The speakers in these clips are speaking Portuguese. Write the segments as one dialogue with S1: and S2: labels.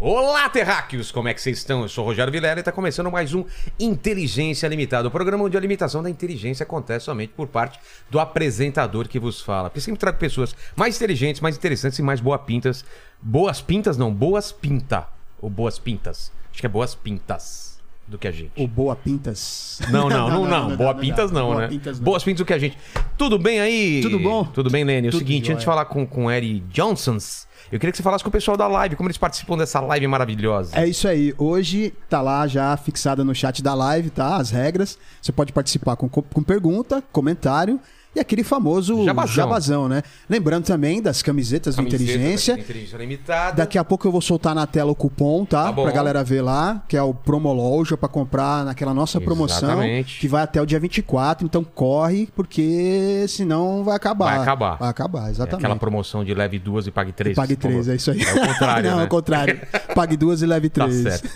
S1: Olá, terráqueos! Como é que vocês estão? Eu sou o Rogério Vilela e está começando mais um Inteligência Limitada, o programa onde a limitação da inteligência acontece somente por parte do apresentador que vos fala. Porque sempre trago pessoas mais inteligentes, mais interessantes e mais boa pintas. Boas pintas não, boas pinta. Ou boas pintas. Acho que é boas pintas do que a gente.
S2: O Boa Pintas.
S1: Não, não, não, não. Boa Pintas não,
S2: Boa
S1: né?
S2: Pintas não.
S1: Boas Pintas o que a gente. Tudo bem aí?
S2: Tudo bom?
S1: Tudo bem, Lenny? É o
S2: Tudo
S1: seguinte,
S2: jóia.
S1: antes de falar com, com o Eric Johnsons, eu queria que você falasse com o pessoal da live, como eles participam dessa live maravilhosa.
S2: É isso aí. Hoje tá lá já fixada no chat da live, tá? As regras. Você pode participar com, com pergunta, comentário e aquele famoso
S1: Jabazão.
S2: né? Lembrando também das camisetas, do Inteligência.
S1: Inteligência limitada.
S2: Daqui a pouco eu vou soltar na tela o cupom, tá?
S1: Tá bom.
S2: pra galera ver lá, que é o Promoloja, pra comprar naquela nossa promoção,
S1: Exatamente.
S2: que vai até o dia 24. Então corre, porque senão vai acabar.
S1: Vai acabar.
S2: Vai acabar,
S1: É
S2: exatamente.
S1: aquela promoção de leve duas e pague três.
S2: Pague
S1: por favor.
S2: três, é isso aí.
S1: É o contrário,
S2: Não,
S1: né?
S2: é o contrário. Pague duas e leve
S1: Tá
S2: três.
S1: certo.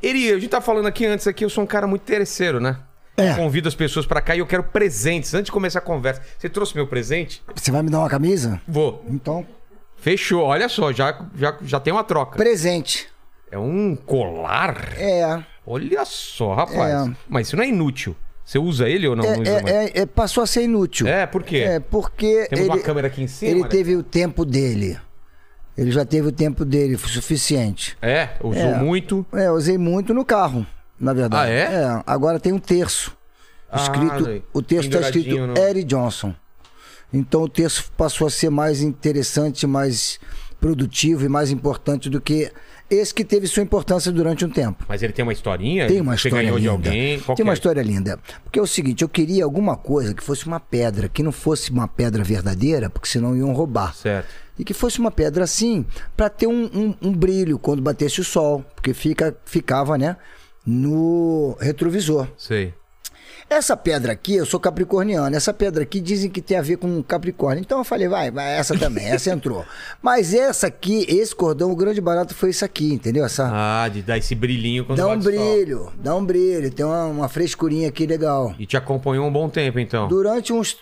S1: Eri, a gente tá falando aqui antes aqui, eu sou um cara muito interesseiro, né?
S3: É.
S1: Eu Convido as pessoas pra cá e eu quero presentes. Antes de começar a conversa, você trouxe meu presente?
S3: Você vai me dar uma camisa?
S1: Vou.
S3: Então,
S1: Fechou, olha só, já, já, já tem uma troca.
S3: presente.
S1: É um colar?
S3: É.
S1: Olha só, rapaz.
S3: É.
S1: Mas isso não é inútil. Você usa ele ou não?
S3: É,
S1: não usa
S3: é,
S1: mais?
S3: é, é, passou a ser inútil.
S1: É, por quê?
S3: É, porque.
S1: Temos
S3: ele,
S1: uma câmera aqui em cima,
S3: Ele
S1: né?
S3: teve o tempo dele. Ele já teve o tempo dele o suficiente.
S1: É, usou
S3: É.
S1: muito.
S3: É, eu usei muito no carro, na verdade.
S1: Ah, é?
S3: agora tem um terço.
S1: Ah,
S3: Escrito,
S1: aí.
S3: o texto está escrito
S1: Penduradinho no-
S3: Eric Johnson. Então o texto passou a ser mais interessante, mais produtivo e mais importante do que esse que teve sua importância durante um tempo.
S1: Mas ele tem uma historinha?
S3: Tem uma
S1: É, Você
S3: história
S1: ganhou
S3: linda.
S1: de alguém? Qual que
S3: Tem uma
S1: é?
S3: história linda. Porque é o seguinte, eu queria alguma coisa que fosse uma pedra, que não fosse uma pedra verdadeira, porque senão iam roubar.
S1: Certo.
S3: E que fosse uma pedra assim, para ter um, um- um brilho quando batesse o sol, porque fica, ficava, né, no retrovisor.
S1: Sei.
S3: Essa pedra aqui, eu sou capricorniano, essa pedra aqui dizem que tem a ver com Capricórnio. Então eu falei, vai, vai essa também, essa entrou. Mas essa aqui, esse cordão, o grande barato foi isso aqui, entendeu? Essa
S1: Ah, de dar esse brilhinho quando
S3: Dá um
S1: bate sol.
S3: brilho, dá um brilho. Tem uma, uma frescurinha aqui legal.
S1: E te acompanhou um bom tempo, então.
S3: Durante uns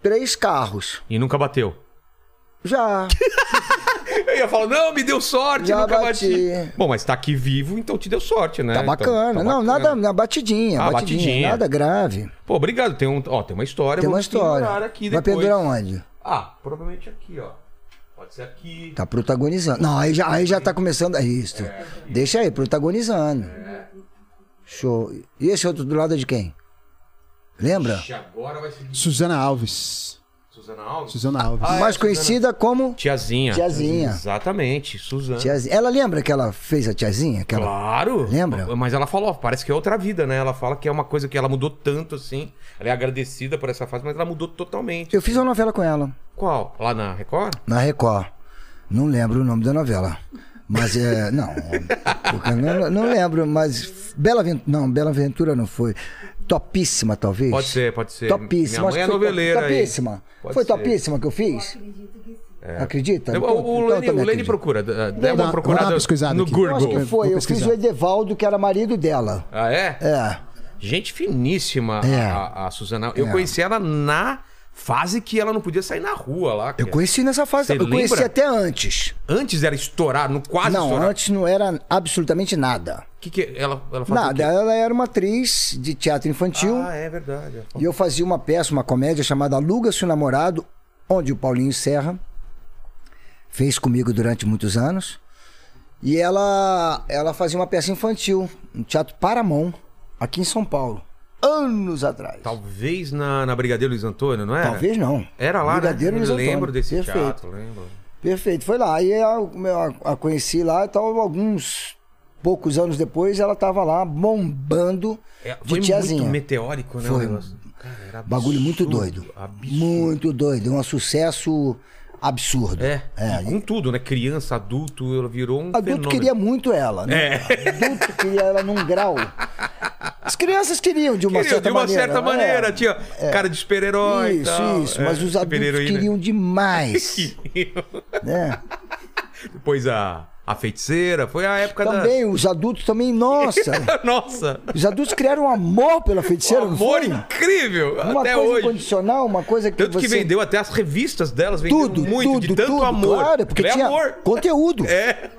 S3: três carros.
S1: E nunca bateu.
S3: Já. tá
S1: É, Eu ia falar, não, me deu sorte,
S3: Já
S1: nunca bati.
S3: bati.
S1: Bom, mas tá aqui vivo, então te deu sorte, né?
S3: Tá
S1: Então,
S3: bacana.
S1: tá
S3: não,
S1: bacana.
S3: nada, na batidinha,
S1: Ah,
S3: batidinha,
S1: batidinha.
S3: Nada grave.
S1: Pô, obrigado. Tem, um, ó, tem uma história.
S3: Tem
S1: vou
S3: uma história.
S1: pendurar um Aqui
S3: Vai
S1: depois.
S3: pendurar onde?
S1: Ah, provavelmente aqui, ó. Pode ser aqui.
S3: Tá protagonizando. Não, aí já, aí já tá começando. É isso. Deixa aí, protagonizando. Show. E esse outro do lado é de quem? Lembra?
S1: Ixi, agora vai seguir.
S2: Suzana Alves.
S1: Suzana Alves?
S2: Suzana Alves.
S1: Ah, é,
S3: Mais
S1: Suzana.
S3: conhecida como
S1: Tiazinha.
S3: Tiazinha.
S1: Exatamente, Suzana.
S3: tiazinha. Ela lembra que ela fez a tiazinha? Que ela
S1: Claro.
S3: Lembra?
S1: Mas ela falou, ó, parece que é outra vida, né? Ela fala que é uma coisa que ela mudou tanto assim. Ela é agradecida por essa fase, mas ela mudou totalmente.
S3: Eu fiz uma novela com ela.
S1: Qual? Lá na Record?
S3: na Record. Não lembro o nome da novela. Mas é. Não. porque não, não lembro, mas. Bela Ventura. Não, Bela Ventura não foi. Topíssima, talvez.
S1: Pode ser, pode ser. Minha
S3: Topíssima. acho
S1: mãe
S3: que
S1: é
S3: foi
S1: noveleira. aí.
S3: Topíssima.
S1: Pode
S3: foi
S1: ser. É.
S3: topíssima que eu fiz? Acredita?
S1: Eu- O,
S3: Então-
S1: o,
S3: então eu
S1: Lene,
S3: também
S1: o Lene
S3: acredito.
S1: procura. dá- Dá
S2: Vou
S1: uma
S2: dar-
S1: procurada
S2: vou dar uma pesquisada
S1: no
S2: aqui.
S3: Eu acho que
S1: Google.
S3: foi.
S2: Vou
S3: Eu fiz
S2: pesquisar.
S3: o Edevaldo, que era marido dela.
S1: Ah, é?
S3: É.
S1: Gente finíssima
S3: É.
S1: a, a Suzana. Eu
S3: É.
S1: conheci ela na fase que ela não podia sair na rua lá.
S3: Eu
S1: cara.
S3: conheci nessa fase.
S1: Você
S3: eu conheci
S1: lembra?
S3: até antes.
S1: Antes era estourar, no quase
S3: não,
S1: estourar.
S3: antes não era absolutamente nada.
S1: Que que ela, ela fazia
S3: Nada.
S1: o quê?
S3: Ela um- era uma atriz de teatro infantil.
S1: Ah, é verdade.
S3: E eu fazia uma peça, uma comédia chamada Aluga-se o Namorado, onde o Paulinho Serra fez comigo durante muitos anos. E ela, ela fazia uma peça infantil, um teatro Paramão, aqui em São Paulo, anos atrás.
S1: Talvez na, na Brigadeiro Luiz Antônio, não era?
S3: Talvez não.
S1: Era lá,
S3: Brigadeiro
S1: né?
S3: Luiz
S1: Eu
S3: Antônio.
S1: lembro desse
S3: Perfeito.
S1: teatro, lembro.
S3: Perfeito, foi lá. Aí eu, eu a conheci lá e tal, alguns poucos anos depois ela estava lá bombando
S1: É,
S3: de
S1: foi
S3: tiazinha.
S1: muito meteórico, né?
S3: Foi.
S1: o negócio? Cara, era
S3: Bagulho muito
S1: absurdo,
S3: doido.
S1: Absurdo.
S3: Muito doido. Um sucesso absurdo.
S1: É, e com tudo, né? Criança, adulto, ela virou um
S3: Adulto
S1: fenômeno.
S3: queria muito ela, né? Adulto queria ela num grau. As crianças queriam, de uma
S1: Queriam,
S3: certa
S1: de uma
S3: maneira.
S1: certa
S3: né?
S1: maneira, tinha cara de super-herói. e
S3: Isso,
S1: tal,
S3: isso.
S1: é,
S3: Mas os adultos
S1: super-heroína.
S3: queriam demais. né?
S1: Depois a, a feiticeira, foi a época
S3: Também, os adultos também, nossa.
S1: da. Nossa!
S3: Os adultos criaram um amor pela feiticeira, não
S1: Amor
S3: foi?
S1: incrível!
S3: Uma
S1: até
S3: coisa
S1: hoje.
S3: incondicional, uma coisa que
S1: Tanto
S3: você...
S1: que vendeu até as revistas delas, vendeu
S3: tudo,
S1: muito,
S3: tudo,
S1: de tanto
S3: tudo,
S1: amor.
S3: Claro, porque
S1: Era
S3: tinha
S1: amor.
S3: conteúdo.
S1: É,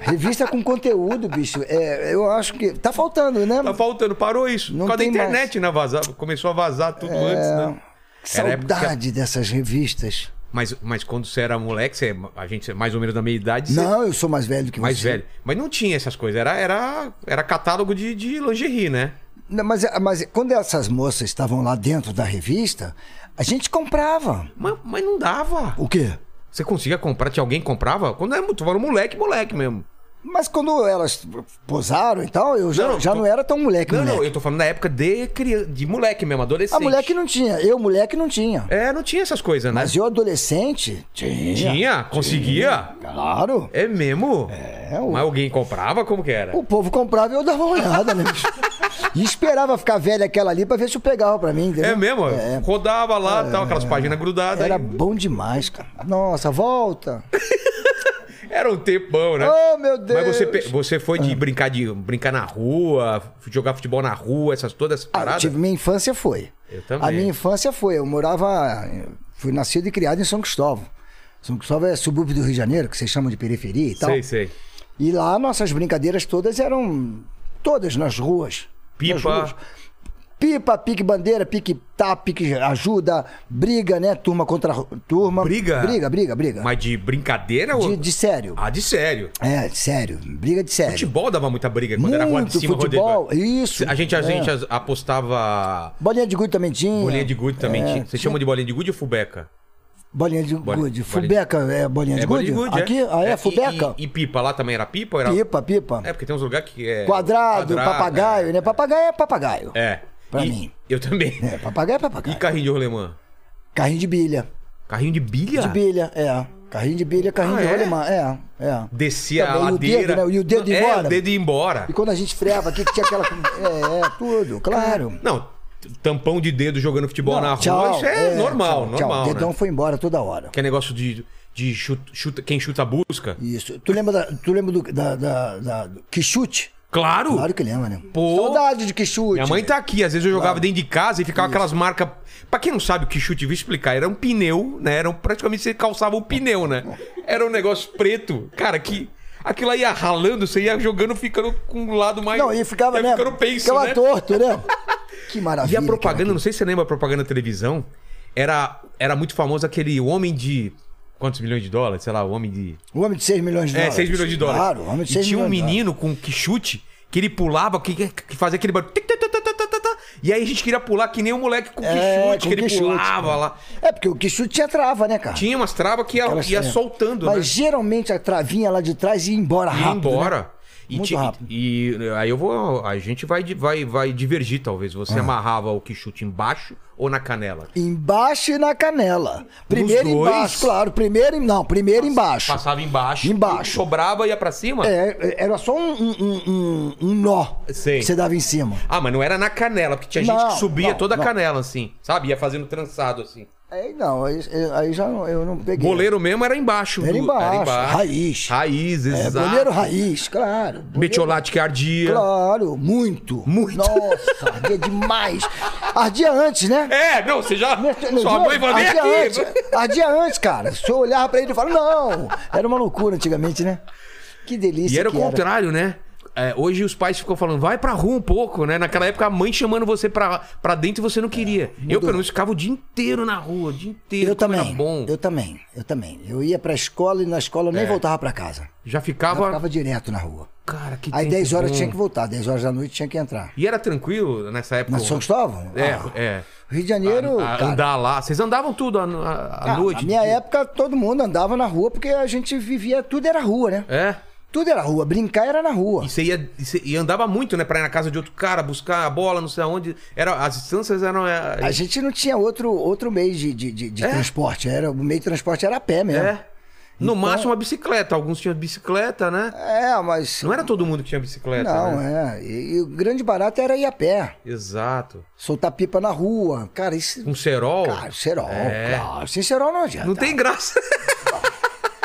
S3: Revista com conteúdo, bicho. É, eu acho que tá faltando, né?
S1: tá faltando, parou isso.
S3: Não
S1: Por causa da
S3: tem mais. É.
S1: internet na vazar, começou a vazar tudo antes, né?
S3: Que
S1: Era a época que a-
S3: saudade dessas revistas.
S1: Mas, mas quando você era moleque, você, a gente é mais ou menos da meia idade, você
S3: Não, eu sou mais velho que
S1: mais
S3: você.
S1: velho. Mas não tinha essas coisas, era, era, era catálogo de, de lingerie, né?
S3: Não, mas, mas quando essas moças estavam lá dentro da revista, a gente comprava.
S1: Mas, mas não dava.
S3: O quê?
S1: Você conseguia comprar, tinha alguém que comprava? Quando era muito, era um moleque, moleque mesmo.
S3: Mas quando elas posaram e tal, eu já
S1: Não,
S3: não,
S1: não,
S3: já
S1: tô-
S3: não era tão moleque.
S1: Não,
S3: moleque.
S1: não, eu tô falando da época de, cria- de moleque mesmo, adolescente.
S3: A moleque não tinha. Eu, moleque, não tinha.
S1: É, não tinha essas coisas, né?
S3: Mas eu, adolescente, tinha.
S1: Tinha? Conseguia?
S3: Claro.
S1: É mesmo?
S3: É, o,
S1: Mas alguém comprava? Como que era?
S3: o povo comprava e eu dava uma olhada, né? bicho? e esperava ficar velha aquela ali pra ver se eu pegava pra mim, entendeu?
S1: É mesmo?
S3: É.
S1: Rodava lá, tal, aquelas páginas grudadas.
S3: Era
S1: aí.
S3: bom demais, cara. Nossa, volta.
S1: Era um tempão, né?
S3: Oh, meu Deus. Ah.
S1: Mas você, pe- você foi de brincar de brincar na rua, jogar futebol na rua, essas todas essas
S3: Ah, eu
S1: paradas?
S3: tive- minha infância foi.
S1: Eu também.
S3: A minha infância foi. Eu morava. Fui nascido e criado em São Cristóvão. São Cristóvão é subúrbio do Rio de Janeiro, que vocês chamam de periferia e tal.
S1: Sei, sei.
S3: E lá nossas brincadeiras todas eram todas nas ruas.
S1: Pipa.
S3: Nas ruas. Pipa, pique bandeira, pique tá, pique ajuda, briga, né? Turma contra ru- turma.
S1: Briga?
S3: Briga, briga, briga.
S1: Mas de brincadeira ou.
S3: Ah. De, de sério.
S1: Ah, de sério.
S3: É, de sério. Briga de sério.
S1: Futebol dava muita briga quando
S3: Muito
S1: era rua de cima
S3: futebol.
S1: rodeio.
S3: Isso.
S1: A gente, a
S3: É.
S1: gente as- apostava
S3: Bolinha de gude também tinha.
S1: bolinha de gude também.
S3: É,
S1: tinha. Você chama de bolinha de gude ou fubeca?
S3: Bolinha de
S1: Bolinha-
S3: gude.
S1: bolinha de-
S3: Fubeca é bolinha de gude? Aqui? Ah, é,
S1: e-
S3: fubeca?
S1: E, e pipa lá também era pipa? ou Era...
S3: pipa, pipa.
S1: É, porque tem uns lugares que é.
S3: quadrado, papagaio,
S1: é.
S3: né? Papagaio é papagaio.
S1: É.
S3: Pra
S1: E-
S3: mim.
S1: Eu também.
S3: É, papagaio é
S1: E
S3: papagaio.
S1: carrinho de rolemã?
S3: Carrinho de bilha.
S1: Carrinho de bilha?
S3: De bilha, é. Carrinho de bilha, carrinho
S1: Ah,
S3: de
S1: é?
S3: rolemã. É, é.
S1: Descia
S3: Também,
S1: a
S3: e o dedo,
S1: ladeira.
S3: né? E o dedo
S1: Não,
S3: embora.
S1: É, o dedo ia embora.
S3: E quando a gente freava aqui, que tinha aquela. é, é, tudo, claro.
S1: Não, t- tampão de dedo jogando futebol na rua,
S3: Tchau,
S1: isso é, normal,
S3: tchau, tchau.
S1: normal.
S3: O dedão
S1: né?
S3: foi embora toda hora.
S1: Que é negócio de, de chuta, chuta- quem chuta busca.
S3: Isso. Tu lembra, da, tu lembra do, da, da, da- do que chute?
S1: Claro!
S3: Claro que lembra, né?
S1: Pô.
S3: Saudade de que chute.
S1: Minha mãe tá aqui, às vezes eu jogava dentro de casa e ficava aquelas marcas. Pra quem não sabe o que chute, vou explicar. Era um pneu, né? Era um- praticamente você calçava um pneu, né? Era um negócio preto. Cara, que. Aquilo aí ia ralando, você ia jogando, ficando com o lado mais.
S3: Não, e ficava,
S1: ia
S3: né?
S1: ficando penso,
S3: ficava
S1: né?
S3: torto, né? Que maravilha.
S1: E a propaganda,
S3: cara.
S1: não sei se você lembra a propaganda da televisão, era, era muito famoso aquele homem de. Quantos milhões de dólares? Sei lá, o homem de.
S3: O homem de 6 milhões de
S1: É,
S3: dólares.
S1: 6 milhões de dólares.
S3: Claro, o homem de
S1: e
S3: 6
S1: tinha um
S3: milhões de dólares.
S1: menino com que chute que ele pulava, que, que fazia aquele barulho. tic, tic, tic, tic, tic, tic, tic, E aí a gente queria pular que nem um moleque com
S3: É,
S1: que chute,
S3: com
S1: que ele
S3: que chute,
S1: pulava
S3: né?
S1: lá.
S3: É, porque o que chute tinha trava, né, cara?
S1: Tinha umas travas que ia,
S3: Aquelas
S1: ia
S3: trava.
S1: soltando,
S3: Mas
S1: né?
S3: geralmente a travinha lá de trás ia embora
S1: Ia
S3: rápido.
S1: embora.
S3: né?
S1: E,
S3: Muito
S1: ti-
S3: rápido.
S1: e aí eu vou. A gente vai, di- vai, vai divergir, talvez.
S3: Ah.
S1: Você amarrava o que chute embaixo ou na canela?
S3: Embaixo e na canela. Primeiro
S1: dois?
S3: embaixo, claro. Primeiro, em- não, primeiro embaixo.
S1: Passava embaixo.
S3: Embaixo.
S1: Sobrava e ia pra cima?
S3: É, era só um, um- um- um- um nó
S1: Sim.
S3: que você dava em cima.
S1: Ah, mas não era na canela, porque tinha gente
S3: Não,
S1: que subia
S3: não,
S1: toda a
S3: não.
S1: canela, assim. Sabe? Ia fazendo trançado, assim.
S3: Aí não, aí, aí já não, eu não peguei.
S1: Goleiro mesmo era embaixo.
S3: É. Era
S1: do-
S3: embaixo, raiz.
S1: Raiz,
S3: É,
S1: exato.
S3: goleiro raiz, claro.
S1: Metiolate que ardia.
S3: Claro, muito.
S1: Muito.
S3: Nossa, ardia demais. Ardia antes, né?
S1: É, não, você já... Sua
S3: Não,
S1: mãe falou, vem
S3: ardia
S1: aqui.
S3: Antes, ardia antes, cara. Se eu olhava pra ele e falava, não. Era uma loucura antigamente, né? Que delícia
S1: E era o
S3: que era.
S1: contrário, né? É, hoje os pais ficam falando, vai pra rua um pouco, né? Naquela época a mãe chamando você pra, pra dentro e você não
S3: É,
S1: queria. eu, pelo menos, ficava o dia inteiro na rua, o dia inteiro.
S3: Eu
S1: como
S3: também,
S1: Era bom.
S3: eu também, eu também. Eu ia pra escola e na
S1: É.
S3: escola eu nem voltava pra casa.
S1: Já
S3: Eu
S1: ficava...
S3: ficava direto na rua.
S1: Cara, que um
S3: Aí
S1: tempo
S3: 10 horas
S1: bom.
S3: tinha que voltar, 10 horas da noite tinha que entrar.
S1: E era tranquilo nessa época?
S3: Na São Cristóvão?
S1: É,
S3: Ah,
S1: é.
S3: Rio de Janeiro,
S1: A- a-
S3: cara,
S1: andar lá. Vocês andavam tudo à, à- à
S3: cara,
S1: noite?
S3: na minha época todo mundo andava na rua porque a gente vivia, tudo era rua, né?
S1: É.
S3: Tudo era rua, brincar era na rua.
S1: E você ia. E, você- e andava muito, né? Pra ir na casa de outro cara, buscar a bola, não sei aonde. Era, as distâncias eram.
S3: A
S1: É,
S3: gente não tinha outro, outro meio de, de, de- de
S1: É?
S3: transporte. Era, o meio de transporte era a pé mesmo.
S1: é. No máximo uma bicicleta. Alguns tinham bicicleta, né?
S3: É, mas.
S1: Não era todo mundo que tinha bicicleta,
S3: Não,
S1: né?
S3: é. E, e o grande barato era ir a pé,
S1: Exato.
S3: soltar pipa na rua. Cara, isso.
S1: Um cerol.
S3: Cara, tá. serol,
S1: É.
S3: claro. Sem serol não adianta.
S1: Não tem graça.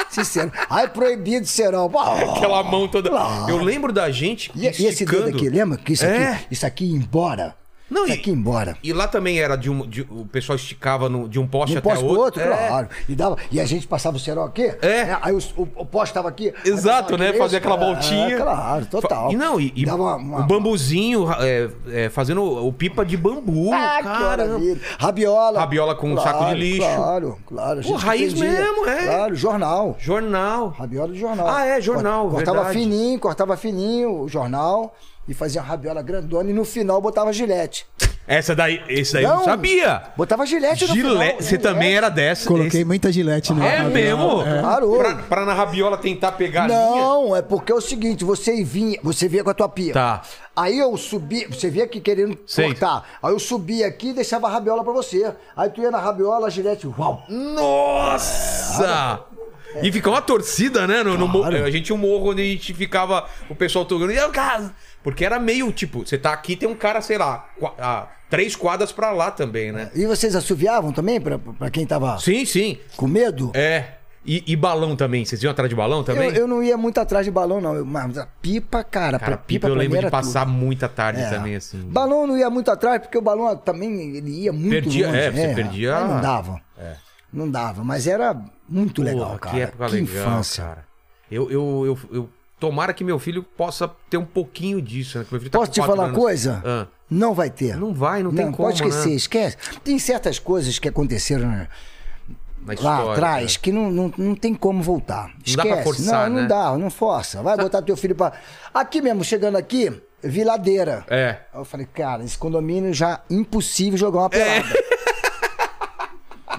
S3: Sincero. Ah, é proibido serol. Pô,
S1: Aquela mão toda. Eu lembro da gente
S3: E, e esse dedo aqui, lembra? Que isso aqui,
S1: É.
S3: isso aqui ia embora.
S1: Não,
S3: isso
S1: e-
S3: aqui ia embora.
S1: E lá também era de um. de- o pessoal esticava no- de um poste
S3: De um
S1: até
S3: poste pro
S1: outro.
S3: outro,
S1: É.
S3: claro. E, dava, e a gente passava o cerol aqui.
S1: É.
S3: né? Aí os- o, o poste estava aqui. aí
S1: Exato,
S3: passava
S1: né?
S3: aqui,
S1: Fazia
S3: isso,
S1: aquela
S3: é,
S1: voltinha.
S3: é, claro, total.
S1: E não, e, e
S3: Dava uma, uma-
S1: um bambuzinho é, é, fazendo o pipa de bambu.
S3: Ah, que
S1: cara.
S3: maravilha. Rabiola.
S1: Rabiola com um saco de lixo.
S3: Claro, claro. a gente
S1: raiz
S3: defendia.
S1: mesmo, é.
S3: Claro, jornal.
S1: Jornal.
S3: Rabiola de jornal.
S1: Ah, é, jornal,
S3: Cortava
S1: verdade.
S3: fininho, cortava fininho o jornal e fazia uma rabiola grandona e no final botava gilete.
S1: Essa daí, esse daí eu não sabia.
S3: Botava gilete no final. É.
S1: Gilete, você também é era dessa.
S2: Coloquei
S1: Esse-
S2: muita gilete no
S1: É
S2: no-
S1: mesmo?
S3: né? Parou.
S1: Pra, pra na rabiola tentar pegar a linha.
S3: Não, é porque é o seguinte, você vinha, você vinha com a tua pia.
S1: Tá.
S3: Aí eu subi, você via que querendo
S1: Sei.
S3: cortar. Aí eu subia aqui e deixava a rabiola pra você. Aí tu ia na rabiola, a gilete, uau.
S1: Nossa!
S3: É,
S1: E ficava uma torcida, né? No, no mo- a gente tinha um morro onde a gente ficava o pessoal tocando. "E aí, cara?" Porque era meio tipo, você tá aqui tem um cara, sei lá, qua- ah, três quadras pra lá também, né?
S3: E vocês assoviavam também pra, pra quem tava
S1: Sim, sim.
S3: com medo?
S1: É. E, e balão também. Vocês iam atrás de balão também?
S3: Eu, eu não ia muito atrás de balão, não. Eu- Mas a pipa, cara,
S1: Cara,
S3: pra pipa,
S1: pipa eu
S3: pra mim
S1: lembro de
S3: era
S1: passar
S3: tudo.
S1: muita tarde
S3: É.
S1: também, assim.
S3: Balão eu não ia muito atrás, porque o balão também ele ia muito
S1: Perdia-
S3: longe.
S1: é, você perdia- É.
S3: Aí Não dava. Não dava, mas era muito
S1: Porra,
S3: legal, cara.
S1: Que época legal,
S3: infância.
S1: cara. Eu, eu, eu, eu- tomara que meu filho possa ter um pouquinho disso, né? Que meu filho tá
S3: Posso
S1: com
S3: te
S1: quatro
S3: falar uma
S1: anos.
S3: coisa?
S1: Ah.
S3: Não vai ter.
S1: Não vai, não tem como,
S3: Pode esquecer,
S1: né?
S3: esquece. Tem certas coisas que aconteceram né,
S1: Na
S3: lá
S1: história,
S3: atrás
S1: cara.
S3: que não, não, não tem como voltar.
S1: dá
S3: Esquece.
S1: pra forçar,
S3: não, não
S1: né?
S3: dá, não força. Vai botar teu filho pra. Aqui mesmo, chegando aqui, vi ladeira.
S1: É.
S3: Aí eu falei, cara, esse condomínio é já impossível jogar uma pelada.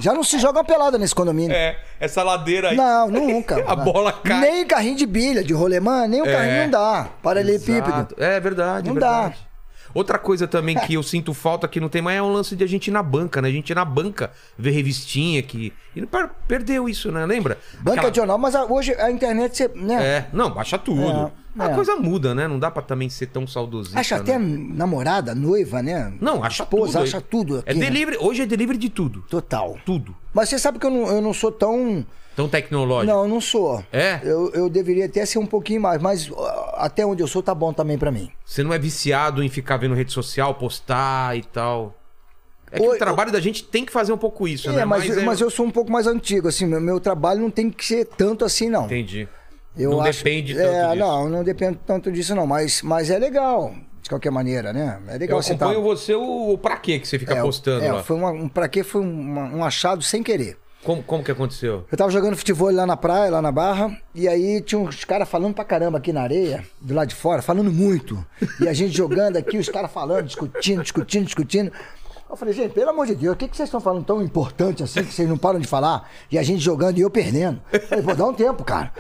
S3: Já não se joga uma pelada nesse condomínio.
S1: É, essa ladeira aí.
S3: Não, nunca.
S1: A bola cai. É.
S3: Nem carrinho de bilha, de rolemã, nem o carrinho não dá. Paralelepípedo.
S1: Exato. É verdade,
S3: Não É.
S1: é verdade. Outra coisa também que eu sinto falta que não tem mais é um lance de a gente ir na banca, né? A gente ir na banca, ver revistinha que. E não per- perdeu isso, né? Lembra?
S3: Banca
S1: Aquela-
S3: de jornal, mas a- hoje a internet, você, né?
S1: É, não, baixa tudo.
S3: É,
S1: a
S3: é.
S1: coisa muda, né? Não dá pra também ser tão saudosista.
S3: acha até
S1: né?
S3: namorada, noiva, né?
S1: Não, acha
S3: Esposa,
S1: tudo.
S3: acha tudo aqui.
S1: É
S3: né?
S1: delivery, hoje é delivery de tudo.
S3: Total.
S1: Tudo.
S3: Mas você sabe que eu não, eu não sou tão.
S1: Tão tecnológico.
S3: Não, eu não sou.
S1: É?
S3: Eu, eu deveria até ser um pouquinho mais, mas ó, até onde eu sou tá bom também pra mim.
S1: Você não é viciado em ficar vendo rede social, postar e tal. É que
S3: Oi,
S1: o trabalho da gente tem que fazer um pouco isso,
S3: É,
S1: né?
S3: mas,
S1: é-
S3: mas eu sou um pouco mais antigo, assim, meu, meu trabalho não tem que ser tanto assim, não.
S1: Entendi.
S3: Eu
S1: não
S3: acho-
S1: depende tanto
S3: é,
S1: disso.
S3: Não, não depende tanto disso, não. Mas, mas é legal, de qualquer maneira, né? É
S1: Eu
S3: legal você tá...
S1: acompanho você o, o pra quê que você fica
S3: É,
S1: postando
S3: é,
S1: lá.
S3: foi uma, um, pra quê foi uma- um achado sem querer.
S1: Como, como que aconteceu?
S3: Eu tava jogando futebol lá na praia, lá na barra, e aí tinha uns caras falando pra caramba aqui na areia, do lado de fora, falando muito. E a gente jogando aqui, os caras falando, discutindo, discutindo, discutindo. Eu falei, gente, pelo amor de Deus, o que, que vocês estão falando tão importante assim que vocês não param de falar? E a gente jogando e eu perdendo. Eu falei, pô, dá um tempo, cara.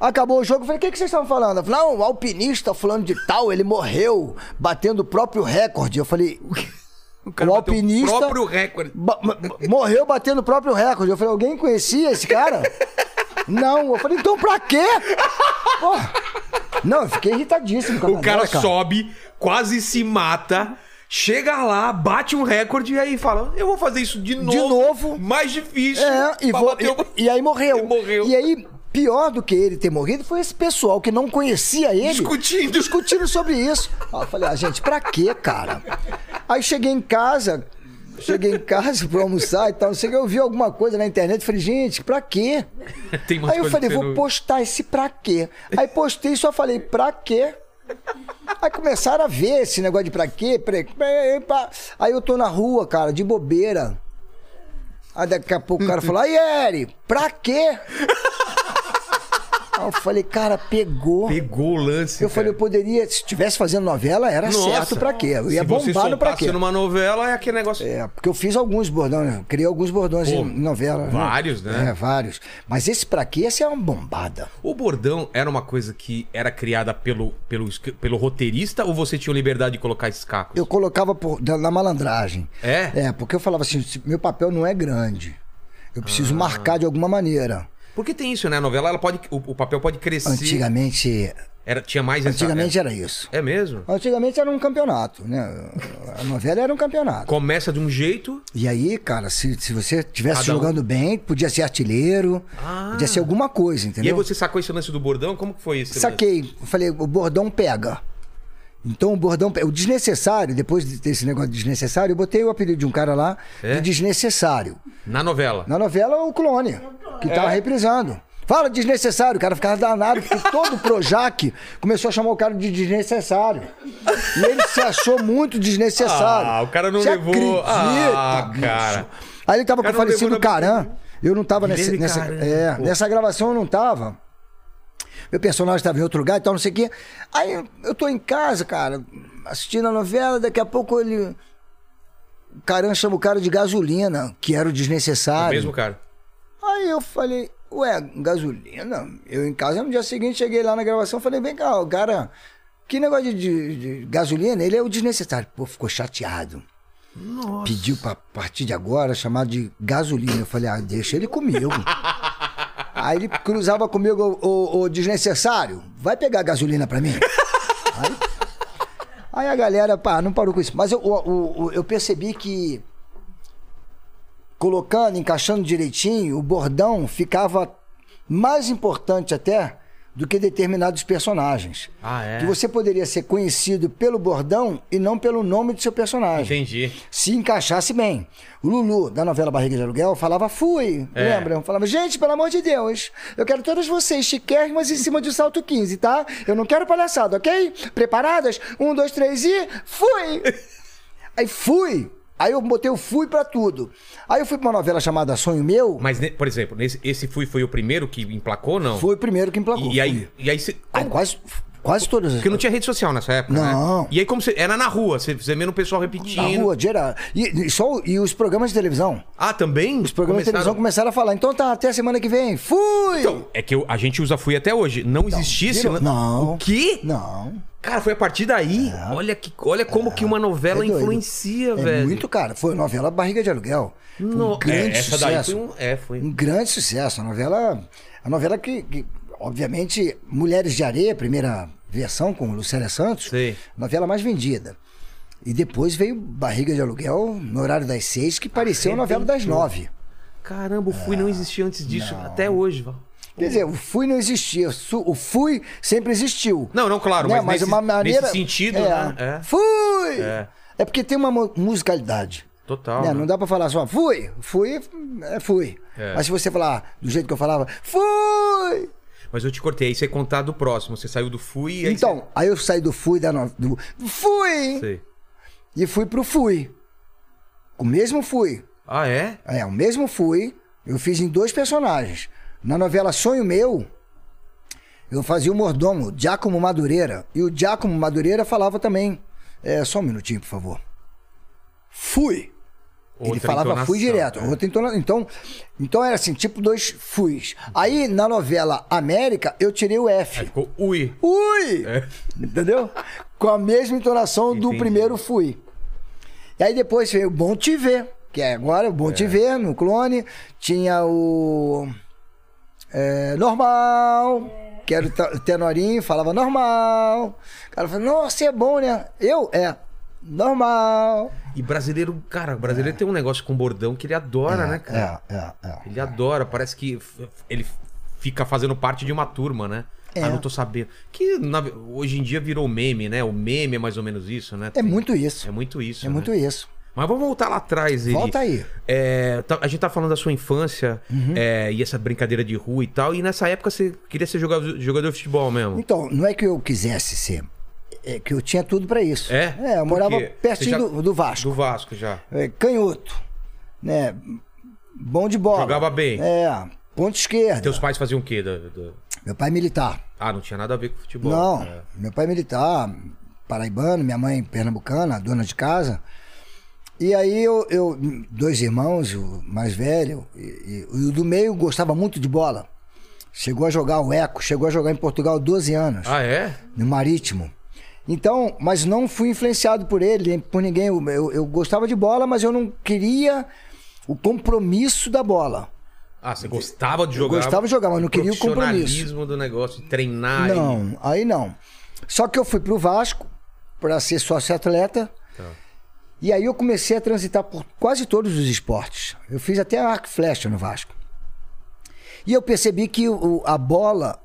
S3: Acabou o jogo, eu falei, o que, que vocês estão falando? Eu falei, não, o alpinista fulano de tal, ele morreu batendo o próprio recorde. Eu falei,
S1: O,
S3: cara bateu o alpinista-
S1: próprio recorde.
S3: Ba- ma- ma- morreu batendo o próprio recorde. Eu falei, alguém conhecia esse cara? não. Eu falei, então pra quê? Porra. Não, eu fiquei irritadíssimo com a
S1: O cara
S3: galera,
S1: sobe, quase se mata, chega lá, bate um recorde e aí fala: Eu vou fazer isso de novo.
S3: novo.
S1: Mais difícil.
S3: É, e,
S1: pra
S3: vo-
S1: bater o-
S3: e, e aí morreu.
S1: E morreu.
S3: E aí, pior do que ele ter morrido foi esse pessoal que não conhecia ele.
S1: Discutindo.
S3: Discutindo sobre isso. Aí eu falei, ah, gente, pra quê, cara? Aí cheguei em casa, cheguei em casa pra almoçar e tal, não sei o que, eu vi alguma coisa na internet, falei, gente, pra quê?
S1: Tem umas
S3: Aí eu
S1: coisas
S3: falei,
S1: que
S3: vou
S1: não-
S3: postar esse pra quê? Aí postei e só falei, pra quê? Aí começaram a ver esse negócio de pra quê? pra- pra- pra- Aí eu tô na rua, cara, de bobeira. Aí daqui a pouco o cara falou, aí Eri, pra quê? Aí eu falei, cara, pegou.
S1: Pegou o lance.
S3: Eu falei, eu
S1: cara.
S3: poderia, se estivesse fazendo novela, era
S1: Nossa.
S3: certo pra quê? Eu ia
S1: Se você
S3: bombar no pra
S1: soltasse
S3: quê?
S1: numa novela, é aquele negócio.
S3: É, porque eu fiz alguns bordões, né? criei alguns bordões
S1: Pô,
S3: em novela. né?
S1: vários, né?
S3: É, vários. Mas esse pra quê, esse é uma bombada.
S1: O bordão era uma coisa que era criada pelo, pelo, esc- pelo roteirista ou você tinha liberdade de colocar esses cacos?
S3: Eu colocava por- da- na malandragem.
S1: É? Ah.
S3: É, porque eu falava assim, "Se- meu papel não é grande. Eu preciso marcar de alguma maneira.
S1: Porque tem isso, né? A novela, ela pode, o, o papel pode crescer.
S3: Antigamente,
S1: Era, tinha mais essa-
S3: antigamente era isso.
S1: É mesmo?
S3: Antigamente era um campeonato, né? A novela era um campeonato.
S1: Começa de um jeito.
S3: E aí, cara, se, se você estivesse
S1: Cada um.
S3: jogando bem, podia ser artilheiro,
S1: Ah.
S3: podia ser alguma coisa,
S1: E aí
S3: entendeu?
S1: você sacou esse lance do bordão? Como que foi isso?
S3: Saquei, eu falei, o bordão pega. Então o bordão pega. O desnecessário, depois desse negócio de desnecessário, eu botei o apelido de um cara lá
S1: É?
S3: de desnecessário.
S1: Na novela.
S3: Na novela, o clone, que tava
S1: É.
S3: reprisando. Fala desnecessário, o cara ficava danado, porque todo o Projac começou a chamar o cara de desnecessário. E ele se achou muito desnecessário.
S1: Ah, o cara não
S3: Você
S1: levou-
S3: acredita,
S1: Ah,
S3: bicho?
S1: cara.
S3: Aí ele tava
S1: O cara
S3: com o
S1: não levou
S3: falecido
S1: na brincadeira.
S3: Caran. Eu não tava nessa,
S1: Guilherme
S3: nessa,
S1: Caran,
S3: é,
S1: pô.
S3: nessa gravação, eu não tava. Meu personagem estava em outro lugar e tal, não sei o quê. Aí eu tô em casa, cara, assistindo a novela, daqui a pouco ele. O Caran chama o cara de gasolina, que era o
S1: O
S3: desnecessário.
S1: mesmo cara.
S3: Aí eu falei, ué, gasolina? Eu em casa, no dia seguinte, cheguei lá na gravação, falei, vem cá, o cara, que negócio de, de- de gasolina? Ele é o desnecessário. Pô, ficou chateado. Pediu pra, a partir de agora chamar de gasolina. Eu falei, ah, deixa ele comigo. Aí ele cruzava comigo, o, desnecessário, vai pegar gasolina pra mim. Aí, aí a galera, pá, não parou com isso. Mas eu, o- o- eu percebi que colocando, encaixando direitinho, o bordão ficava mais importante até do que determinados personagens.
S1: Ah, é?
S3: Que você poderia ser conhecido pelo bordão e não pelo nome do seu personagem
S1: Entendi.
S3: se encaixasse bem. O Lulu, da novela Barriga de Aluguel, falava fui,
S1: É.
S3: lembra? Falava, gente, pelo amor de Deus, eu quero todas vocês chiquérrimas em cima de um salto 15, tá? Eu não quero palhaçada, ok? Preparadas? Um, dois, três e fui! Aí fui! Aí eu botei o fui pra tudo. Aí eu fui pra uma novela chamada Sonho Meu,
S1: Mas, ne- por exemplo, nesse, esse Fui foi o primeiro que emplacou ou não?
S3: foi o primeiro que emplacou.
S1: E, e aí,
S3: Fui.
S1: e aí você...
S3: Aí quase, quase todas as
S1: Porque não tinha rede social nessa época,
S3: Não.
S1: né? E aí como você... Era na rua, você, você vendo o pessoal
S3: Na
S1: repetindo.
S3: rua, geral. E, e só, e os programas de televisão?
S1: Ah, também?
S3: Os programas de televisão começaram a falar, então tá, até a semana que vem. Fui!
S1: Então, é que eu- a gente usa Fui até hoje. Não existisse...
S3: Então, virou- Não.
S1: né? O quê?
S3: Não.
S1: Cara, foi a partir daí. Olha, que, olha como que uma novela
S3: é doido.
S1: influencia,
S3: É
S1: velho.
S3: muito cara. Foi novela Barriga de Aluguel. Foi
S1: No-
S3: Um grande
S1: é, essa daí
S3: sucesso.
S1: foi um... É, foi...
S3: um... grande sucesso. A novela. A novela que, que, obviamente, Mulheres de Areia, primeira versão com Lucélia Santos,
S1: Sei.
S3: novela mais vendida. E depois veio Barriga de Aluguel, no horário das seis, que pareceu a novela das nove.
S1: Caramba, o
S3: É.
S1: Fui não existia antes disso. Até hoje, Val.
S3: Quer dizer, o fui não existia. su- O fui sempre existiu.
S1: Não, não, claro,
S3: Né?
S1: mas nesse- nesse sentido, né? É.
S3: Fui!
S1: É.
S3: É. porque tem uma mu- musicalidade.
S1: Total,
S3: né?
S1: né?
S3: Não dá pra falar só fui, fui, é, fui.
S1: É.
S3: Mas se você falar do jeito que eu falava, fui!
S1: Mas eu te cortei, aí você contar do próximo. Você saiu do Fui e aí
S3: Então, aí eu saí do fui, da no... do fui!
S1: você... Sei.
S3: E fui pro fui. O mesmo fui.
S1: Ah, é?
S3: É, o mesmo fui, eu fiz em dois personagens. Na novela Sonho Meu, eu fazia o mordomo, o Giacomo Madureira. E o Giacomo Madureira falava também. É, só um minutinho, por favor. Fui. Ele
S1: Outra
S3: falava
S1: entonação,
S3: fui direto.
S1: né?
S3: Outra entona... então, então era assim, tipo dois fuis. Aí na novela América, eu tirei o
S1: Aí
S3: F.
S1: É, ficou Ui.
S3: Ui!
S1: É.
S3: Entendeu? Com a mesma entonação do
S1: Entendi.
S3: primeiro fui. E aí depois veio o Bom Te Ver, que é agora o Bom Te Ver no clone. Tinha o. é, normal, que era o te- o tenorinho, falava normal. O cara falou, nossa, é bom, né? Eu? É. Normal.
S1: E brasileiro, cara, brasileiro tem um negócio com bordão que ele adora, né, cara?
S3: É, é, é.
S1: Ele adora, parece que f- ele fica fazendo parte de uma turma, né?
S3: É.
S1: Ah, não tô sabendo. Que na- hoje em dia virou meme, né? O meme é mais ou menos isso, né?
S3: É muito
S1: É
S3: isso.
S1: muito isso.
S3: É
S1: né?
S3: muito isso.
S1: Mas vamos voltar lá atrás, Eri.
S3: Volta aí. Uhum.
S1: É, tá- a gente tá falando da sua infância é, e essa brincadeira de rua e tal. E nessa época você queria ser jogador, jogador de futebol mesmo.
S3: Então, não é que eu quisesse ser. É que eu tinha tudo pra isso.
S1: É?
S3: eu
S1: Por
S3: morava
S1: quê?
S3: pertinho
S1: Você já-
S3: do, do Vasco.
S1: Do Vasco já.
S3: é, canhoto, né? Bom de bola.
S1: Jogava bem.
S3: É, ponta esquerda.
S1: Teus pais faziam o quê? da- da-
S3: Meu pai é militar.
S1: Ah, não tinha nada a ver com futebol.
S3: Não,
S1: É.
S3: meu pai é militar, paraibano, minha mãe pernambucana, dona de casa. E aí eu, eu- dois irmãos, o mais velho, e, e o do meio gostava muito de bola. Chegou a jogar o Eco, chegou a jogar em Portugal 12 anos
S1: Ah, é?
S3: no Marítimo. Então, mas não fui influenciado por ele, nem por ninguém. Eu, eu- eu gostava de bola, mas eu não queria o compromisso da bola.
S1: Ah, você gostava de jogar?
S3: gostava de jogar, mas não queria o
S1: profissionalismo do negócio, de treinar. e-
S3: Não, aí não. Só que eu fui pro Vasco para ser sócio-atleta.
S1: Tá.
S3: E aí eu comecei a transitar por quase todos os esportes. Eu fiz até arco e flecha no Vasco. E eu percebi que o- a bola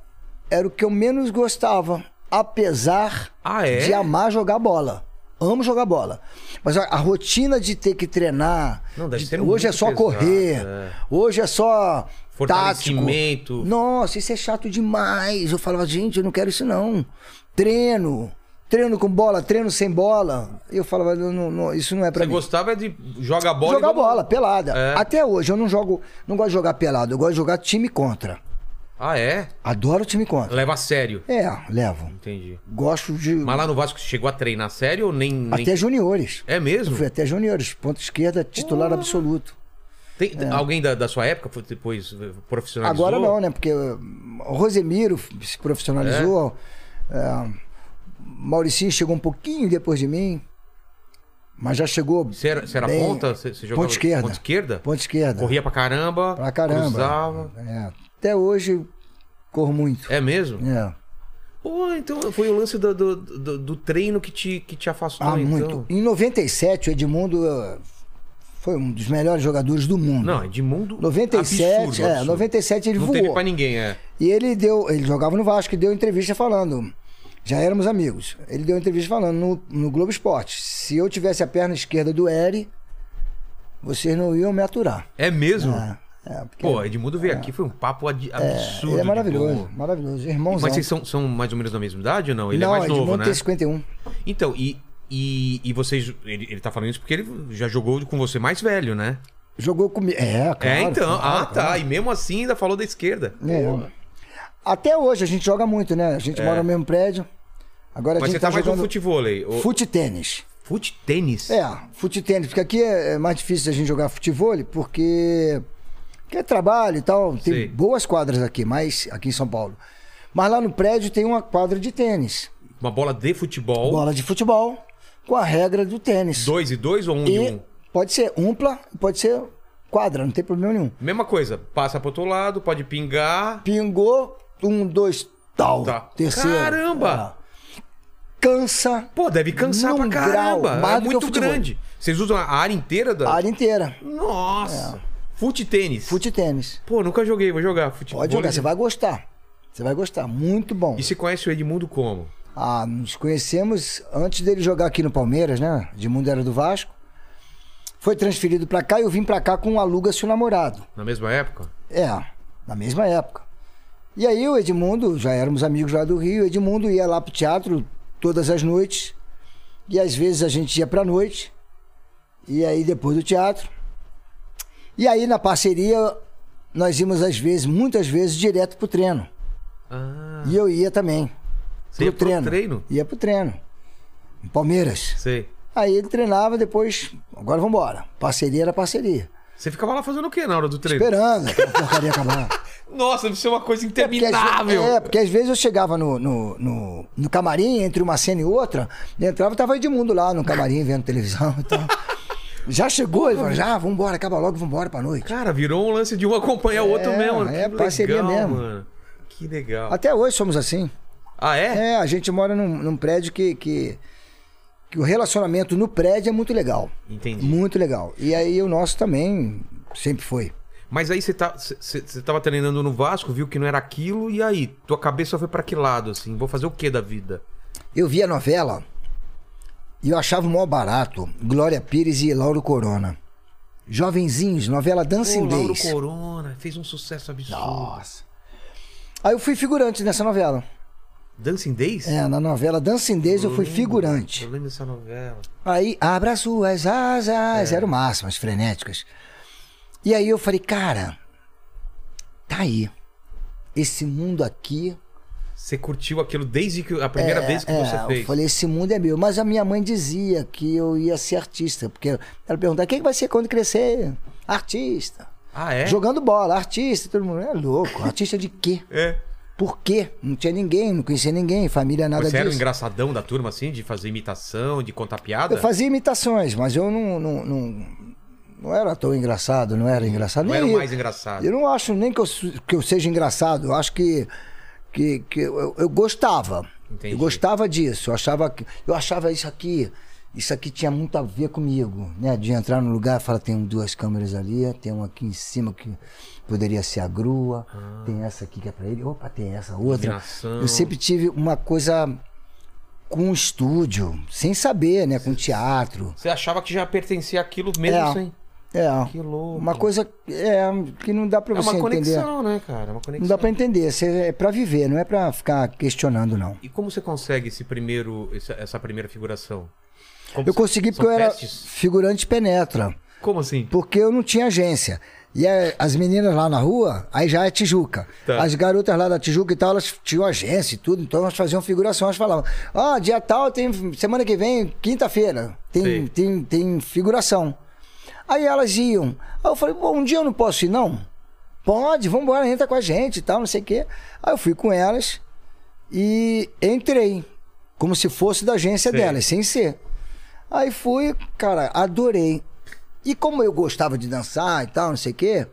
S3: era o que eu menos gostava, apesar
S1: Ah, é?
S3: de amar jogar bola. Amo jogar bola. Mas a, a rotina de ter que treinar,
S1: Não, deve
S3: de-
S1: ser
S3: hoje é
S1: muito
S3: só
S1: pesado,
S3: correr,
S1: é.
S3: hoje é só tático.
S1: Fortalecimento.
S3: Nossa, isso é chato demais. Eu falava, gente, eu não quero isso não. Treino, treino com bola, treino sem bola. Eu falava, "Eu não- não, isso não é pra
S1: Você
S3: mim.
S1: gostava é de jogar bola e
S3: jogar
S1: vamos-
S3: bola, pelada.
S1: É.
S3: Até hoje eu não jogo, não gosto de jogar pelado, eu gosto de jogar time contra.
S1: Ah, é?
S3: Adoro time contra.
S1: Leva a sério.
S3: É, levo.
S1: Entendi.
S3: Gosto de
S1: Mas lá no Vasco você chegou a treinar sério ou nem. nem-
S3: até juniores.
S1: É Ah. mesmo?
S3: Fui até juniores, ponta esquerda, titular absoluto.
S1: Tem- Alguém da, da sua época foi- depois eh, profissionalizou?
S3: é. Agora não, né? Porque uh, o Rosemiro se profissionalizou. é, Mauricinho chegou um pouquinho depois de mim. Mas já chegou.
S1: Você era, você era
S3: bem-
S1: ponta? Você, você jogava
S3: Ponta esquerda.
S1: Ponta esquerda?
S3: Ponta esquerda.
S1: Corria pra caramba.
S3: pra caramba.
S1: Cruzava.
S3: É, Até hoje corro muito.
S1: É mesmo?
S3: É.
S1: Pô, então foi o lance do, do, do- do treino que te, que te afastou,
S3: Ah,
S1: então.
S3: muito. Em 97, o Edmundo uh, foi um dos melhores jogadores do mundo.
S1: Não, Edmundo.
S3: 97,
S1: absurdo,
S3: é,
S1: absurdo.
S3: 97 ele
S1: Não
S3: voou.
S1: teve pra ninguém, é.
S3: E ele deu, ele jogava no Vasco e deu entrevista falando. Já éramos amigos. Ele deu entrevista falando no, no Globo Esporte. Se eu tivesse a perna esquerda do Eri, vocês não iam me aturar.
S1: É mesmo?
S3: É, é, porque
S1: Pô, Edmundo veio aqui, foi um papo ad- absurdo.
S3: ele é
S1: de
S3: maravilhoso,
S1: bom.
S3: maravilhoso. Irmãozão.
S1: Mas vocês são, são mais ou menos da mesma idade ou não? Ele
S3: não,
S1: é mais
S3: Edmundo
S1: novo, né?
S3: tem 51.
S1: Então, e, e, e vocês. Ele, ele tá falando isso porque ele já jogou com você mais velho, né?
S3: Jogou comigo. É, claro.
S1: é, então.
S3: claro,
S1: ah, tá. E mesmo assim ainda falou da esquerda.
S3: claro. É. Até hoje a gente joga muito, né? A gente mora no mesmo prédio. Agora a
S1: É. Mas
S3: gente
S1: você tá, mais no
S3: jogando
S1: futevôlei. O...
S3: fute-tênis.
S1: Fute tênis?
S3: É, fute tênis, porque aqui é é mais difícil a gente jogar futebol, porque, porque é trabalho e tal. Tem
S1: Sei.
S3: boas quadras aqui, mas aqui em São Paulo. Mas lá no prédio tem uma quadra de tênis.
S1: Uma bola de futebol.
S3: Bola de futebol com a regra do tênis.
S1: Oh. Dois e dois ou um e
S3: e
S1: um?
S3: pode ser umpla, pode ser quadra, não tem problema nenhum.
S1: Mesma coisa. Passa pro outro lado, pode pingar.
S3: Pingou, um, dois, tal.
S1: Tá.
S3: Terceiro.
S1: Caramba!
S3: É. Cansa
S1: Pô, deve cansar pra
S3: Num
S1: caramba.
S3: grau, mais
S1: é
S3: do que o
S1: muito
S3: futevôlei.
S1: grande. Vocês usam a área inteira da.
S3: a área inteira.
S1: Nossa! Fute tênis.
S3: Fute tênis.
S1: Pô, nunca joguei, vou jogar. Futebol.
S3: Pode jogar, você vai gostar. Você vai gostar, muito bom.
S1: E se conhece o Edmundo como?
S3: Ah, nos conhecemos antes dele jogar aqui no Palmeiras, né? Edmundo era do Vasco. Foi transferido pra cá e eu vim pra cá com um aluga-se o namorado.
S1: Na mesma época?
S3: É, na mesma época. E aí o Edmundo, já éramos amigos lá do Rio, o Edmundo ia lá pro teatro todas as noites. E às vezes a gente ia pra noite. E aí depois do teatro. E aí na parceria nós íamos às vezes, muitas vezes, direto pro treino.
S1: Ah,
S3: E eu ia também.
S1: Você ia pro treino?
S3: Ia pro treino. Em Palmeiras.
S1: sei.
S3: Aí ele treinava, depois. Agora vambora. Parceria era parceria.
S1: Você ficava lá fazendo o que na hora do treino?
S3: Esperando aquela porcaria acabar.
S1: Nossa, deve ser uma coisa
S3: Porque às ve-
S1: interminável.
S3: é, porque às vezes eu chegava no, no, no, no camarim, entre uma cena e outra, entrava e tava Edmundo lá no camarim vendo televisão e tal. Já chegou, ele falou, já, vambora, acaba logo, vambora pra noite.
S1: Cara, virou um lance de um acompanhar o outro
S3: É,
S1: mesmo.
S3: é
S1: que
S3: parceria
S1: legal,
S3: mesmo.
S1: Mano. Que legal.
S3: Até hoje somos assim.
S1: Ah, é?
S3: É, a gente mora num, num prédio que, que, que o relacionamento no prédio é muito legal.
S1: Entendi.
S3: Muito legal. E aí o nosso também sempre foi.
S1: Mas aí você tá, cê- cê- cê tava treinando no Vasco, viu que não era aquilo, e aí? Tua cabeça foi pra que lado, assim? Vou fazer o que da vida?
S3: Eu via a novela e eu achava o maior barato Glória Pires e Lauro Corona. Jovenzinhos, novela
S1: Pô, Lauro
S3: Dancindez.
S1: Corona, fez um sucesso absurdo.
S3: Nossa. Aí eu fui figurante nessa novela.
S1: Dancing Days?
S3: É, na novela Dancindez eu fui
S1: lembro,
S3: figurante.
S1: Eu lembro dessa novela.
S3: Aí, abra suas asas.
S1: É.
S3: Era o máximo, as frenéticas. E aí eu falei, cara, tá aí. Esse mundo aqui
S1: Você curtiu aquilo desde que a primeira
S3: É,
S1: vez que
S3: é,
S1: você fez?
S3: Eu falei, esse mundo é meu. Mas a minha mãe dizia que eu ia ser artista, porque ela perguntava, quem que vai ser quando crescer? Artista.
S1: Ah, é?
S3: Jogando bola, artista, todo mundo. É louco, artista de quê?
S1: É.
S3: Por quê? Não tinha ninguém, não conhecia ninguém, família, nada
S1: Você era o
S3: disso.
S1: engraçadão da turma, assim, de fazer imitação, de contar piada?
S3: eu fazia imitações, mas eu não, não, não, Não era tão engraçado, não era engraçado.
S1: Não
S3: Nem
S1: era o
S3: eu.
S1: mais engraçado.
S3: Eu não acho nem que eu, su- que eu seja engraçado. Eu acho que, que, que eu, eu gostava.
S1: Entendi.
S3: Eu gostava disso. Eu achava, que- eu achava isso aqui. Isso aqui tinha muito a ver comigo, né? De entrar num lugar e falar, tem duas câmeras ali, tem uma aqui em cima que poderia ser a grua, tem essa aqui que é pra ele, opa, tem essa outra.
S1: Ah. Combinação.
S3: Eu sempre tive uma coisa com estúdio, sem saber, né? Com teatro.
S1: Você achava que já pertencia àquilo mesmo
S3: É.
S1: sem.
S3: É.
S1: Que louco.
S3: Uma coisa é, que não dá pra
S1: É
S3: você
S1: uma
S3: entender.
S1: conexão, né, cara? É Uma
S3: Não
S1: conexão.
S3: dá pra entender, você- é pra viver, não é pra ficar questionando, não.
S1: E como você consegue esse primeiro, essa, essa primeira figuração? Como
S3: Eu
S1: você-
S3: consegui
S1: são
S3: porque eu era
S1: testes?
S3: figurante penetra,
S1: Como assim?
S3: porque eu não tinha agência. E é, as meninas lá na rua, aí já é Tijuca.
S1: Tá.
S3: As garotas lá da Tijuca e tal, elas tinham agência e tudo, então elas faziam figuração, elas falavam, ah, dia tal, tem semana que vem, quinta-feira,
S1: Sim.
S3: tem, tem, tem figuração. Aí elas iam. Aí eu falei, pô, um dia eu não posso ir, não? Pode, vambora, entra com a gente e tal, não sei o quê. Aí eu fui com elas e entrei. Como se fosse da agência
S1: Sei.
S3: delas, sem ser. Aí fui, cara, adorei. E como eu gostava de dançar e tal, não sei o quê,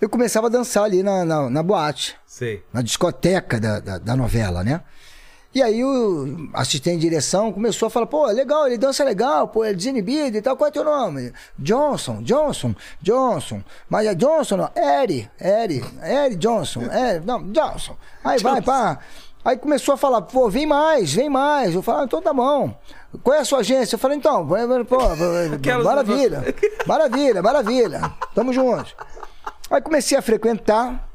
S3: eu começava a dançar ali na, na, na boate,
S1: Sei.
S3: na discoteca da, da, da novela, né? E aí o assistente de direção começou a falar, pô, legal, ele dança legal, pô, é desinibido e tal, qual é teu nome? Johnson, Johnson, Johnson. Mas é Johnson, não, Eri, Eri, Eri Johnson, Eri, não, Johnson. Aí vai, pá. Aí começou a falar, pô, vem mais, vem mais. Eu falei, ah, então tá bom. Qual é a sua agência? Eu falei, então, pô,
S1: Aquelas-
S3: maravilha, maravilha, maravilha. Tamo junto. Aí comecei a frequentar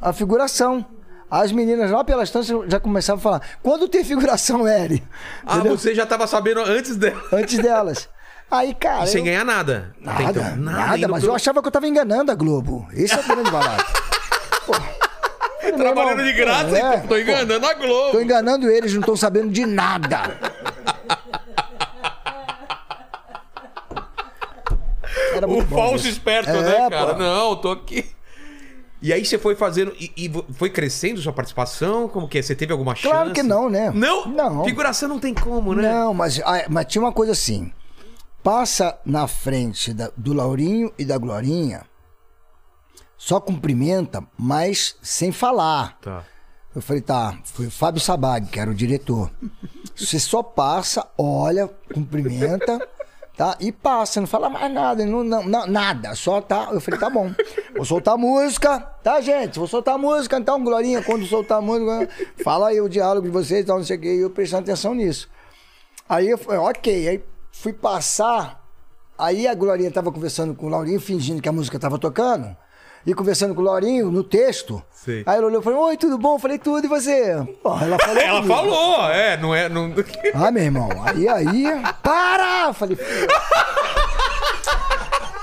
S3: a figuração. As meninas lá pelas tantas já começavam a falar: quando tem figuração, Eri?
S1: Ah, você já tava sabendo antes dela.
S3: Antes delas. Aí, cara.
S1: Sem
S3: eu-
S1: ganhar nada. Até
S3: Nada,
S1: é então,
S3: nada,
S1: indo
S3: mas
S1: pelo-
S3: eu achava que eu tava enganando a Globo. Esse é o grande barato. Pô. Falei, meu
S1: tá Trabalhando
S3: irmão,
S1: de graça,
S3: é,
S1: então, tô enganando a Globo.
S3: Tô enganando eles, não estão sabendo de nada. Era
S1: O
S3: muito bom
S1: falso
S3: isso.
S1: esperto,
S3: É,
S1: né, cara?
S3: pô.
S1: Não, tô aqui. E aí você foi fazendo. E, e vo- foi crescendo sua participação? Como que é? Você teve alguma chance?
S3: Claro que não, né?
S1: Não?
S3: Não.
S1: Figuração não tem como, né?
S3: Não, mas, ah, mas tinha uma coisa assim. Passa na frente da- do Laurinho e da Glorinha, só cumprimenta, mas sem falar.
S1: Tá.
S3: Eu falei, tá, foi o Fábio Sabag, que era o diretor. Você só passa, olha, cumprimenta, tá? E passa, não fala mais nada, não, não, não, nada, só tá. Eu falei, tá bom, vou soltar a música, tá, gente? Vou soltar a música, então, Glorinha, quando soltar a música, fala aí o diálogo de vocês, tal, não sei o quê, e eu prestando atenção nisso. Aí eu falei, ok, aí fui passar, aí a Glorinha tava conversando com o Laurinho, fingindo que a música tava tocando. E conversando com o Laurinho no texto.
S1: Sei.
S3: Aí ela olhou e falou: Oi, tudo bom? Eu falei: Tudo, e você? Pô, ela falou.
S1: Ela
S3: comigo.
S1: falou, é, não é. Não...
S3: Ah, meu irmão, aí, aí, para! Eu Falei, "Filho."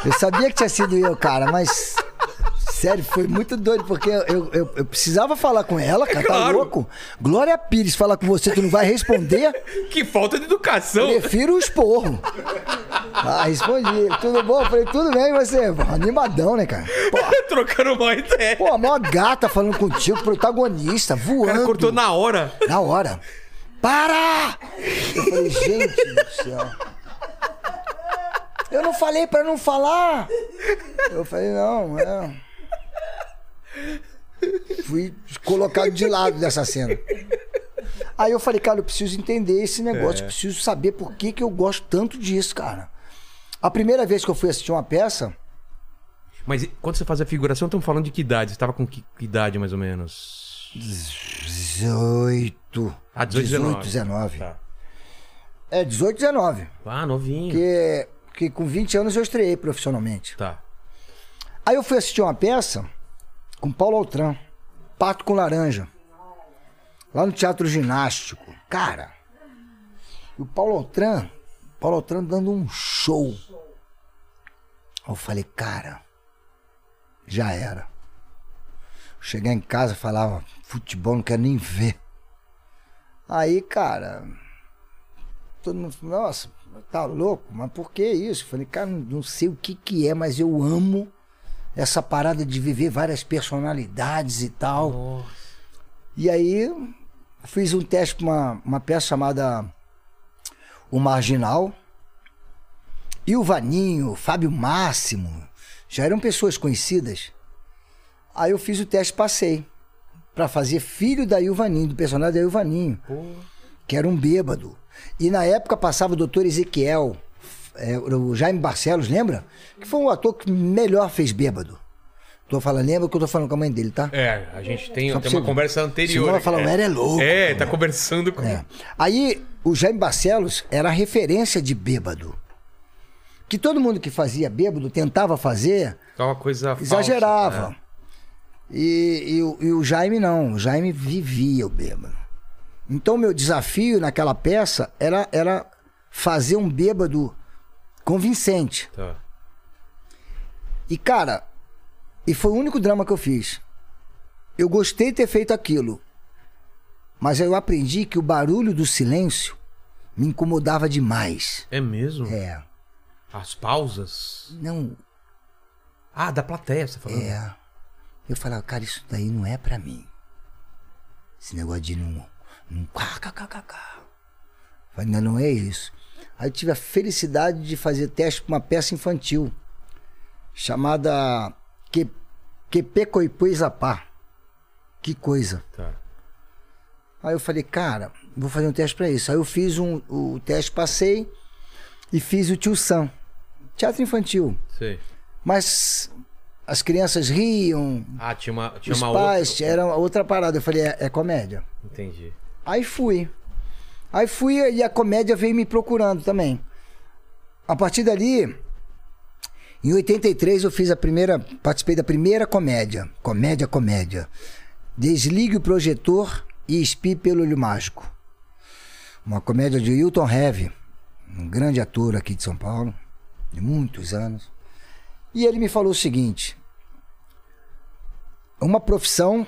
S3: eu sabia que tinha sido eu, cara, mas. Sério, foi muito doido, porque eu, eu, eu- eu precisava falar com ela, cara, tá
S1: Claro.
S3: louco? Glória Pires falar com você, tu não vai responder?
S1: que falta de educação.
S3: Prefiro o esporro. Ah, respondi, tudo bom? Eu Falei, tudo bem, e você? Pô, Animadão, né, cara?
S1: Trocando uma ideia.
S3: Pô, a maior gata falando contigo, protagonista,
S1: o
S3: voando.
S1: cara cortou na hora.
S3: Na hora. Para! Eu falei, gente do céu. Eu não falei pra não falar. Eu falei, não, é. Fui colocado de lado nessa cena. Aí eu falei, cara, eu preciso entender esse negócio,
S1: É.
S3: eu preciso saber por que, que eu gosto tanto disso, cara. A primeira vez que eu fui assistir uma peça,
S1: Mas e- quando você fazia figuração, estamos falando de que idade? Você tava com que, que idade, mais ou menos?
S3: 18.
S1: Ah, 18, 19.
S3: 19.
S1: Tá.
S3: É, 18, 19.
S1: Ah, novinho.
S3: Porque, porque com 20 anos eu estreiei profissionalmente.
S1: Tá.
S3: Aí eu fui assistir uma peça com Paulo Altran, Pato com Laranja, lá no Teatro Ginástico. Cara, e o Paulo Altran, Paulo Altran dando um show. Aí Eu falei, cara, já era. Chegar em casa e falava, futebol não quero nem ver. Aí, cara, todo mundo falou, nossa, tá louco, mas por que isso? Eu falei, cara, não sei o que que é, mas eu amo essa parada de viver várias personalidades e tal. E aí, fiz um teste pra uma, uma peça chamada O Marginal, E o Vaninho, Fábio Máximo, já eram pessoas conhecidas. Aí eu fiz o teste, passei. Pra fazer filho da Ilvaninho, do personagem da Ilvaninho. Que era um bêbado. E na época passava o doutor Ezequiel, é, o Jaime Barcelos, lembra? Que foi o ator que melhor fez bêbado. Tô falando, lembra que eu tô falando com a mãe dele, tá?
S1: É, a gente tem,
S3: Só
S1: tem
S3: pra
S1: uma
S3: você-
S1: conversa anterior.
S3: Senão ela fala,
S1: é.
S3: "O Era é louco,
S1: É, tá conversando com.
S3: É. Aí o Jaime Barcelos era a referência de bêbado. Que todo mundo que fazia bêbado tentava fazer,
S1: Tá uma coisa falsa,
S3: exagerava.
S1: né?
S3: E, e o- e o Jaime não, o Jaime vivia o bêbado. Então meu desafio naquela peça era, era fazer um bêbado convincente.
S1: Tá.
S3: E, cara, e foi o único drama que eu fiz. Eu gostei de ter feito aquilo. Mas eu aprendi que o barulho do silêncio me incomodava demais.
S1: É mesmo?
S3: É.
S1: As pausas?
S3: Não,
S1: Ah, da plateia, você falando.
S3: é. Eu falava, cara, isso daí não é pra mim. Esse negócio de não. não cá, cá, cá, cá, cá. Falei, Ainda não é isso. Aí eu tive a felicidade de fazer teste pra uma peça infantil chamada Que, Quepe Coipuizapá. Que coisa.
S1: Tá.
S3: Aí eu falei, cara, vou fazer um teste pra isso. Aí eu fiz um, o teste, passei e fiz o Tio Sam. Teatro infantil.
S1: Sei.
S3: Mas as crianças riam,
S1: Ah, tinha uma, tinha
S3: os
S1: uma
S3: pais,
S1: outra.
S3: era outra parada. Eu falei, é, é comédia.
S1: Entendi.
S3: Aí fui. Aí fui e a comédia veio me procurando também. A partir dali, em 83 eu fiz a primeira, participei da primeira comédia, comédia comédia. Desligue o projetor e espie pelo olho mágico. Uma comédia de Hilton Heve, um grande ator aqui de São Paulo, de muitos anos. E ele me falou o seguinte: "É uma profissão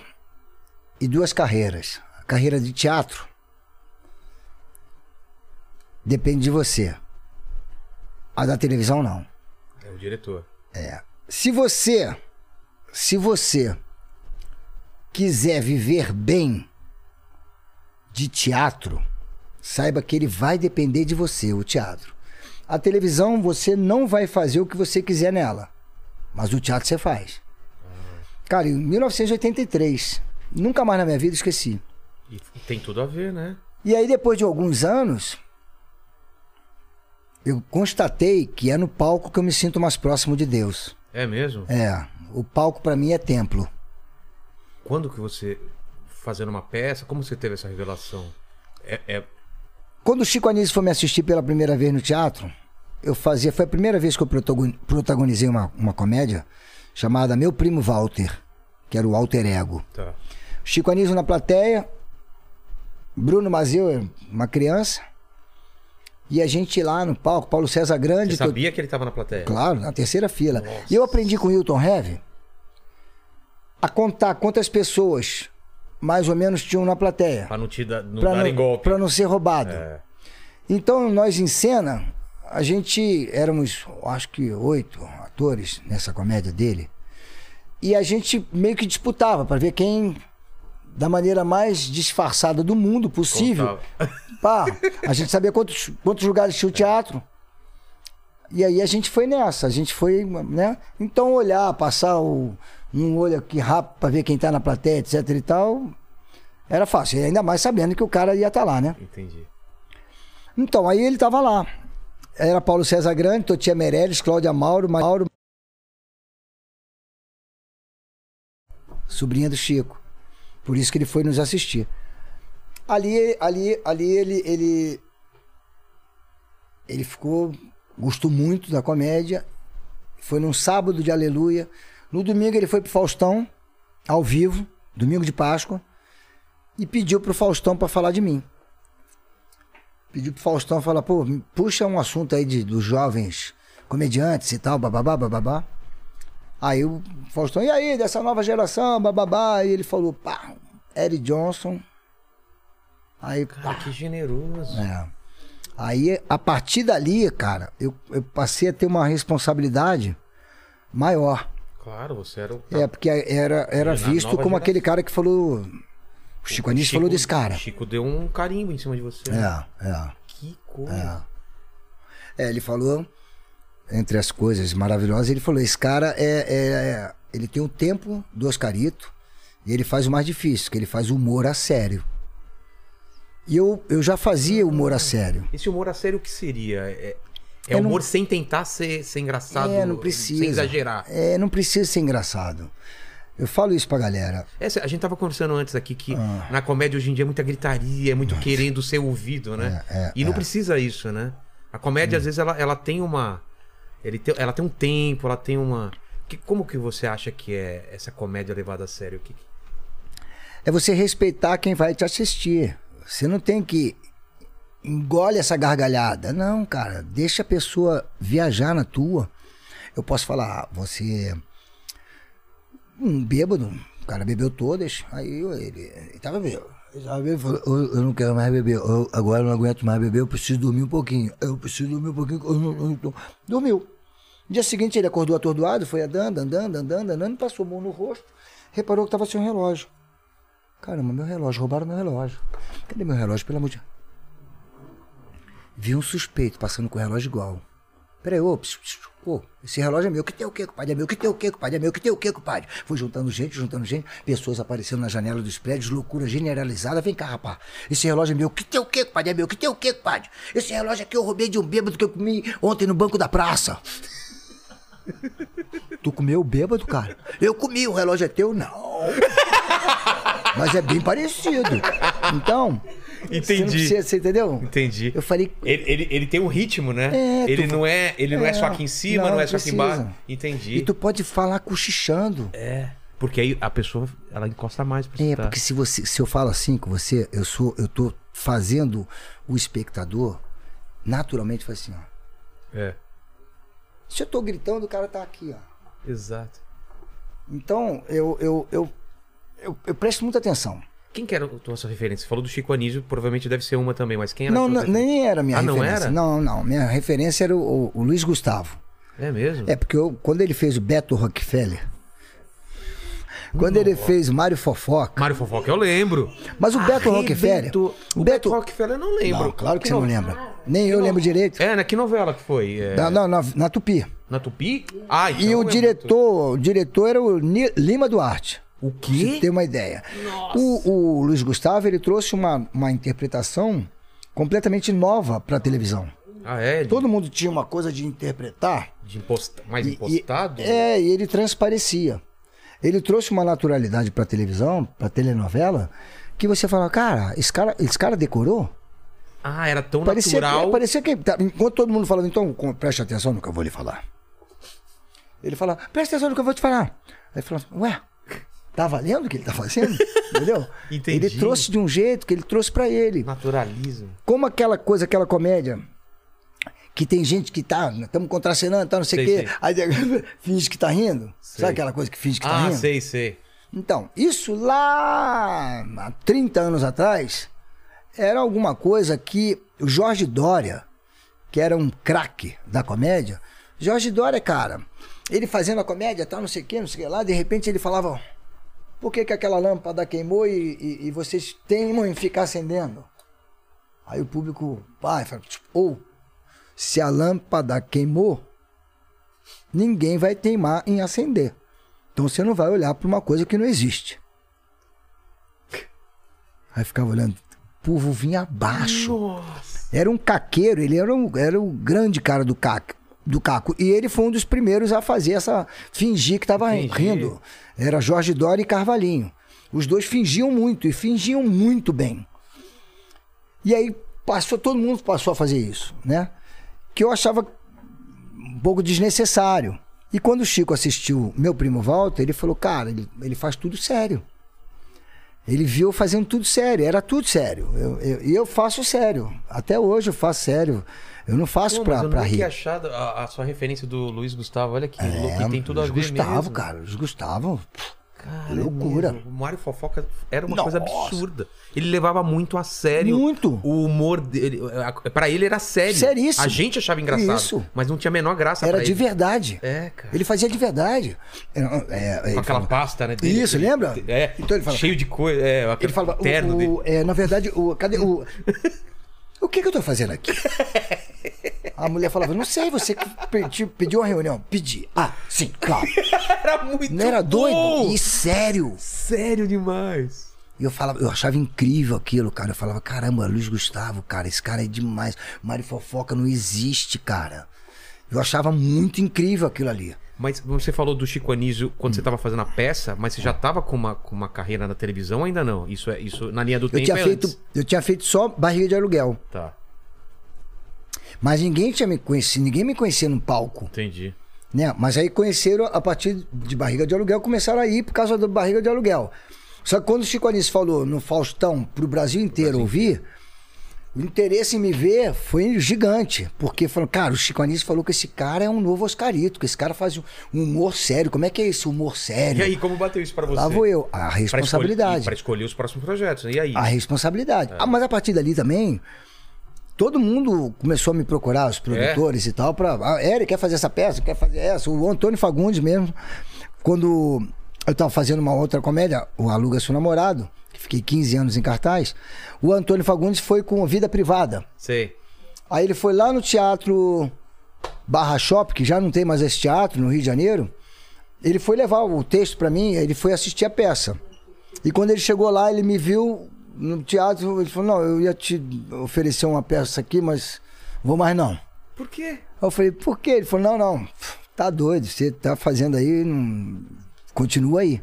S3: e duas carreiras. A carreira de teatro depende de você. A da televisão não. É.
S1: É o diretor.
S3: Se você se você quiser viver bem de teatro, saiba que ele vai depender de você, o teatro. A televisão você não vai fazer o que você quiser nela, mas o teatro você faz. Cara, em 1983, nunca mais na minha vida esqueci.
S1: E e tem tudo a ver, né?
S3: E aí, depois de alguns anos, eu constatei que é no palco que eu me sinto mais próximo de Deus.
S1: É mesmo?
S3: É, o palco pra mim é templo.
S1: Quando que você, fazendo uma peça, como você teve essa revelação? É, é-
S3: Quando o Chico Anísio foi me assistir pela primeira vez no teatro, eu fazia. Foi a primeira vez que eu protagon- protagonizei uma, uma comédia chamada Meu Primo Walter, que era o alter ego.
S1: Tá.
S3: Chico Anísio na plateia, Bruno Mazeu, uma criança, e a gente lá no palco, Paulo César Grande,
S1: Você
S3: todo-
S1: sabia que ele tava na plateia?
S3: É Claro, na terceira fila. E eu aprendi com o Hilton Heve a contar quantas pessoas mais ou menos tinham na plateia.
S1: Pra não te dar, não
S3: Pra
S1: darem
S3: não,
S1: golpe.
S3: pra não ser roubado.
S1: É.
S3: Então, nós em cena, a gente éramos, acho que oito atores nessa comédia dele. E a gente meio que disputava pra ver quem, da maneira mais disfarçada do mundo possível,
S1: Contava.
S3: Pá, a gente sabia quantos, quantos lugares tinha o teatro. E aí a gente foi nessa, a gente foi, né? Então olhar, passar o- um olho aqui rápido pra ver quem tá na plateia, etc e tal, era fácil. E ainda mais sabendo que o cara ia estar lá, né?
S1: Entendi.
S3: Então, aí ele tava lá. Era Paulo César Grande, Totia Meirelles, Cláudia Mauro, Ma- Mauro. Sobrinha do Chico. Por isso que ele foi nos assistir. Ali, ali, ali ele, ele. Ele ficou. Gostou muito da comédia. Foi num sábado de aleluia. No domingo ele foi pro Faustão, ao vivo, domingo de Páscoa, e pediu pro Faustão pra falar de mim pediu pro Faustão falar, pô, puxa um assunto aí de, dos jovens comediantes e tal, bababá, bababá. Aí o Faustão, e aí, dessa nova geração, bababá, e ele falou, pá, Eric Johnson. Aí, pá,
S1: Cara, que generoso.
S3: Ah, é. Aí, a partir dali, cara, eu, eu passei a ter uma responsabilidade maior.
S1: Claro, você era o.
S3: É, porque era, era
S1: Na
S3: visto
S1: nova
S3: como
S1: geração.
S3: aquele cara que falou. O Chico Anísio falou desse cara.
S1: Chico deu um carimbo em cima de você.
S3: É, é.
S1: Que coisa.
S3: É, ele É, falou entre as coisas maravilhosas, ele falou: esse cara é, é- é- ele tem o tempo do Oscarito e ele faz o mais difícil, que ele faz humor a sério. E eu, eu já fazia humor a sério.
S1: Esse humor a sério o que seria? É, é
S3: Eu não-
S1: humor sem tentar ser, ser engraçado,
S3: É, não precisa.
S1: sem exagerar.
S3: É, não precisa ser engraçado. Eu falo isso pra galera.
S1: Essa- É, a gente tava conversando antes aqui que
S3: Ah.
S1: na comédia hoje em dia é muita gritaria, é muito querendo ser ouvido, né?
S3: É,
S1: e não precisa isso, né? A comédia, às vezes, ela, ela tem uma. ele tem- ela tem um tempo, ela tem uma. que- como que você acha que é essa comédia levada a sério? Que,
S3: É você respeitar quem vai te assistir. Você não tem que engole essa gargalhada. Não, cara, deixa a pessoa viajar na tua. Eu posso falar, ah, você um bêbado, o cara bebeu todas, aí eu- ele, ele tava bêbado. Ele tava bêbado e falou, eu, eu não quero mais beber, eu, agora eu não aguento mais beber, eu preciso dormir um pouquinho, eu preciso dormir um pouquinho, eu não, eu não tô. dormiu. Dia seguinte ele acordou atordoado, foi andando, andando, andando, andando, passou a mão no rosto, reparou que tava sem o relógio. Caramba, meu relógio, roubaram meu relógio. Cadê meu relógio, pelo amor de Deus? Vi um suspeito passando com o relógio igual. Peraí, ô, psiu, psiu, ô, esse relógio é meu, que tem o quê, compadre? É meu, que tem o quê, compadre? É meu, que tem o quê, compadre? Fui juntando gente, juntando gente, pessoas aparecendo na janela dos prédios, loucura generalizada. Vem cá, rapaz, esse relógio é meu, que tem o quê, compadre? É meu, que tem o quê, compadre? Esse relógio aqui eu roubei de um bêbado que eu comi ontem no banco da praça. tu comeu o bêbado, cara? Eu comi, o relógio é teu? Não. Mas é bem parecido. Então. Você, não
S1: Entendi.
S3: precisa, você entendeu?
S1: Entendi.
S3: Eu falei,
S1: Ele, ele, ele tem um ritmo, né?
S3: É, tu-
S1: ele não é, ele não é,
S3: É,
S1: só aqui em cima, não,
S3: não,
S1: é só aqui
S3: precisa.
S1: embaixo. Entendi.
S3: E tu pode falar cochichando. É,
S1: Porque aí a pessoa ela encosta mais pra escutar.
S3: porque se você, se eu falo assim com você, eu sou, eu tô fazendo o espectador naturalmente faz assim, ó.
S1: É,
S3: Se eu tô gritando, o cara tá aqui, ó.
S1: exato.
S3: Então, eu eu, eu, eu, eu presto muita atenção.
S1: Quem que era a tua sua referência? Você falou do Chico Anísio, provavelmente deve ser uma também, mas quem era a
S3: Não,
S1: sua
S3: não,
S1: referência?
S3: nem era minha
S1: Ah, não
S3: referência.
S1: era?
S3: Não, não. Minha referência era o, o- o Luiz Gustavo.
S1: É mesmo?
S3: É, porque eu- quando ele fez o Beto Rockefeller, quando ele fez o Mário Fofoca,
S1: Mário Fofoca, eu lembro.
S3: mas o Beto Rockefeller.
S1: Arrebentou. O Beto Rockefeller eu não lembro.
S3: Não, claro que você não
S1: no-
S3: lembra. Nem eu lembro direito.
S1: É, na que novela que foi? É,
S3: Não, não, na, na Tupi.
S1: Na Tupi? Ah, então
S3: E
S1: eu
S3: o
S1: lembro.
S3: diretor, o diretor era o Ni- Lima Duarte.
S1: O
S3: Pra
S1: quê?
S3: você ter uma ideia. O, o Luiz Gustavo, ele trouxe uma, uma interpretação completamente nova pra televisão.
S1: Ah, é? De,
S3: Todo mundo tinha uma coisa de interpretar.
S1: de imposta- mais
S3: e- e-
S1: impostado?
S3: é, e ele transparecia. Ele trouxe uma naturalidade pra televisão, pra telenovela, que você fala, cara, esse cara, esse cara decorou?
S1: Ah, era tão
S3: Parecia,
S1: natural.
S3: que- parecia que. tá, enquanto todo mundo falando, então com- preste atenção no que eu vou lhe falar. Ele fala, preste atenção no que eu vou te falar. Aí fala assim, ué, tá valendo o que ele tá fazendo? Entendeu?
S1: Entendi.
S3: Ele trouxe de um jeito que ele trouxe pra ele.
S1: Naturalismo.
S3: Como aquela coisa, aquela comédia. Que tem gente que tá, estamos contracenando, tá não sei o
S1: Sei,
S3: quê,
S1: sei.
S3: aí finge que tá rindo.
S1: Sei.
S3: Sabe aquela coisa que finge que tá
S1: ah,
S3: rindo?
S1: sei, sei.
S3: Então, isso lá há 30 anos atrás era alguma coisa que o Jorge Dória, que era um craque da comédia, Jorge Dória, cara, ele fazendo a comédia, tal, não sei o que, não sei o que lá, de repente ele falava: por que, que aquela lâmpada queimou e, e- e vocês teimam em ficar acendendo? Aí o público, pai, fala, "Tch, ou se a lâmpada queimou, ninguém vai teimar em acender. Então você não vai olhar para uma coisa que não existe. Aí ficava olhando, o povo vinha abaixo.
S1: Nossa.
S3: Era um caqueiro, ele era um, era um grande cara do caco, do caco. E ele foi um dos primeiros a fazer essa. fingir que estava
S1: Entendi.
S3: rindo. Era Jorge Dória e Carvalhinho. Os dois fingiam muito e fingiam muito bem. E aí passou, todo mundo passou a fazer isso, né? Que eu achava um pouco desnecessário. E quando o Chico assistiu meu primo Walter, ele falou: cara, ele, ele faz tudo sério. Ele viu eu fazendo tudo sério, era tudo sério. E eu, eu- e eu faço sério. Até hoje eu faço sério. Eu não
S1: Pô,
S3: faço
S1: mas
S3: pra,
S1: eu
S3: pra
S1: nunca
S3: rir.
S1: tinha achado a, a sua referência do Luiz Gustavo. Olha que louco,
S3: É,
S1: e tem tudo a
S3: os
S1: ver
S3: Gustavo,
S1: mesmo.
S3: cara, os Gustavo. pff,
S1: Cara, é
S3: Loucura.
S1: mesmo. O Mário Fofoca era uma coisa
S3: Nossa.
S1: absurda. Ele levava muito a sério.
S3: Muito.
S1: O humor dele. a- Pra ele era sério.
S3: Seríssimo.
S1: A gente achava engraçado.
S3: Isso.
S1: Mas não tinha a menor graça
S3: Era
S1: pra
S3: de
S1: ele.
S3: verdade.
S1: É, cara.
S3: Ele fazia de verdade. Era- é,
S1: Com
S3: ele
S1: aquela
S3: falava-
S1: pasta, né?
S3: Isso,
S1: aquele-
S3: lembra?
S1: É.
S3: Então ele fala-
S1: Cheio de coisa. É, aquele
S3: Ele falava,
S1: terno
S3: o,
S1: dele.
S3: o- é, na verdade, o, cadê o... O que que eu tô fazendo aqui? A A mulher falava, não sei, você que pedi- pediu uma reunião. Pedi. Ah, sim, claro.
S1: Era muito
S3: Não era
S1: bom.
S3: doido? E sério.
S1: Sério demais.
S3: E eu falava, eu achava incrível aquilo, cara. Eu falava, caramba, Luiz Gustavo, cara, esse cara é demais. Mário Fofoca não existe, cara. Eu achava muito incrível aquilo ali.
S1: Mas você falou do Chico Anísio quando você estava fazendo a peça, mas você já estava com uma, com uma carreira na televisão ainda não? Isso é isso na linha do
S3: Eu
S1: tempo
S3: tinha,
S1: é
S3: feito,
S1: antes.
S3: eu tinha feito só barriga de aluguel.
S1: Tá,
S3: Mas ninguém tinha me conhecido, ninguém me conhecia no palco,
S1: entendi.
S3: né? Mas aí conheceram a partir de barriga de aluguel, começaram a ir por causa do barriga de aluguel. Só que quando o Chico Anísio falou no Faustão pro Brasil inteiro ouvir, o interesse em me ver foi gigante. Porque falou, cara, o Chico Anísio falou que esse cara é um novo Oscarito, que esse cara faz um humor sério. Como é que é esse humor sério?
S1: E aí como bateu isso pra você?
S3: Lá vou eu, a
S1: Pra escolher-
S3: responsabilidade.
S1: Pra escolher os próximos projetos. né? E aí?
S3: a responsabilidade. Ah, mas a partir dali também, todo mundo começou a me procurar, os produtores e tal, pra. Ah, Eric, quer fazer essa peça? Quer fazer essa? O Antônio Fagundes mesmo, quando eu tava fazendo uma outra comédia, o Aluga Seu Namorado, que fiquei 15 anos em cartaz, o Antônio Fagundes foi com Vida Privada.
S1: Sei.
S3: Aí ele foi lá no teatro Barra Shop, que já não tem mais esse teatro no Rio de Janeiro. Ele foi levar o texto pra mim, ele foi assistir a peça. E quando ele chegou lá, ele me viu no teatro, ele falou: "Não, eu ia te oferecer uma peça aqui, mas vou mais não".
S1: Por quê?
S3: Eu falei: "Por quê?" Ele falou: "Não, não. Tá doido, você tá fazendo aí, não... continua aí".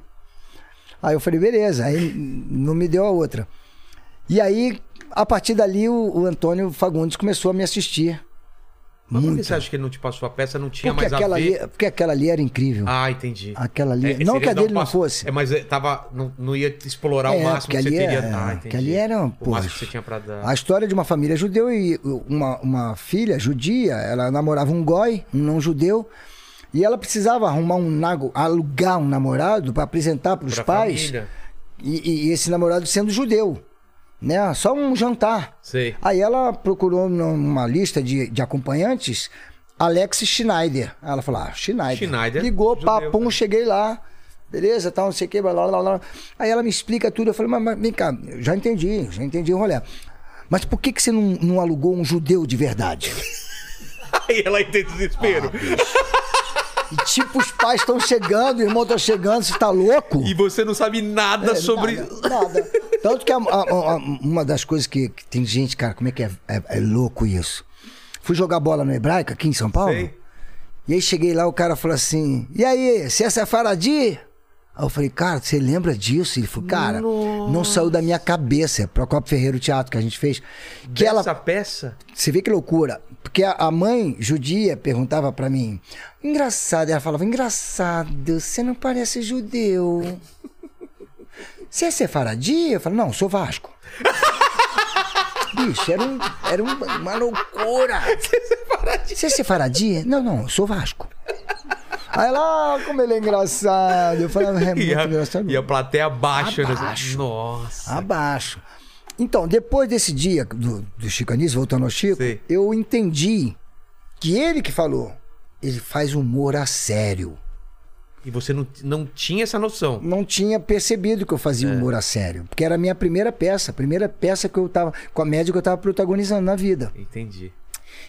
S3: Aí eu falei: "Beleza". Aí não me deu a outra. E aí, a partir dali, o, o Antônio Fagundes começou a me assistir.
S1: Mas por que
S3: Muito.
S1: você acha que ele não te passou a peça? Não tinha
S3: Porque
S1: mais
S3: aquela,
S1: a ver.
S3: ali, porque aquela ali era incrível.
S1: Ah, entendi.
S3: Aquela ali.
S1: É,
S3: não
S1: seria
S3: que a
S1: dar
S3: dele
S1: um
S3: não
S1: passo-
S3: fosse.
S1: É, mas eh, tava, não, não ia te explorar o
S3: É,
S1: máximo que
S3: porque
S1: você
S3: ali
S1: teria.
S3: era-
S1: Ah,
S3: que
S1: entendi.
S3: ali era, um
S1: O
S3: poxa.
S1: máximo que você tinha pra dar.
S3: A história de uma família judeu e uma, uma filha judia, ela namorava um goi, um não judeu, e ela precisava arrumar um nago, alugar um namorado para apresentar para os
S1: pra
S3: pais,
S1: família.
S3: e, e esse namorado sendo judeu, né? Só um jantar.
S1: Sei.
S3: Aí ela procurou numa lista de, de acompanhantes Alex Schneider. Aí Ela falou: ah, Schneider.
S1: Schneider,
S3: Ligou,
S1: judeu,
S3: papum,
S1: né?
S3: cheguei lá. Beleza, tal, não sei o que, blá, blá, blá, blá. Aí ela me explica tudo. Eu falei, mas, mas vem cá, eu já entendi, já entendi o rolê. Mas por que, que você não, não alugou um judeu de verdade?
S1: Aí ela entende o desespero.
S3: Ah, E tipo, os pais estão chegando, o irmão tá chegando, você tá louco?
S1: E você não sabe nada sobre.
S3: É, Nada, nada. Tanto que a- a- a- uma das coisas que, que tem gente, cara, como é que é, é, é louco isso? Fui jogar bola no Hebraica, aqui em São Paulo.
S1: Sei.
S3: E aí cheguei lá, o cara falou assim: E aí, você é Safaradi? Aí eu falei, cara, você lembra disso? Ele falou, cara, não saiu da minha cabeça. É Procopio Ferreiro Teatro que a gente fez. Que ela
S1: Essa peça?
S3: você vê que loucura. Porque a, a mãe judia perguntava pra mim, engraçado, ela falava, engraçado, você não parece judeu. Você é sefaradi? Eu falava, não, sou Vasco. Bicho, era, um, era um- uma loucura. Você é sefaradi? Não, não, eu sou Vasco. Aí lá, como ele é engraçado. Eu falava, é muito
S1: E a,
S3: engraçado.
S1: e a plateia baixa. né?
S3: Abaixo.
S1: Nossa.
S3: Abaixo. Então, depois desse dia do, do Chico Anísio, voltando ao Chico,
S1: Sei.
S3: eu entendi que ele que falou. Ele faz humor a sério.
S1: E você não, não tinha essa noção.
S3: Não tinha percebido que eu fazia humor a sério. Porque era a minha primeira peça, a primeira peça que eu tava. Comédia que eu tava protagonizando na vida.
S1: Entendi.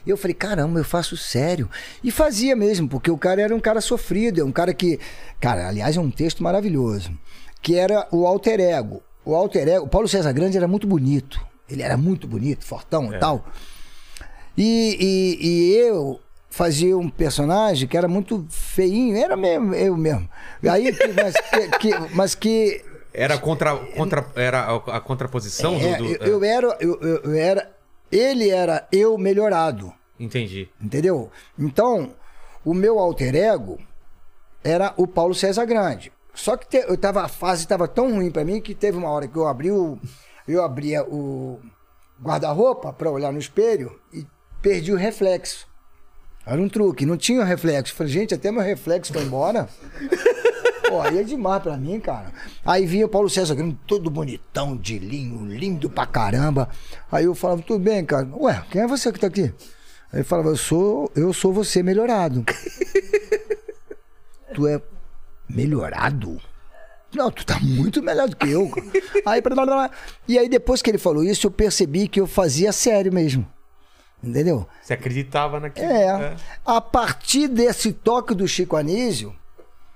S3: E eu falei, caramba, eu faço sério. E fazia mesmo, porque o cara era um cara sofrido, é um cara que. Cara, aliás, é um texto maravilhoso. Que era o alter ego. O alter ego. O Paulo César Grande era muito bonito. Ele era muito bonito, fortão e tal. E, e- e eu fazia um personagem que era muito feinho, era mesmo, eu mesmo. Aí, que- mas que- que- mas que
S1: Era contra, contra era a a contraposição
S3: é,
S1: do, do-
S3: eu, eu era, eu, eu- eu era. Ele era eu melhorado.
S1: Entendi.
S3: Entendeu? Então, o meu alter ego era o Paulo César Grande. Só que te- eu tava, a fase estava tão ruim para mim que teve uma hora que eu abri o, eu abria o guarda-roupa para olhar no espelho e perdi o reflexo. Era um truque, não tinha o reflexo. Falei, gente, até meu reflexo foi embora. Pô, aí é demais pra mim, cara. Aí vinha o Paulo César Grande, todo bonitão, de linho, lindo pra caramba. Aí eu falava, tudo bem, cara. Ué, quem é você que tá aqui? Aí ele falava, eu sou, eu sou você melhorado. tu é melhorado? Não, tu tá muito melhor do que eu. cara. aí, blá, blá, blá. e aí depois que ele falou isso, eu percebi que eu fazia sério mesmo. Entendeu?
S1: Você acreditava naquilo.
S3: É. A partir desse toque do Chico Anísio,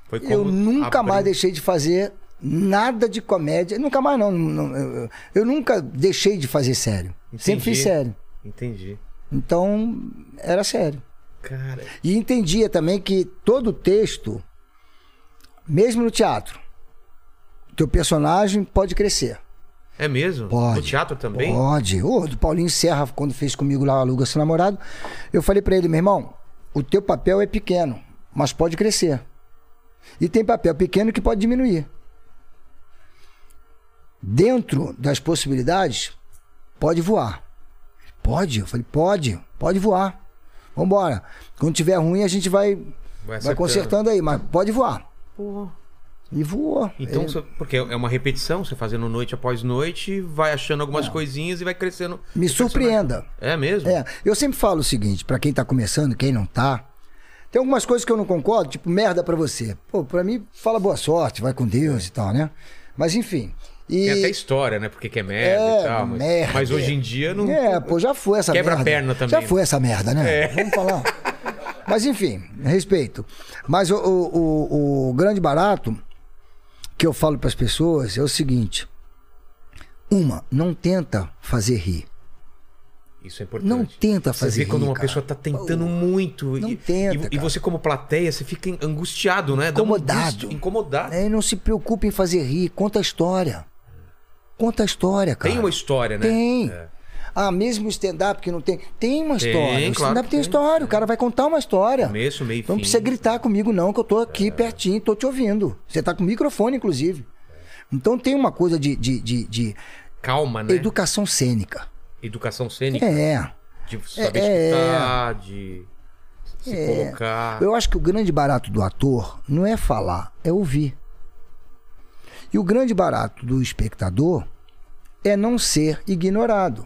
S1: Foi como
S3: eu nunca
S1: abrir-
S3: mais deixei de fazer nada de comédia. Nunca mais, não. não, eu- Eu nunca deixei de fazer sério. Sempre fiz
S1: Entendi.
S3: sério.
S1: Entendi.
S3: Então, era sério.
S1: Cara,
S3: E entendia também que todo texto, mesmo no teatro, teu personagem pode crescer.
S1: é mesmo?
S3: Pode.
S1: O teatro também?
S3: Pode. O do Paulinho Serra, quando fez comigo lá Aluga Seu Namorado, eu falei pra ele, meu irmão, o teu papel é pequeno, mas pode crescer. E tem papel pequeno que pode diminuir. Dentro das possibilidades, pode voar. Pode? Eu falei, pode, pode voar. Vambora. Quando tiver ruim, a gente vai, vai
S1: acertando.
S3: consertando aí, mas pode voar.
S1: Pô.
S3: E voou.
S1: Então,
S3: Ele-
S1: você- porque é uma repetição, você fazendo noite após noite, vai achando algumas coisinhas e vai crescendo.
S3: me
S1: o personagem.
S3: surpreenda.
S1: É mesmo?
S3: É, eu sempre falo o seguinte, pra quem tá começando, quem não tá, tem algumas coisas que eu não concordo, tipo merda pra você. Pô, pra mim fala boa sorte, vai com Deus e tal, né? Mas enfim. E
S1: Tem até história, né? Porque que é merda
S3: É,
S1: e tal. Mas,
S3: merda.
S1: mas hoje em dia não.
S3: É, pô, já foi essa
S1: Quebra a
S3: merda.
S1: perna também,
S3: Já
S1: né?
S3: foi essa merda, né? Vamos falar. Mas enfim, respeito. Mas o, o- o- o grande barato que eu falo pras pessoas é o seguinte: uma, não tenta fazer rir.
S1: Isso é importante.
S3: Não tenta
S1: Você
S3: fazer
S1: vê quando
S3: rir,
S1: uma
S3: cara.
S1: pessoa tá tentando muito.
S3: não
S1: e,
S3: tenta,
S1: e- e,
S3: cara.
S1: você, como plateia, você fica angustiado, né? Dá um
S3: Incomodado.
S1: misto, incomodado.
S3: É, e não se preocupe em fazer rir, conta a história. Conta a história, cara.
S1: Tem uma história, né?
S3: Tem.
S1: É.
S3: Ah, mesmo stand-up que não tem. Tem uma
S1: Tem,
S3: história.
S1: claro
S3: o stand-up
S1: que
S3: tem
S1: tem.
S3: história. O cara vai contar uma história.
S1: Começo, meio e
S3: Não
S1: fim. É.
S3: precisa gritar comigo, não, que eu tô aqui pertinho, tô te ouvindo. Você tá com o microfone, inclusive. Então tem uma coisa de, de, de, de
S1: Calma, né?
S3: educação cênica.
S1: Educação cênica.
S3: É.
S1: De saber
S3: É, é.
S1: escutar, de se colocar.
S3: Eu acho que o grande barato do ator não é falar, é ouvir. E o grande barato do espectador é não ser ignorado.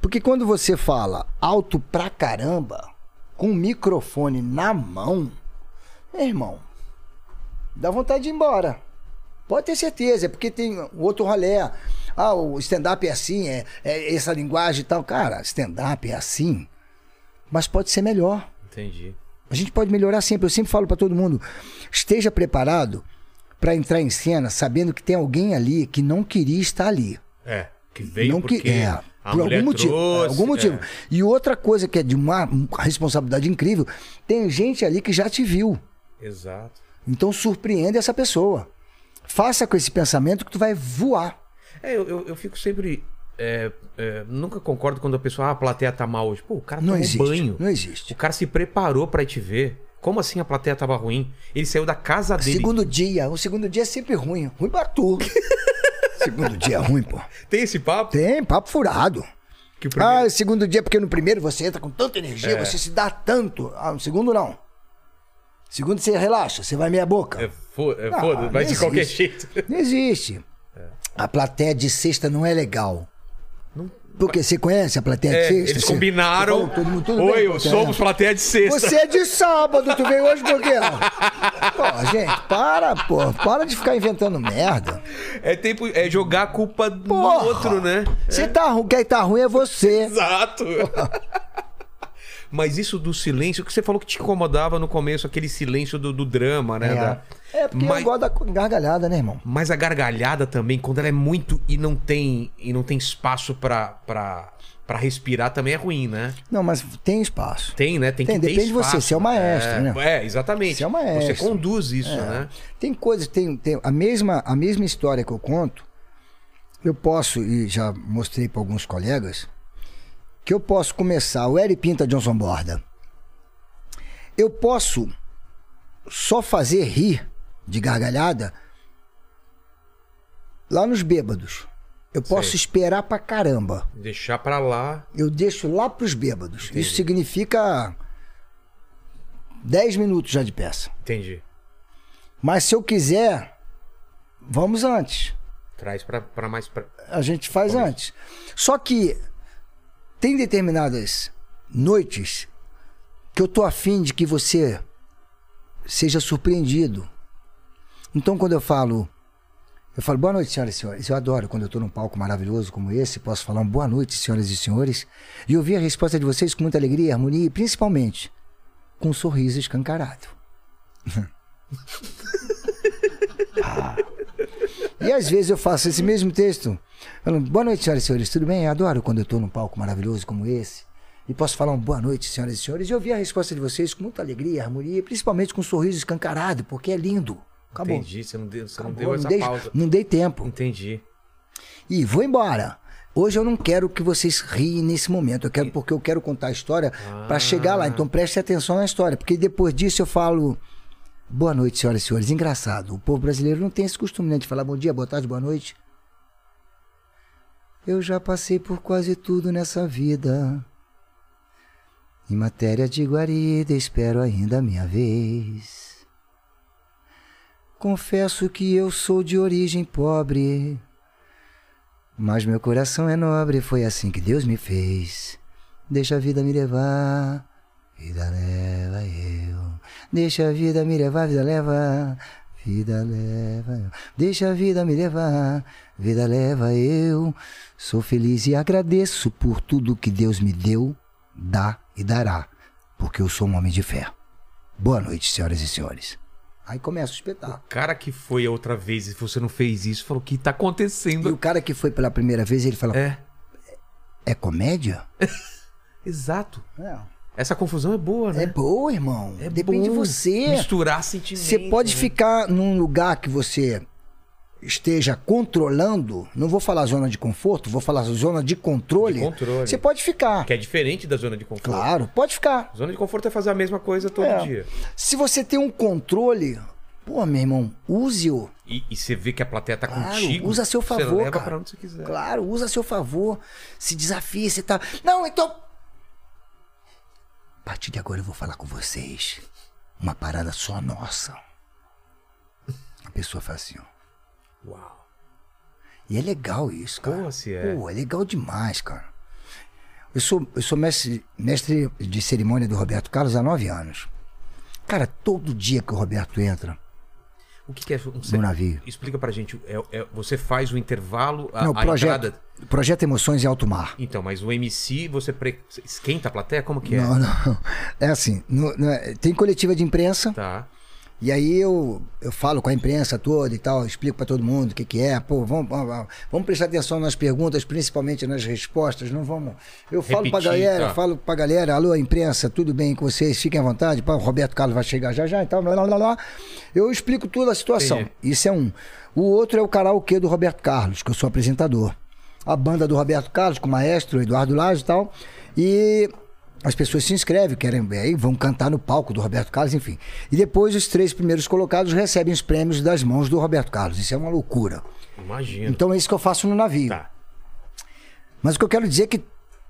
S3: Porque quando você fala alto pra caramba, com o microfone na mão, meu irmão, dá vontade de ir embora. Pode ter certeza, é porque tem outro rolé. Ah, o stand-up é assim, é, é essa linguagem e tal. Cara, stand-up é assim, mas pode ser melhor.
S1: Entendi.
S3: A gente pode melhorar sempre. Eu sempre falo pra todo mundo: esteja preparado pra entrar em cena sabendo que tem alguém ali que não queria estar ali.
S1: É. Que veio
S3: não
S1: porque
S3: que, é,
S1: a
S3: por
S1: mulher
S3: algum motivo.
S1: trouxe,
S3: é, algum motivo.
S1: é.
S3: E outra coisa que é de uma responsabilidade incrível: tem gente ali que já te viu.
S1: É, Exato.
S3: Então surpreenda essa pessoa. Faça com esse pensamento que tu vai voar.
S1: É, eu, eu, eu fico sempre. é, é, nunca concordo quando a pessoa, ah, a plateia tá mal hoje. Pô, o cara
S3: Não
S1: tomou
S3: existe.
S1: banho.
S3: Não existe.
S1: O cara se preparou pra te ver. Como assim a plateia tava ruim? Ele saiu da casa dele.
S3: Segundo dia, o segundo dia é sempre ruim. Ruim pra tu. segundo dia é ruim, pô.
S1: Tem esse papo?
S3: Tem, papo furado.
S1: Que o primeiro- É.
S3: Ah, segundo dia, porque no primeiro você entra com tanta energia, você se dá tanto. Ah, no segundo não. Segundo você relaxa, você vai meia boca.
S1: É foda, é
S3: Ah,
S1: foda mas
S3: não
S1: de qualquer
S3: existe.
S1: jeito. É.
S3: Não existe. A plateia de sexta não é legal. Porque você conhece a plateia de
S1: É,
S3: sexta?
S1: eles
S3: Você-
S1: combinaram.
S3: você fala, todo mundo, tudo
S1: Oi,
S3: bem,
S1: eu
S3: plateia?"
S1: somos plateia de sexta.
S3: Você é de sábado, tu veio hoje por quê? Pô, gente, para, pô. Para de ficar inventando merda.
S1: É tempo. É jogar a culpa no
S3: Porra.
S1: outro, né?
S3: Você tá ruim, quem tá ruim é você.
S1: Exato. Mas isso do silêncio, que você falou que te incomodava no começo, aquele silêncio do, do drama, né? da-
S3: É, porque
S1: mas,
S3: eu gosto da gargalhada, né, irmão?
S1: mas a gargalhada também, quando ela é muito e não tem e não tem espaço pra, pra, pra respirar, também é ruim, né?
S3: Não, mas tem espaço.
S1: Tem, né? Tem,
S3: Tem,
S1: que ter
S3: depende de você,
S1: espaço.
S3: você é o maestro,
S1: é,
S3: né?
S1: É, exatamente.
S3: Você é o maestro. É.
S1: Você conduz isso, né?
S3: Tem coisas, tem, tem a, mesma, a mesma história que eu conto, eu posso, e já mostrei para alguns colegas, que eu posso começar o Eri Pinta Johnson Borda. Eu posso só fazer rir de gargalhada lá nos bêbados. Eu posso
S1: Sei.
S3: esperar pra caramba.
S1: Deixar pra lá.
S3: Eu deixo lá pros bêbados. Isso significa 10 minutos já de peça.
S1: Entendi.
S3: Mas se eu quiser, vamos antes.
S1: Traz pra, pra mais. Pra...
S3: A gente faz antes. Só que tem determinadas noites que eu tô afim de que você seja surpreendido. Então quando eu falo, Eu falo, boa noite, senhoras e senhores. Eu adoro quando eu estou num palco maravilhoso como esse, posso falar um boa noite, senhoras e senhores, e ouvir a resposta de vocês com muita alegria, harmonia e principalmente com um sorriso escancarado. Ah. E às vezes eu faço esse mesmo texto, falando, boa noite, senhoras e senhores, tudo bem? Eu adoro quando eu estou num palco maravilhoso como esse, e posso falar um boa noite, senhoras e senhores, e ouvir a resposta de vocês com muita alegria, harmonia, e principalmente com um sorriso escancarado, porque é lindo. Acabou.
S1: Entendi, você não deu, você não
S3: Acabou,
S1: deu essa
S3: dei,
S1: pausa.
S3: Não dei tempo.
S1: Entendi.
S3: E vou embora. Hoje eu não quero que vocês riem nesse momento. Eu quero porque eu quero contar a história pra
S1: Ah.
S3: para chegar lá. Então preste atenção na história, porque depois disso eu falo boa noite, senhoras e senhores. Engraçado, o povo brasileiro não tem esse costume né, de falar bom dia, boa tarde, boa noite. Eu já passei por quase tudo nessa vida. Em matéria de guarida, espero ainda a minha vez. Confesso que eu sou de origem pobre, mas meu coração é nobre, foi assim que Deus me fez. Deixa a vida me levar, vida leva eu. Deixa a vida me levar, vida leva, vida leva eu. Deixa a vida me levar, vida leva eu. Sou feliz e agradeço por tudo que Deus me deu, dá e dará, porque eu sou um homem de fé. Boa noite, senhoras e senhores. Aí começa o espetáculo.
S1: Cara que foi a outra vez e você não fez isso, falou, o que tá
S3: E o
S1: acontecendo?
S3: cara que foi pela primeira vez, ele fala: É,
S1: É,
S3: comédia?
S1: exato.
S3: É,
S1: Essa confusão é boa, né?
S3: boa, irmão. É, Depende de
S1: bom
S3: você.
S1: Misturar sentimentos.
S3: Você pode
S1: né?
S3: ficar num lugar que você esteja controlando. Não vou falar zona de conforto, vou falar zona de
S1: De
S3: controle.
S1: controle.
S3: Você pode ficar.
S1: Que é diferente da zona de conforto.
S3: Claro, pode ficar.
S1: Zona de conforto é fazer a mesma coisa todo
S3: É.
S1: dia.
S3: Se você tem um controle, pô, meu irmão, use-o.
S1: E, e você vê que a plateia tá
S3: Claro,
S1: contigo.
S3: usa a seu
S1: Você
S3: favor,
S1: leva
S3: cara.
S1: pra onde você quiser.
S3: Claro, usa a seu favor. Se desafia, você tá. Não, então. A partir de agora eu vou falar com vocês. Uma parada só nossa. A pessoa fala assim, ó.
S1: Uau.
S3: E é legal isso, cara.
S1: Pô, se é.
S3: Pô, é legal demais, cara. Eu sou, eu sou mestre, mestre de cerimônia do Roberto Carlos há nove anos. Cara, todo dia que o Roberto entra
S1: O que, que é um
S3: no navio.
S1: Explica pra gente. É, é- você faz o intervalo, a,
S3: Não,
S1: a
S3: projeto,
S1: entrada.
S3: projeto Emoções em Alto Mar.
S1: Então, mas o MC, você pre- esquenta a plateia? Como que é?
S3: Não, não. É assim, no- no- é, tem coletiva de imprensa,
S1: Tá.
S3: e aí eu, eu falo com a imprensa toda e tal, explico pra todo mundo o que, que é, pô, vamos, vamos, vamos- vamos prestar atenção nas perguntas, principalmente nas respostas, não vamos. Eu falo pra
S1: Repetir,
S3: galera,
S1: tá.
S3: falo pra galera, alô, imprensa, tudo bem com vocês, fiquem à vontade, pá, o Roberto Carlos vai chegar já já e tal, blá, blá, blá, blá. Eu explico toda a situação.
S1: Entendi.
S3: Isso é um. O outro é o karaokê do Roberto Carlos, que eu sou apresentador. A banda do Roberto Carlos, com o maestro Eduardo Lage e tal. E as pessoas se inscrevem, querem aí vão cantar no palco do Roberto Carlos, enfim. E depois os três primeiros colocados recebem os prêmios das mãos do Roberto Carlos. Isso é uma loucura.
S1: Imagina.
S3: Então é isso que eu faço no navio.
S1: Tá.
S3: Mas o que eu quero dizer é que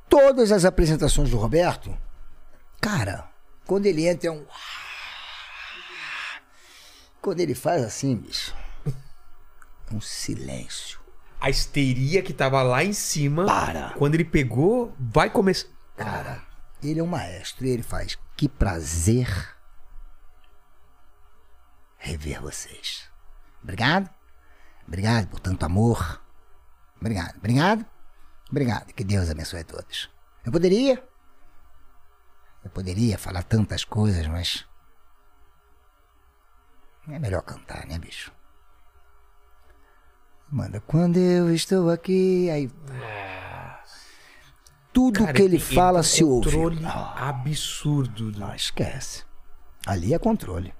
S3: todas as apresentações do Roberto, cara, quando ele entra é um. Quando ele faz assim, bicho, é um silêncio.
S1: A histeria que tava lá em cima.
S3: Para.
S1: Quando ele pegou, vai começar. Cara.
S3: Ele é um maestro e ele faz. Que prazer rever vocês. Obrigado. Obrigado por tanto amor. Obrigado, obrigado. Obrigado. Que Deus abençoe a todos. Eu poderia. Eu poderia falar tantas coisas, mas. É melhor cantar, né, bicho? Manda quando eu estou aqui. Aí. Tudo
S1: Cara,
S3: que ele,
S1: tem-
S3: fala
S1: tem
S3: se
S1: um
S3: ouve.
S1: controle
S3: Ah.
S1: absurdo.
S3: Não esquece. Ali é controle.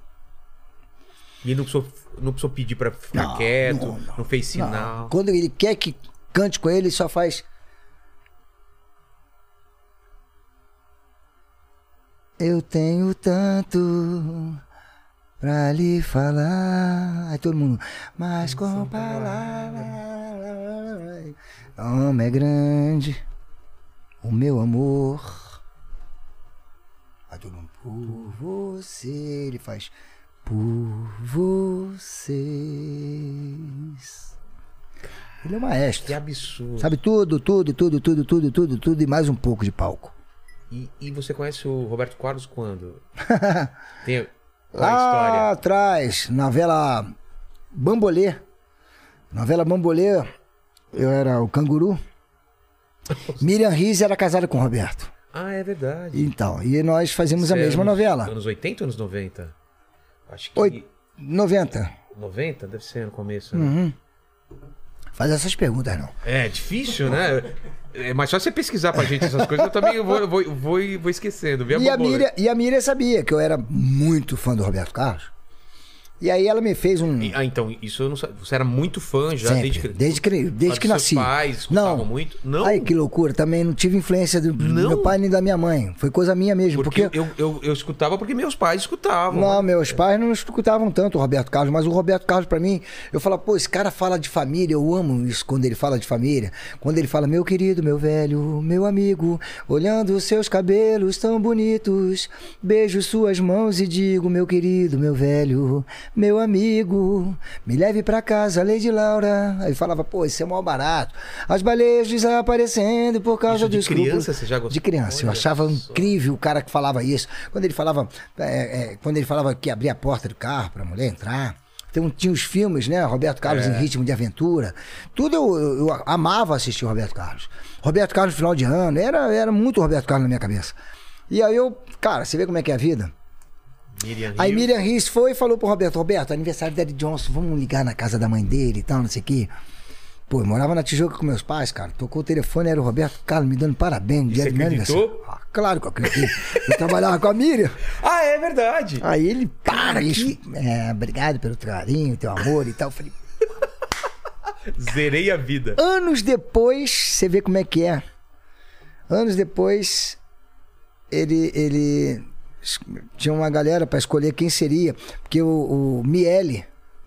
S1: E ele não precisou, não precisou pedir pra ficar
S3: Não,
S1: quieto, não,
S3: não, não.
S1: fez
S3: Não,
S1: sinal.
S3: Quando ele quer que cante com ele, ele só faz. Eu tenho tanto pra lhe falar. Aí todo mundo. Mas com palavras. Homem é grande. O meu amor. Aí todo mundo. Por você. Ele faz. Por vocês. Ele é o
S1: Que
S3: maestro.
S1: absurdo.
S3: Sabe tudo, tudo, tudo, tudo, tudo, tudo, tudo e mais um pouco de palco.
S1: E, e você conhece o Roberto Carlos quando? Tem uma
S3: Lá Ah!
S1: história.
S3: atrás, na vela Bambolê, Novela Bambolê, eu era o canguru. Miriam Riz era casada com o Roberto.
S1: Ah, é verdade.
S3: Então, e nós fazíamos a
S1: Isso é
S3: mesma
S1: anos-
S3: novela.
S1: Anos 80 ou anos 90? Acho que.
S3: Oi, 90.
S1: 90? Deve ser no começo. Né?
S3: Uhum. Faz essas perguntas, não.
S1: É difícil, né? É, mas só você pesquisar pra gente essas coisas, eu também vou, vou, vou, vou esquecendo. É Vê
S3: E a,
S1: borboleta.
S3: Miriam, e a Miriam sabia que eu era muito fã do Roberto Carlos. E aí ela me fez um.
S1: E- Ah, então, isso eu não sabia. Você era muito fã já
S3: Sempre,
S1: desde que.
S3: desde que,
S1: Mas
S3: desde que
S1: seus
S3: nasci.
S1: pais escutavam muito? Não.
S3: Ai, que loucura. Também não tive influência do, do
S1: Não?
S3: meu pai nem da minha mãe. Foi coisa minha mesmo.
S1: Porque,
S3: Porque,
S1: eu, eu, eu escutava porque meus pais escutavam.
S3: não, meus pais não escutavam tanto o Roberto Carlos, mas o Roberto Carlos, pra mim, eu falava, pô, esse cara fala de família, eu amo isso quando ele fala de família. Quando ele fala, meu querido, meu velho, meu amigo, olhando os seus cabelos tão bonitos, beijo suas mãos e digo, meu querido, meu velho, meu amigo, me leve pra casa, Lady Laura. Aí falava, pô, isso é mó barato. As baleias desaparecendo por causa
S1: Isso de
S3: dos grupos-
S1: criança você já gostou?
S3: De criança, eu
S1: Olha
S3: achava
S1: só.
S3: incrível o cara que falava isso. Quando ele falava, é, é, quando ele falava que abria a porta do carro para a mulher entrar. Então tinha os filmes, né? Roberto Carlos
S1: É.
S3: em Ritmo de Aventura. Tudo eu, eu- eu amava assistir Roberto Carlos. Roberto Carlos no final de ano, era, era muito Roberto Carlos na minha cabeça. E aí eu, cara, você vê como é que é a vida?
S1: Miriam
S3: Aí
S1: Rio.
S3: Miriam Reis foi e falou pro Roberto, Roberto, aniversário da Eddie Johnson, vamos ligar na casa da mãe dele e tal, não sei o quê. Pô, eu morava na Tijuca com meus pais, cara. Tocou o telefone, era o Roberto Carlos me dando parabéns no dia
S1: você
S3: do meu
S1: acreditou?
S3: aniversário. Ah, claro que eu acreditei. Eu trabalhava com a Miriam.
S1: Ah, é verdade.
S3: Aí ele para, ele, é, obrigado pelo teu carinho, teu amor e tal. Eu falei,
S1: Zerei a vida.
S3: anos depois, você vê como é que é. Anos depois, ele, ele es- tinha uma galera pra escolher quem seria, porque o, o Miele,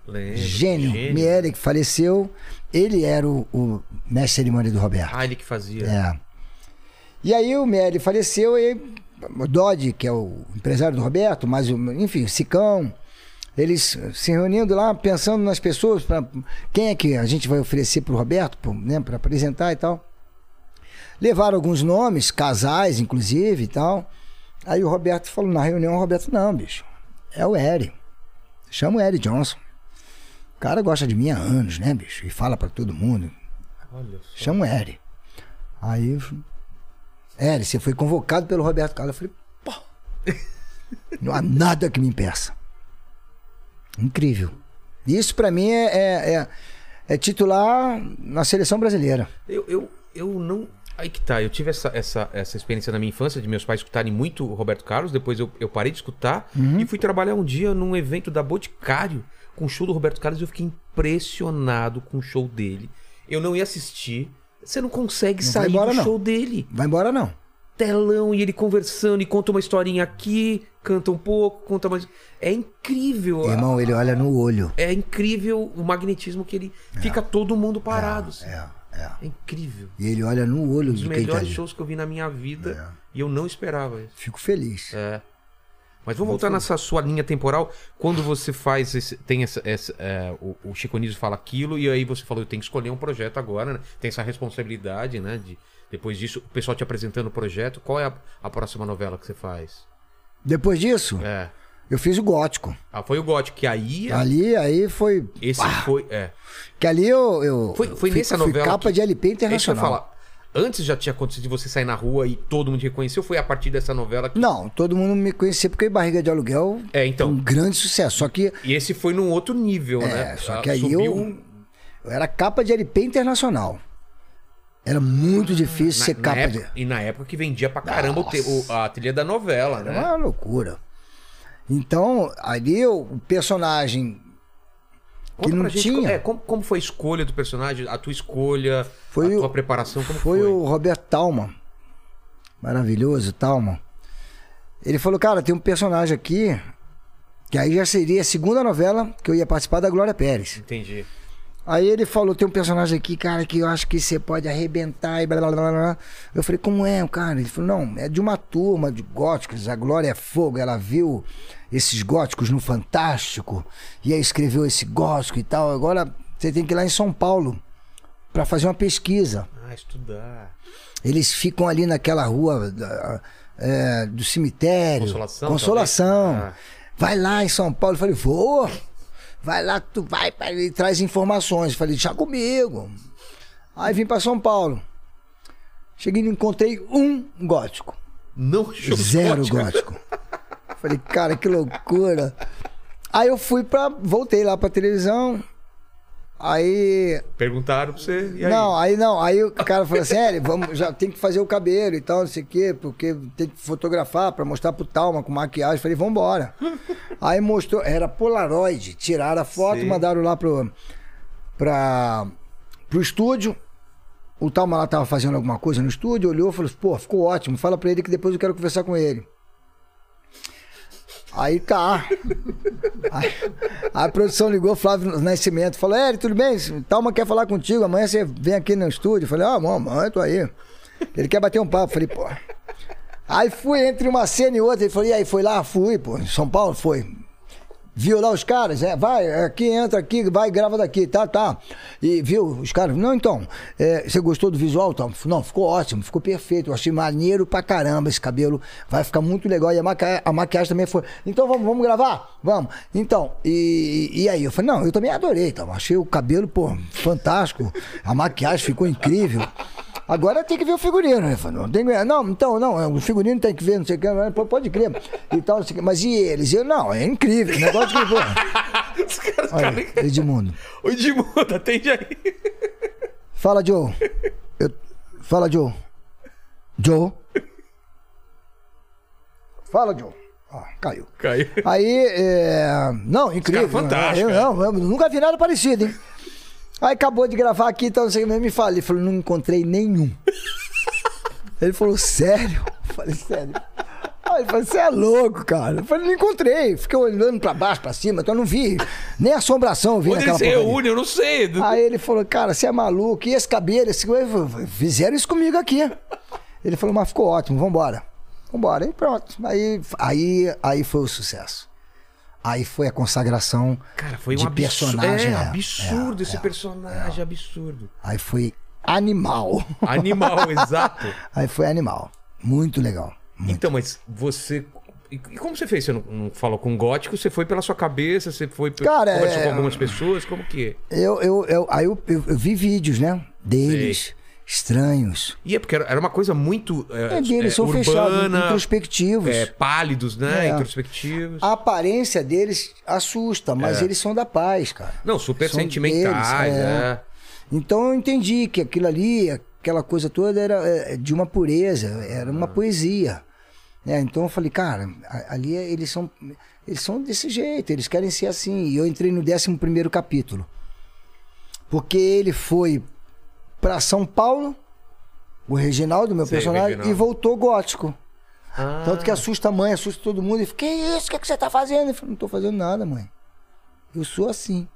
S1: Lembro,
S3: gênio, é Miele que faleceu, ele era o, o mestre de cerimônia do Roberto.
S1: Ah, ele que fazia.
S3: É. E aí o Miele faleceu e o Dodge, que é o empresário do Roberto, mas o- enfim, o Sicão, eles se reunindo lá, pensando nas pessoas, pra, quem é que a gente vai oferecer pro Roberto, pro, né, para apresentar e tal. Levaram alguns nomes, casais inclusive e tal. Aí o Roberto falou na reunião, o Roberto, não, bicho, é o Eri. Chama o Eri Johnson. O cara gosta de mim há anos, né, bicho? E fala pra todo mundo.
S1: Olha só.
S3: Chama o Eri. Aí eu falei, Eri, você foi convocado pelo Roberto Carlos. Eu falei, pô, não há nada que me impeça. Incrível. Isso pra mim é, é, é- é titular na seleção brasileira.
S1: Eu, eu, eu não. Aí que tá, eu tive essa, essa, essa experiência na minha infância de meus pais escutarem muito o Roberto Carlos, depois eu, eu parei de escutar
S3: Uhum.
S1: e fui trabalhar um dia num evento da Boticário com o show do Roberto Carlos e eu fiquei impressionado com o show dele. Eu não ia assistir. Você não consegue
S3: Não vai
S1: sair
S3: embora,
S1: do
S3: não.
S1: show dele.
S3: Vai embora não.
S1: Telão e ele conversando e conta uma historinha aqui, canta um pouco, conta mais. É incrível. a-
S3: Irmão, ele olha no olho.
S1: É incrível o magnetismo que ele fica todo mundo parado. assim.
S3: É, é.
S1: é incrível
S3: E ele olha no olho
S1: dos
S3: de É. quem tá
S1: melhores
S3: ali.
S1: shows que eu vi na minha vida e eu não esperava isso.
S3: Fico feliz.
S1: É. Mas vamos voltar nessa sua linha temporal. Quando você faz esse, tem essa, essa, é, o, o Chico Anísio fala aquilo e aí você falou, eu tenho que escolher um projeto agora, né? Tem essa responsabilidade, né? De, depois disso, o pessoal te apresentando o projeto. Qual é a, a próxima novela que você faz?
S3: Depois disso,
S1: É.
S3: eu fiz o gótico.
S1: Ah, foi o Gótico, que aí. ah,
S3: Ali, aí foi.
S1: Esse foi. É.
S3: Que ali eu. eu
S1: Foi- foi
S3: fui-
S1: nessa
S3: fui
S1: novela
S3: capa
S1: que-
S3: de LP
S1: É isso que eu ia
S3: internacional.
S1: falar. Antes já tinha acontecido de você sair na rua e todo mundo te reconheceu? Foi a partir dessa novela que.
S3: Não, todo mundo me conhecia porque Barriga de Aluguel
S1: É,
S3: foi um
S1: então.
S3: grande sucesso. Só que,
S1: E esse foi num outro nível, né?
S3: é, só
S1: Ah,
S3: que aí eu, eu era capa de LP internacional. Era muito difícil
S1: Ah, Na-
S3: ser
S1: na
S3: capa
S1: época- né?
S3: de.
S1: E na época que vendia pra caramba o te- o- a trilha da novela,
S3: Era
S1: né?
S3: uma loucura. Então, ali eu- o personagem que
S1: Conta
S3: não
S1: pra gente
S3: tinha.
S1: como- é, como, como foi a escolha do personagem, a tua escolha,
S3: Foi
S1: a
S3: o-
S1: tua preparação, como foi?
S3: foi o Roberto Talma. Maravilhoso, Talma. Ele falou, cara, tem um personagem aqui. Que aí já seria a segunda novela que eu ia participar da Glória Pérez.
S1: Entendi.
S3: Aí ele falou: tem um personagem aqui, cara, que eu acho que você pode arrebentar e blá blá blá blá. Eu falei: como é, cara? Ele falou: não, é de uma turma de góticos, a Glória é Fogo, ela viu esses góticos no Fantástico e aí escreveu esse gótico e tal. Agora você tem que ir lá em São Paulo pra fazer uma pesquisa.
S1: Ah, estudar.
S3: Eles ficam ali naquela rua da- é, do cemitério.
S1: Consolação,
S3: Consolação.
S1: talvez? Ah.
S3: Vai lá em São Paulo. Eu falei, vou. Vai lá, tu vai, pra- ele traz informações. Eu falei, deixa comigo. Aí vim pra São Paulo. Cheguei e encontrei um gótico.
S1: Não chutou.
S3: Zero gótico. Falei, cara, que loucura. Aí eu fui pra. Voltei lá pra televisão. Aí.
S1: Perguntaram pra você. E aí?
S3: Não, aí não. Aí o cara falou assim: "É, vamos, já tem que fazer o cabelo e tal, não sei o quê, porque tem que fotografar pra mostrar pro Talma com maquiagem. Falei, vambora. Aí mostrou, era Polaroid. Tiraram a foto,
S1: Sim.
S3: mandaram lá pro, pra, pro estúdio. O Talma lá tava fazendo alguma coisa no estúdio, olhou e falou: pô, ficou ótimo, fala pra ele que depois eu quero conversar com ele. Aí tá. Aí, a produção ligou, Flávio Nascimento, falou: É, tudo bem? Talma quer falar contigo, amanhã você vem aqui no estúdio. Eu Falei: Ah, bom, amanhã eu tô aí. Ele quer bater um papo. Eu Falei: Pô. Aí fui entre uma cena e outra. Ele falou: E aí, foi lá? Fui, pô. Em São Paulo? Foi. Viu lá os caras? É, vai, aqui, entra aqui, vai, grava daqui, tá, tá. E viu os caras? Não, então, é, você gostou do visual? Tal? Não, ficou ótimo, ficou perfeito. Eu achei maneiro pra caramba esse cabelo. Vai ficar muito legal. E a, maquia- a maquiagem também foi. Então vamos, vamos gravar? Vamos. Então, e, e aí? Eu falei, não, eu também adorei. Tal. Achei o cabelo, pô, fantástico. A maquiagem ficou incrível. Agora tem que ver o figurino. Ele falou, não, tem que ver. Não, então, não, é, o figurino tem que ver, não sei o que, não, pô, pode crer. E tal, não sei o que. Mas e eles? Eu, não, é incrível. O negócio que, pô,
S1: Os caras,
S3: olha,
S1: cara...
S3: Edmundo.
S1: O Edmundo, atende aí.
S3: Fala, Joe. Eu- fala, Joe. Joe. Fala, Joe. Ah, caiu.
S1: Caiu.
S3: Aí, é... não, incrível. né?
S1: cara é fantástico,
S3: Eu, não, eu nunca vi nada parecido, hein? Aí acabou de gravar aqui, então você me fala. Ele falou, não encontrei nenhum. Ele falou, sério? Eu falei, sério. Aí ele falou, você é louco, cara. Eu falei, não encontrei. Fiquei olhando pra baixo, pra cima, então eu não vi. Nem assombração eu vi
S1: Quando
S3: naquela
S1: eles se
S3: porcaria.
S1: reúnem, é, eu não sei.
S3: Aí ele falou, cara, você é maluco, e esse cabelo? Esse... Eu falei, Fizeram isso comigo aqui. Ele falou, mas ficou ótimo, vambora. Vambora. E pronto. Aí, aí, aí foi o sucesso. Aí foi a consagração
S1: Cara, foi um
S3: de
S1: absurdo.
S3: personagem.
S1: é,
S3: é,
S1: absurdo
S3: é,
S1: esse
S3: é.
S1: personagem, absurdo.
S3: Aí foi animal.
S1: Animal, exato.
S3: Aí foi animal. Muito legal.
S1: Então, mas você. E e como você fez? Você não, não falou com o gótico? Você foi pela sua cabeça? Você foi. pe-
S3: Cara,
S1: conversou
S3: é-
S1: com algumas pessoas? Como que é?
S3: Eu, eu, eu, aí eu, eu- eu vi vídeos, né? Deles. Estranhos.
S1: E é porque era era uma coisa muito. É,
S3: É deles,
S1: é,
S3: são fechados,
S1: urbana,
S3: introspectivos.
S1: é, pálidos, né?
S3: É.
S1: Introspectivos.
S3: A aparência deles assusta, mas
S1: É.
S3: eles são da paz, cara.
S1: Não, super
S3: São
S1: sentimentais,
S3: deles, é.
S1: né?
S3: Então eu entendi que aquilo ali, aquela coisa toda era é, de uma pureza, era uma poesia. né? então eu falei, cara, a- ali é- eles são, eles são desse jeito, eles querem ser assim. E eu entrei no 11 primeiro capítulo. Porque ele foi pra São Paulo, o Reginaldo, meu
S1: Sei, o
S3: personagem,
S1: Reginaldo.
S3: e voltou gótico.
S1: Ah,
S3: Tanto que assusta a mãe, assusta todo mundo. E fica, que isso? O que, é que você tá fazendo? Eu falo, não tô fazendo nada, mãe. Eu sou assim.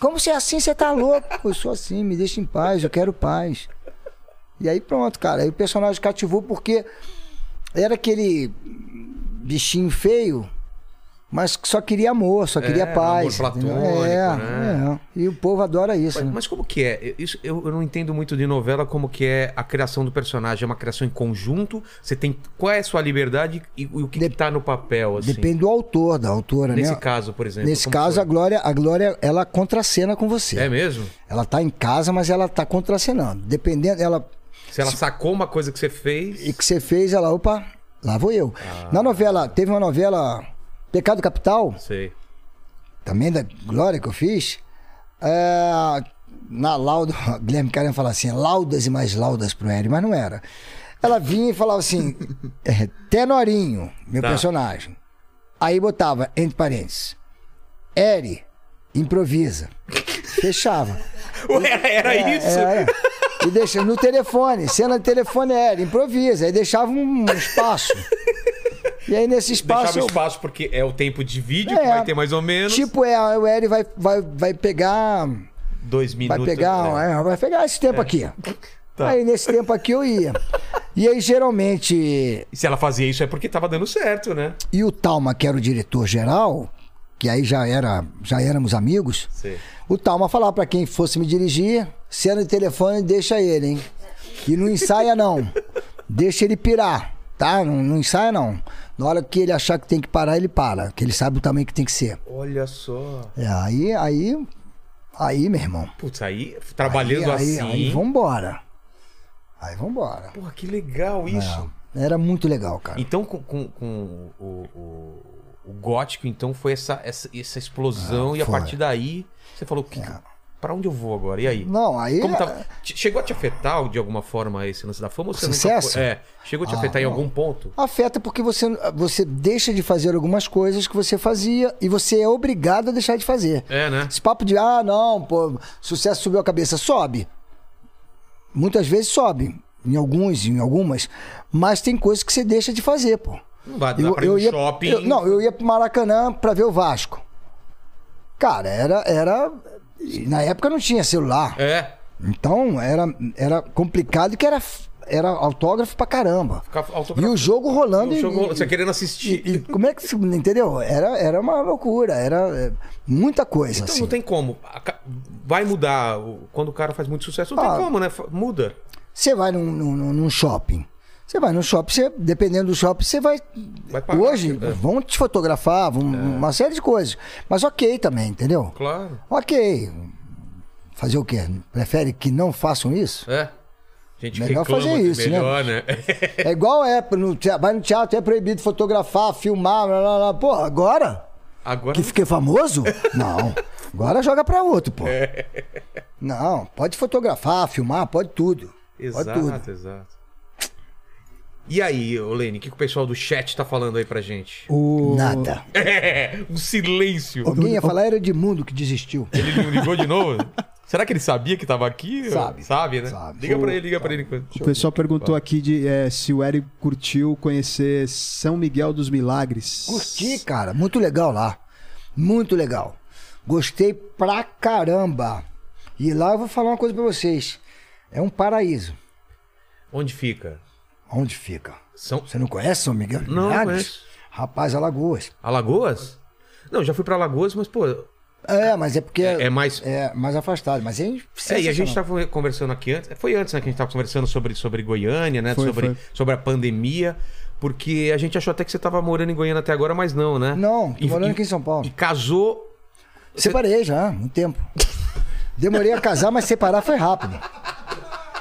S3: Como você é assim? Você tá louco? Eu sou assim, me deixa em paz, eu quero paz. E aí pronto, cara. Aí o personagem cativou porque era aquele bichinho feio, mas que só queria amor, só queria
S1: É,
S3: paz.
S1: amor
S3: entendeu?
S1: platônico,
S3: é,
S1: né?
S3: é. E o povo adora isso, né?
S1: Mas como que é? Isso, eu, eu não entendo muito de novela como que é a criação do personagem. É uma criação em conjunto? Você tem. Qual é a sua liberdade e, e o que, que tá no papel, assim?
S3: Depende do autor, da autora,
S1: Nesse
S3: né?
S1: caso, por exemplo.
S3: Nesse
S1: como
S3: caso, a
S1: foi?
S3: Glória, a Glória, ela contracena com você.
S1: É mesmo?
S3: Ela tá em casa, mas ela tá contracenando. Dependendo, ela
S1: Se ela sacou uma coisa que você fez.
S3: e que você fez, ela, opa, lá vou eu. Na novela, teve uma novela Pecado Capital,
S1: Sei.
S3: também da Glória que eu fiz. é, na lauda, Guilherme Caramba fala assim, laudas e mais laudas pro Hélio, mas não era. Ela vinha e falava assim, é, Tenorinho, meu
S1: Tá.
S3: personagem. Aí botava, entre parênteses, Eri, improvisa. Fechava.
S1: Ué, era isso?
S3: É, é. E deixa no telefone, cena de telefone era, improvisa, aí deixava um espaço. E aí nesse espaço.
S1: Deixava
S3: eu-
S1: espaço porque é o tempo de vídeo que
S3: É.
S1: vai ter mais ou menos.
S3: Tipo, é, o Eri vai, vai, vai pegar.
S1: dois
S3: Vai
S1: minutos.
S3: pegar,
S1: né?
S3: é, vai pegar esse tempo aqui.
S1: Tá.
S3: Aí nesse tempo aqui eu ia. E aí geralmente
S1: E se ela fazia isso é porque tava dando certo, né?
S3: E o Talma, que era o diretor geral, que aí já era, já éramos amigos.
S1: Sim.
S3: O Talma falava pra quem fosse me dirigir, cena de telefone, deixa ele, hein? E não ensaia não. deixa ele pirar, tá? Não, não ensaia não. Na hora que ele achar que tem que parar, ele para, que ele sabe o tamanho que tem que ser.
S1: Olha só.
S3: É, aí, aí, aí, meu irmão.
S1: Putz, aí trabalhando
S3: aí, aí,
S1: assim.
S3: Aí vambora. Aí vambora.
S1: Porra, que legal isso.
S3: É, era muito legal, cara.
S1: Então, com, com- com o, o- o gótico, então, foi essa, essa, essa explosão,
S3: Ah,
S1: e a
S3: foi. É.
S1: partir daí, você falou, que, pra onde eu vou agora? E aí?
S3: Não, aí.
S1: Como tava-
S3: é-
S1: te- Chegou a te afetar de alguma forma esse lance da fama? Ou você nunca
S3: Sucesso?
S1: foi- É, chegou a te
S3: Ah,
S1: afetar em
S3: não.
S1: algum ponto?
S3: Afeta porque você, você deixa de fazer algumas coisas que você fazia e você é obrigado a deixar de fazer.
S1: É, né?
S3: Esse papo de, ah, não, pô, sucesso subiu a cabeça. Sobe. Muitas vezes sobe. Em alguns, em algumas. Mas tem coisas que você deixa de fazer, pô.
S1: Não vai dar pra ir no shopping.
S3: eu- não, eu ia pro Maracanã pra ver o Vasco. Cara, era. era e na época não tinha celular.
S1: É,
S3: Então era, era complicado que era, era autógrafo pra caramba.
S1: ficar
S3: E o
S1: autografado.
S3: jogo rolando. e- e-
S1: Você querendo
S3: e-
S1: assistir.
S3: e como é que. se- Entendeu? Era, era uma loucura, era é, muita coisa.
S1: Então
S3: assim.
S1: não tem como. Aca- Vai mudar. o- Quando o cara faz muito sucesso, não
S3: Ah.
S1: tem como, né? Fa- Muda.
S3: Você vai num, num- num- num shopping. Você vai num shopping, você- dependendo do shopping, você vai.
S1: Vai pagar,
S3: Hoje,
S1: é.
S3: vão te fotografar, vão- uma série de coisas. Mas ok também, entendeu?
S1: Claro.
S3: Ok. Fazer o quê? Prefere que não façam isso?
S1: É. Gente
S3: Melhor
S1: reclama
S3: fazer
S1: que é
S3: isso, né?
S1: melhor, né?
S3: É igual é, no te- vai no teatro, é proibido fotografar, filmar, blá, blá, blá. Pô, agora?
S1: Agora.
S3: Que fiquei famoso? Não. Agora joga pra outro, pô. Não, pode fotografar, filmar, pode tudo. Pode tudo.
S1: Exato, exato. E aí, Olene, o que, que o pessoal do chat tá falando aí pra gente?
S2: O...
S3: Nada.
S1: um silêncio.
S3: Alguém ia falar era Edmundo que desistiu.
S1: Ele não ligou de novo? Será que ele sabia que tava aqui?
S3: Sabe.
S1: Sabe, né?
S3: Sabe.
S1: Liga pra ele, liga pra ele.
S2: O pessoal perguntou aqui de, eh, se o Eric curtiu conhecer São Miguel dos Milagres.
S3: Curti, cara. Muito legal lá. Muito legal. Gostei pra caramba. E lá eu vou falar uma coisa pra vocês. É um paraíso.
S1: Onde fica?
S3: Onde fica?
S1: São
S3: Você não conhece São Miguel de
S1: Não,
S3: Milagres?
S1: conheço.
S3: Rapaz, Alagoas.
S1: Alagoas? Não, já fui pra Alagoas, mas, pô,
S3: É, mas é porque...
S1: é mais
S3: É, mais afastado, mas é
S1: É, e a gente
S3: sensacional.
S1: estava conversando aqui antes. Foi antes, né, que a gente estava conversando sobre, sobre Goiânia, né?
S2: Foi,
S1: sobre,
S2: foi.
S1: sobre a pandemia. Porque a gente achou até que você estava morando em Goiânia até agora, mas não, né?
S3: Não, tô
S1: E-
S3: morando
S1: e-
S3: aqui em São Paulo.
S1: E casou.
S3: Separei já, há um tempo. Demorei a casar, mas separar foi rápido.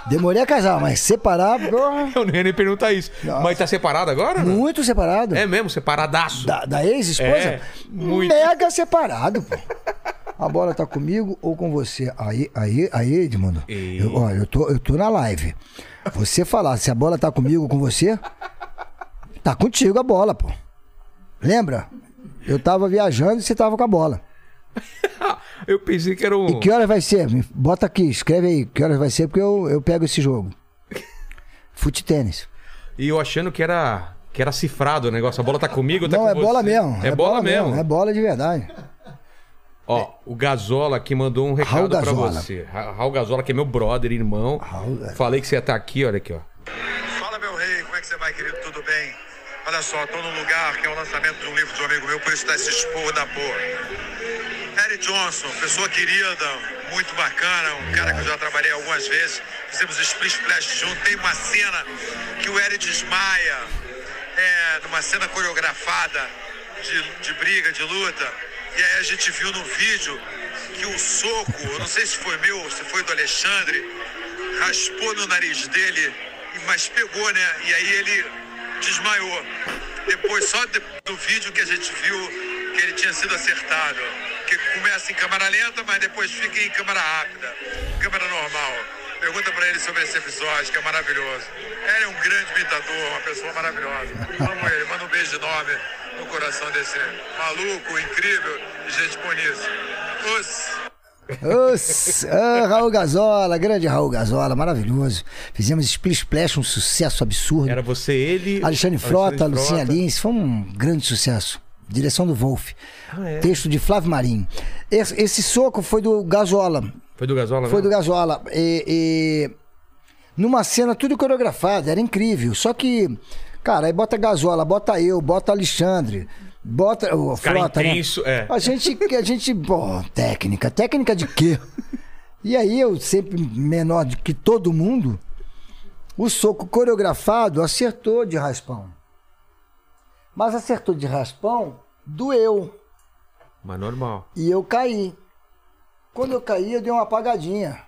S3: Demorei a casar, mas separar, porra,
S1: Eu não ia nem perguntar isso.
S3: Nossa.
S1: Mas tá separado agora? não?
S3: muito separado.
S1: É mesmo, separadaço.
S3: Da, da ex-esposa?
S1: É, muito.
S3: Mega separado, pô. A bola tá comigo ou com você? Aí, aí, aí, Edmundo.
S1: E-
S3: Eu, olha, eu tô, eu tô na live. Você falar se a bola tá comigo ou com você, tá contigo a bola, pô. Lembra? Eu tava viajando e você tava com a bola.
S1: Eu pensei que era um.
S3: E que horas vai ser? Me Bota aqui, escreve aí que horas vai ser, porque eu, eu pego esse jogo. Fute tênis.
S1: E eu achando que era. Que era cifrado o negócio. A bola tá comigo, tá
S3: Não,
S1: com
S3: é bola
S1: você.
S3: mesmo.
S1: É, bola, mesmo.
S3: É bola de verdade.
S1: Ó, o Gazola aqui mandou um
S3: Raul
S1: recado pra
S3: Gazola.
S1: você. Ra- Raul Gazola, que é meu brother, irmão.
S3: Raul, é.
S1: Falei que você ia estar aqui, olha aqui, ó.
S4: Fala, meu rei, como é que você vai, querido? Tudo bem? Olha só, tô num lugar que é o lançamento de um livro de um amigo meu, por isso tá esse esporro da porra. Eric Johnson, pessoa querida, muito bacana, um cara que eu já trabalhei algumas vezes, fizemos split splash junto, tem uma cena que o Eric desmaia, é, numa cena coreografada de, de briga, de luta, e aí a gente viu no vídeo que o soco, eu não sei se foi meu, ou se foi do Alexandre, raspou no nariz dele, mas pegou, né? E aí ele desmaiou. Depois, só de- do vídeo que a gente viu que ele tinha sido acertado. Que começa em câmera lenta, mas depois fica em câmera rápida, câmera normal. Pergunta pra ele sobre esse episódio, que é maravilhoso. Ele é um grande imitador, uma pessoa maravilhosa. Amo ele, manda um beijo enorme no coração desse maluco, incrível e gente boníssima. Os...
S3: Os- ah, Raul Gazola, grande Raul Gazola, maravilhoso. Fizemos Split Splash, um sucesso absurdo.
S1: Era você, ele.
S3: Alexandre Frota,
S1: Alexandre
S3: Lucinha
S1: Frota.
S3: Lins, foi um grande sucesso. Direção do Wolf.
S1: Ah, é?
S3: Texto de Flávio Marinho. Esse, esse soco foi do Gazola.
S1: Foi do Gasola,
S3: Foi do
S1: mesmo?
S3: Gasola. E, e numa cena tudo coreografado, era incrível. Só que, cara, aí bota Gasola, bota eu, bota Alexandre, bota o
S1: cara
S3: Frota, né?
S1: intenso, é.
S3: A gente, a gente, pô, técnica, técnica de quê? E aí eu sempre menor do que todo mundo, o soco coreografado acertou de raspão. Mas acertou de raspão, doeu.
S1: Mas normal.
S3: E eu caí. Quando eu caí, eu dei uma apagadinha.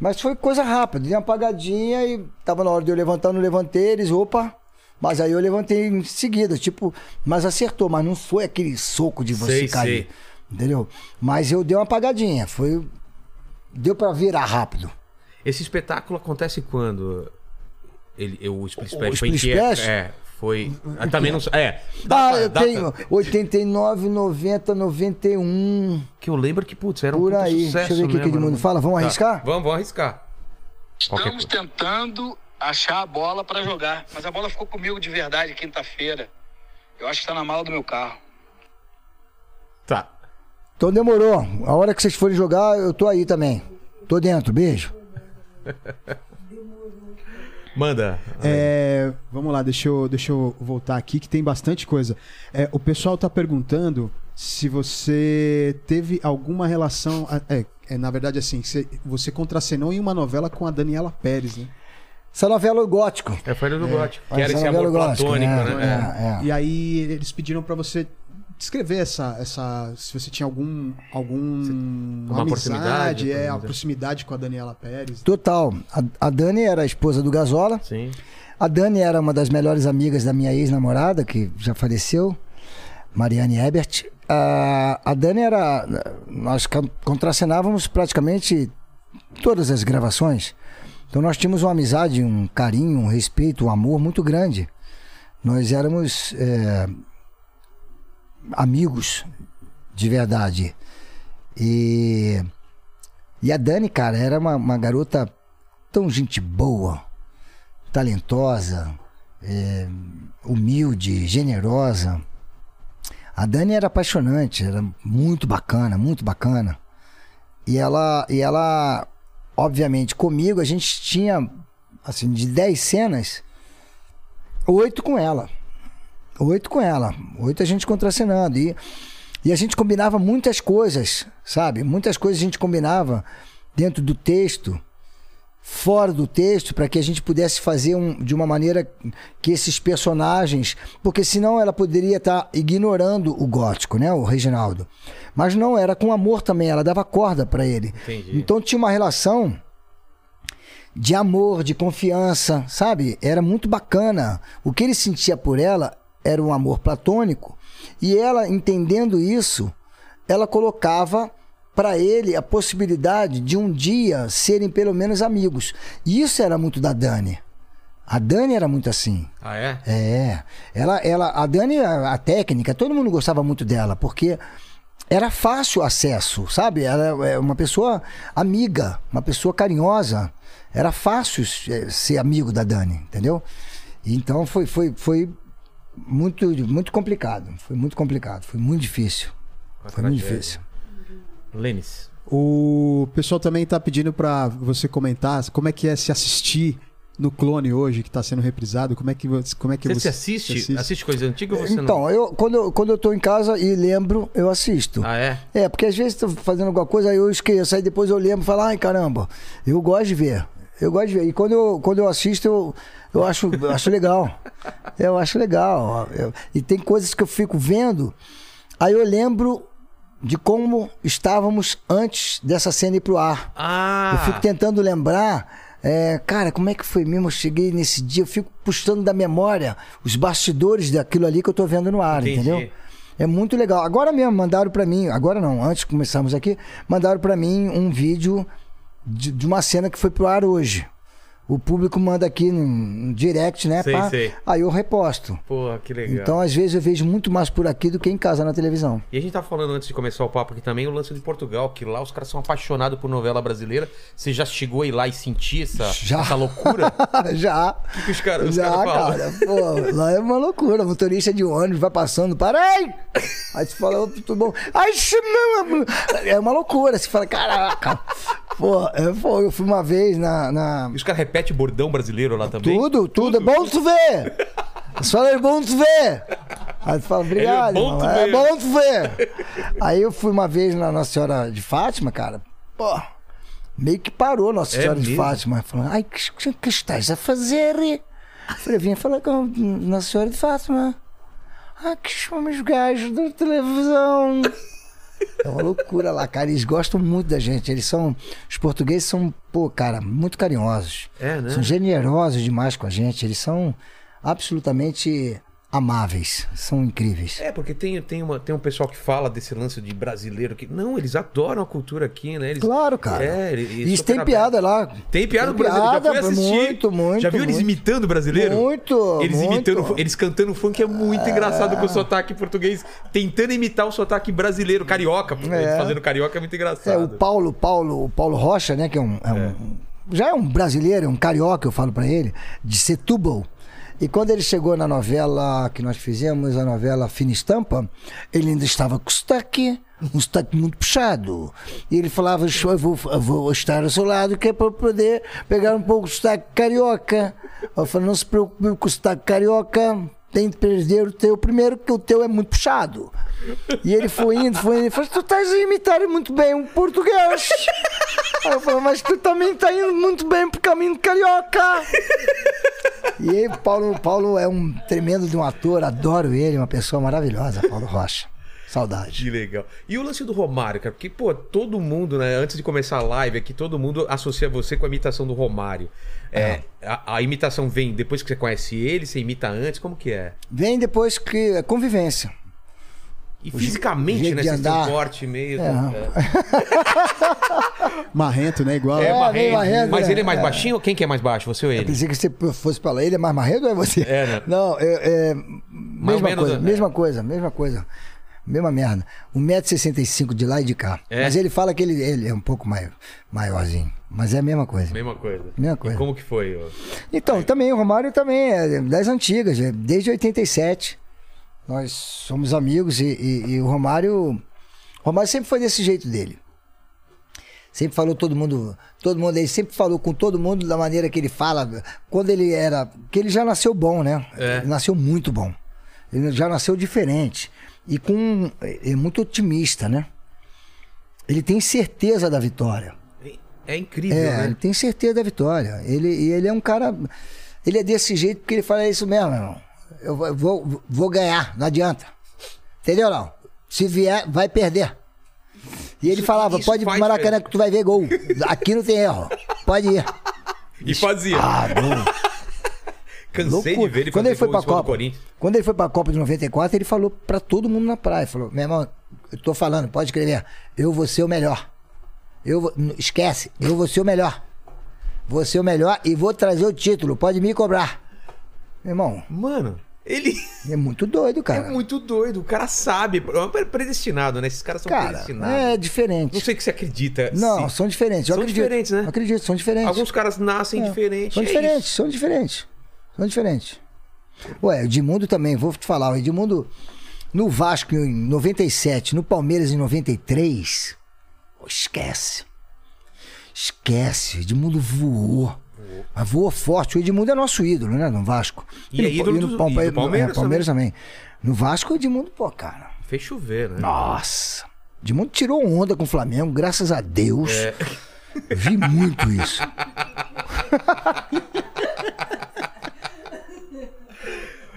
S3: Mas foi coisa rápida, dei uma apagadinha e tava na hora de eu levantar, eu não levantei, eles, opa. Mas aí eu levantei em seguida, tipo, mas acertou, mas não foi aquele soco de você
S1: Sei,
S3: cair.
S1: sei.
S3: Entendeu? Mas eu dei uma apagadinha, foi. Deu pra virar rápido.
S1: Esse espetáculo acontece quando? Ele, eu, o Split
S3: O- o
S1: Splash foi em que?
S3: Split Splash?
S1: É, foi. Ah, também não sei. É.
S3: Ah,
S1: data-
S3: eu
S1: data-
S3: tenho 89, 90, 91.
S1: Que eu lembro que, putz, era um
S3: Por
S1: puta
S3: aí.
S1: sucesso
S3: Deixa eu ver o que
S1: mesmo,
S3: que todo mundo
S1: né?
S3: fala. Vamos
S1: Tá.
S3: arriscar?
S1: Vamos, vamos arriscar. Qualquer
S5: Estamos tentando achar a bola pra jogar, mas a bola ficou comigo de verdade quinta-feira. Eu acho que tá na mala do meu carro.
S1: Tá.
S3: Então demorou. A hora que vocês forem jogar, eu tô aí também. Tô dentro, beijo.
S1: Manda.
S2: É, vamos lá, deixa eu, deixa eu voltar aqui que tem bastante coisa. É, o pessoal tá perguntando se você teve alguma relação. a- É, é, na verdade, assim, você, você contracenou em uma novela com a Daniela Pérez, né?
S3: Essa novela é o gótico.
S1: É foi do Gótico. Que era
S3: Essa
S1: esse amor
S3: novela é o gótico,
S1: platônico, né? É.
S3: É, é.
S2: E aí eles pediram pra você descrever essa, essa. Se você tinha algum. algum
S1: uma proximidade, né?
S2: é, a
S1: por exemplo.
S2: proximidade com a Daniela Pérez.
S3: Total. A, a Dani era a esposa do Gasola.
S1: Sim.
S3: A Dani era uma das melhores amigas da minha ex-namorada, que já faleceu, Mariane Ebert. Ah, a Dani era. Nós can- contracenávamos praticamente todas as gravações. Então nós tínhamos uma amizade, um carinho, um respeito, um amor muito grande. Nós éramos eh, amigos de verdade. E, e a Dani, cara, era uma, uma garota tão gente boa, talentosa, é, humilde, generosa. A Dani era apaixonante, era muito bacana, muito bacana. E ela, e ela, obviamente, comigo, a gente tinha, assim, de 10 cenas, oito com ela. Oito com ela. Oito a gente contracenando. E, e a gente combinava muitas coisas, sabe? Muitas coisas a gente combinava dentro do texto fora do texto para que a gente pudesse fazer um- de uma maneira que esses personagens, porque senão ela poderia estar ignorando o gótico, né, o Reginaldo. Mas não era com amor também, ela dava corda para ele.
S1: Entendi.
S3: Então tinha uma relação de amor, de confiança, sabe? Era muito bacana. O que ele sentia por ela era um amor platônico. E ela, entendendo isso, ela colocava para ele a possibilidade de um dia serem pelo menos amigos. E isso era muito da Dani. A Dani era muito assim.
S1: Ah, é?
S3: É. Ela, ela, a Dani, a, a técnica, todo mundo gostava muito dela, porque era fácil o acesso, sabe? Ela é uma pessoa amiga, uma pessoa carinhosa. Era fácil eh, ser amigo da Dani, entendeu? Então foi, foi, foi muito, muito complicado. Foi muito complicado, foi muito difícil.
S1: Uma
S3: Foi muito
S1: tragédia.
S3: difícil.
S1: Lênis.
S2: O pessoal também tá pedindo pra você comentar como é que é se assistir no clone hoje que tá sendo reprisado, como é que você, como é que
S1: Você,
S2: você
S1: se assiste? assiste? coisa antiga ou você não?
S3: Então, eu, quando, eu- quando eu tô em casa e lembro, eu assisto.
S1: Ah, é?
S3: É, porque às vezes tô fazendo alguma coisa, aí eu esqueço, aí depois eu lembro e falo, ai caramba, eu gosto de ver. Eu gosto de ver. E quando eu, quando eu assisto, eu, eu, acho, eu acho legal. Eu acho legal. Eu- e tem coisas que eu fico vendo, aí eu lembro de como estávamos antes dessa cena ir pro ar.
S1: Ah!
S3: Eu fico tentando lembrar. é, cara, como é que foi mesmo? Eu cheguei nesse dia, eu fico puxando da memória os bastidores daquilo ali que eu tô vendo no ar,
S1: Entendi.
S3: entendeu? É muito legal. Agora mesmo mandaram pra mim, agora não, antes de começarmos aqui, mandaram pra mim um vídeo de, de uma cena que foi pro ar hoje. O público manda aqui no, no direct, né?
S1: Sei, sei.
S3: Aí eu reposto.
S1: Porra, que legal.
S3: Então, às vezes, eu vejo muito mais por aqui do que em casa na televisão.
S1: E a gente tá falando antes de começar o papo aqui também o lance de Portugal, que lá os caras são apaixonados por novela brasileira. Você já chegou aí lá e sentir essa,
S3: Já.
S1: essa loucura?
S3: Já.
S1: que que os caras- os
S3: Já,
S1: caras falam?
S3: cara. Pô, lá é uma loucura. Motorista de ônibus vai passando, para aí! Aí você fala, ô, tudo bom? Ai, xe- não, não. é uma loucura. Você fala, caraca. Pô, é, pô, eu fui uma vez na. na-
S1: e os caras repetem o bordão brasileiro lá também.
S3: Tudo, tudo, é bom te ver! Você fala, é bom te ver! Aí você fala, obrigado,
S1: É bom
S3: irmão,
S1: te
S3: é
S1: ver."
S3: bom te ver! Aí eu fui uma vez na Nossa Senhora de Fátima, cara, pô, meio que parou Nossa
S1: É
S3: Senhora de
S1: mesmo?
S3: Fátima. Falando, ai, o que, que estás a fazer? Falei, vim falar com Nossa Senhora de Fátima. Ah, que chamam os gajos da televisão. É uma loucura lá, cara. Eles gostam muito da gente. Eles são. Os portugueses são, pô, cara, muito carinhosos.
S1: É, né?
S3: São generosos demais com a gente. Eles são absolutamente amáveis. São incríveis.
S1: É, porque tem, tem, uma, tem um pessoal que fala desse lance de brasileiro que. Não, eles adoram a cultura aqui, né? Eles-
S3: Claro, cara.
S1: É, eles- eles
S3: Isso
S1: super
S3: tem
S1: abertos.
S3: piada lá.
S1: Tem piada do brasileiro. Já fui assistir.
S3: Muito, muito.
S1: Já viu eles
S3: muito.
S1: imitando o brasileiro?
S3: Muito,
S1: Eles
S3: muito.
S1: imitando, fu- eles cantando funk é muito engraçado com o sotaque português, tentando imitar o sotaque brasileiro, carioca. porque
S3: É.
S1: Eles fazendo carioca é muito
S3: É,
S1: engraçado.
S3: o Paulo, Paulo, o Paulo Rocha, né? Que é um. é um- Já é um brasileiro, é um carioca, eu falo pra ele, de Setúbal. E quando ele chegou na novela que nós fizemos, a novela Fina Estampa, ele ainda estava com sotaque, um sotaque muito puxado. E ele falava, "Só eu vou, eu vou estar ao seu lado, que é para poder pegar um pouco de sotaque carioca. Eu falei, não se preocupe com o sotaque carioca, tem de perder o teu primeiro, que o teu é muito puxado. E ele foi indo, foi indo, ele falou, tu estás a imitar muito bem um português. Aí eu falei, mas tu também tá indo muito bem pro caminho carioca. E aí, Paulo, Paulo é um tremendo de um ator, adoro ele, uma pessoa maravilhosa, Paulo Rocha. Saudade.
S1: Que legal. E o lance do Romário, cara, porque, pô, todo mundo, né, antes de começar a live aqui, todo mundo associa você com a imitação do Romário. É, a, a imitação vem depois que você conhece ele, você imita antes, como que é?
S3: Vem depois que é convivência.
S1: E fisicamente,
S3: jeito
S1: né,
S3: de
S1: você tem um
S3: andar. É,
S1: corte meio...
S2: Marrento, né? Igual.
S1: É,
S3: É,
S1: marrento.
S3: meio marrento,
S1: Mas
S3: né?
S1: ele é mais
S3: É.
S1: baixinho? Quem que é mais baixo, você ou ele?
S3: Pensei que você fosse falar, ele é mais marredo ou é você?
S1: É, né?
S3: Não, é, é
S1: ou
S3: mesma,
S1: menos,
S3: coisa,
S1: né?
S3: mesma coisa, mesma coisa. Mesma merda. 1,65m de lá e de cá.
S1: É.
S3: Mas ele fala que ele, ele é um pouco maior, maiorzinho. Mas é a mesma coisa.
S1: Mesma coisa.
S3: Mesma
S1: E
S3: coisa.
S1: como que foi? ô?
S3: Então, também, o Romário também é das antigas, é desde 87. Nós somos amigos e, e- e o Romário. O Romário sempre foi desse jeito dele. Sempre falou todo mundo, todo mundo, ele sempre falou com todo mundo da maneira que ele fala. Quando ele era. que ele já nasceu bom, né?
S1: É.
S3: Ele nasceu muito bom. Ele já nasceu diferente. E com. É é muito otimista, né? Ele tem certeza da vitória.
S1: É incrível,
S3: É, ele
S1: né?
S3: tem certeza da vitória. Ele, e ele é um cara. Ele é desse jeito porque ele fala isso mesmo, irmão. Eu vou- vou, vou ganhar, não adianta. Entendeu, não? Se vier, vai perder. E ele
S1: Isso-
S3: falava:
S1: isso
S3: pode ir pro
S1: faz
S3: Maracanã
S1: diferença.
S3: que tu vai ver gol. Aqui não tem erro. Pode ir.
S1: E fazia.
S3: Ah, gol.
S1: Cansei de ver ele
S3: quando
S1: fazer
S3: ele foi
S1: gol em cima
S3: pra
S1: do
S3: Copa,
S1: Corinthians.
S3: quando ele foi pra Copa de 94, ele falou pra todo mundo na praia, falou: "Meu irmão, eu tô falando, pode escrever. Eu vou ser o melhor. Eu vou- n- esquece, eu vou ser o melhor. Vou ser o melhor e vou trazer o título, pode me cobrar." Meu irmão,
S1: Mano, ele
S3: é muito doido,
S1: é
S3: cara.
S1: muito doido. O cara sabe. É predestinado, né? Esses caras são
S3: cara,
S1: predestinados.
S3: é diferente.
S1: Não sei o que você acredita.
S3: Não,
S1: se-
S3: são diferentes. eu
S1: São
S3: acredito.
S1: diferentes, né?
S3: Eu Acredito, são diferentes.
S1: Alguns caras nascem diferentes.
S3: São
S1: é
S3: diferentes,
S1: isso.
S3: são diferentes. São diferentes. Ué, o Edmundo também, vou te falar, o Edmundo no Vasco em 97, no Palmeiras em 93, oh, esquece. Esquece, o Edmundo voou. Mas voou forte. O Edmundo é nosso ídolo, né? No Vasco.
S1: E é
S3: no-
S1: ídolo
S3: no
S1: do-
S3: Palme-
S1: e do
S3: no- é,
S1: Palmeiras
S3: Palmeiras também. No Vasco, o Edmundo, pô, cara.
S1: Fez chover, né?
S3: Nossa! Edmundo tirou onda com o Flamengo, graças a Deus.
S1: É.
S3: Eu Vi muito isso.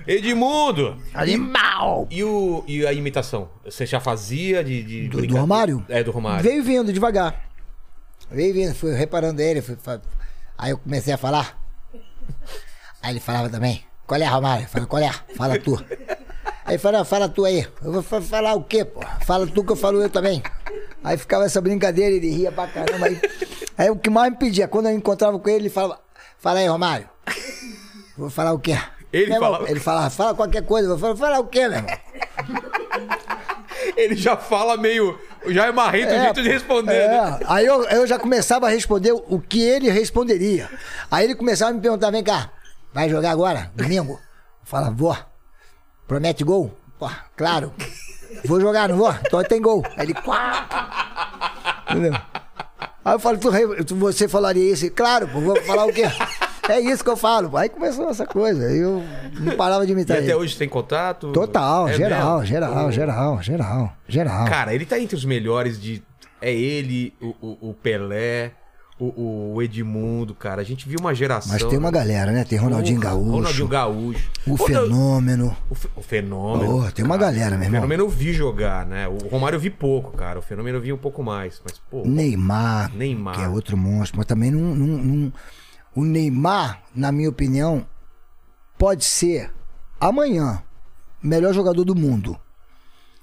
S1: Edmundo!
S3: Animal!
S1: E, o, e a imitação? Você já fazia de. de
S3: Do, do
S1: brincadeira?
S3: Romário?
S1: É, do Romário.
S3: Veio vindo devagar. Veio vindo, fui reparando ele. fui fa- aí eu comecei a falar. Aí ele falava também: Qual é, Romário? Eu falei: Qual é? Fala tu. Aí ele falava: Fala tu aí. Eu vou fa- falar o quê, pô? Fala tu que eu falo eu também. Aí ficava essa brincadeira, ele ria pra caramba. Aí, aí o que mais me pedia, quando eu encontrava com ele, ele falava: Fala aí, Romário. Vou falar o quê?
S1: Ele
S3: Meu irmão,
S1: falava-
S3: ele falava: Fala qualquer coisa. Eu falava: Fala o quê, meu irmão?
S1: Ele já fala meio. Já é marrento o jeito de responder,
S3: é.
S1: né?
S3: Aí eu, eu já começava a responder o que ele responderia. Aí ele começava a me perguntar: vem cá, vai jogar agora? Domingo? Fala, vou. Promete gol? Pô, claro. Vou jogar, não vou? Então tem gol. Aí ele, quá. Entendeu? Aí eu falo, tu, re- tu- você falaria isso? Ele, Claro, pô, vou falar o quê? É isso que eu falo. pô. Aí começou essa coisa. Aí Eu não parava de
S1: E
S3: imitar
S1: até
S3: ele.
S1: hoje tem contato?
S3: tá Total,
S1: É
S3: geral,
S1: mesmo?
S3: geral,
S1: Pô.
S3: geral, geral, geral.
S1: Cara, ele tá entre os melhores de. É ele, o, o- o Pelé, o, o Edmundo, cara. A gente viu uma geração.
S3: Mas tem uma galera, né? Tem Ronaldinho
S1: Porra,
S3: Gaúcho.
S1: Ronaldinho Gaúcho.
S3: O
S1: Ronald-
S3: Fenômeno.
S1: O, fe- o Fenômeno.
S3: Porra, tem uma galera, meu
S1: O
S3: irmão.
S1: Fenômeno eu vi jogar, né? O Romário eu vi pouco, cara. O Fenômeno eu vi um pouco mais. Mas, pô.
S3: Neymar,
S1: Neymar.
S3: que é outro monstro, mas também não, não- não- O Neymar, na minha opinião, pode ser amanhã o melhor jogador do mundo.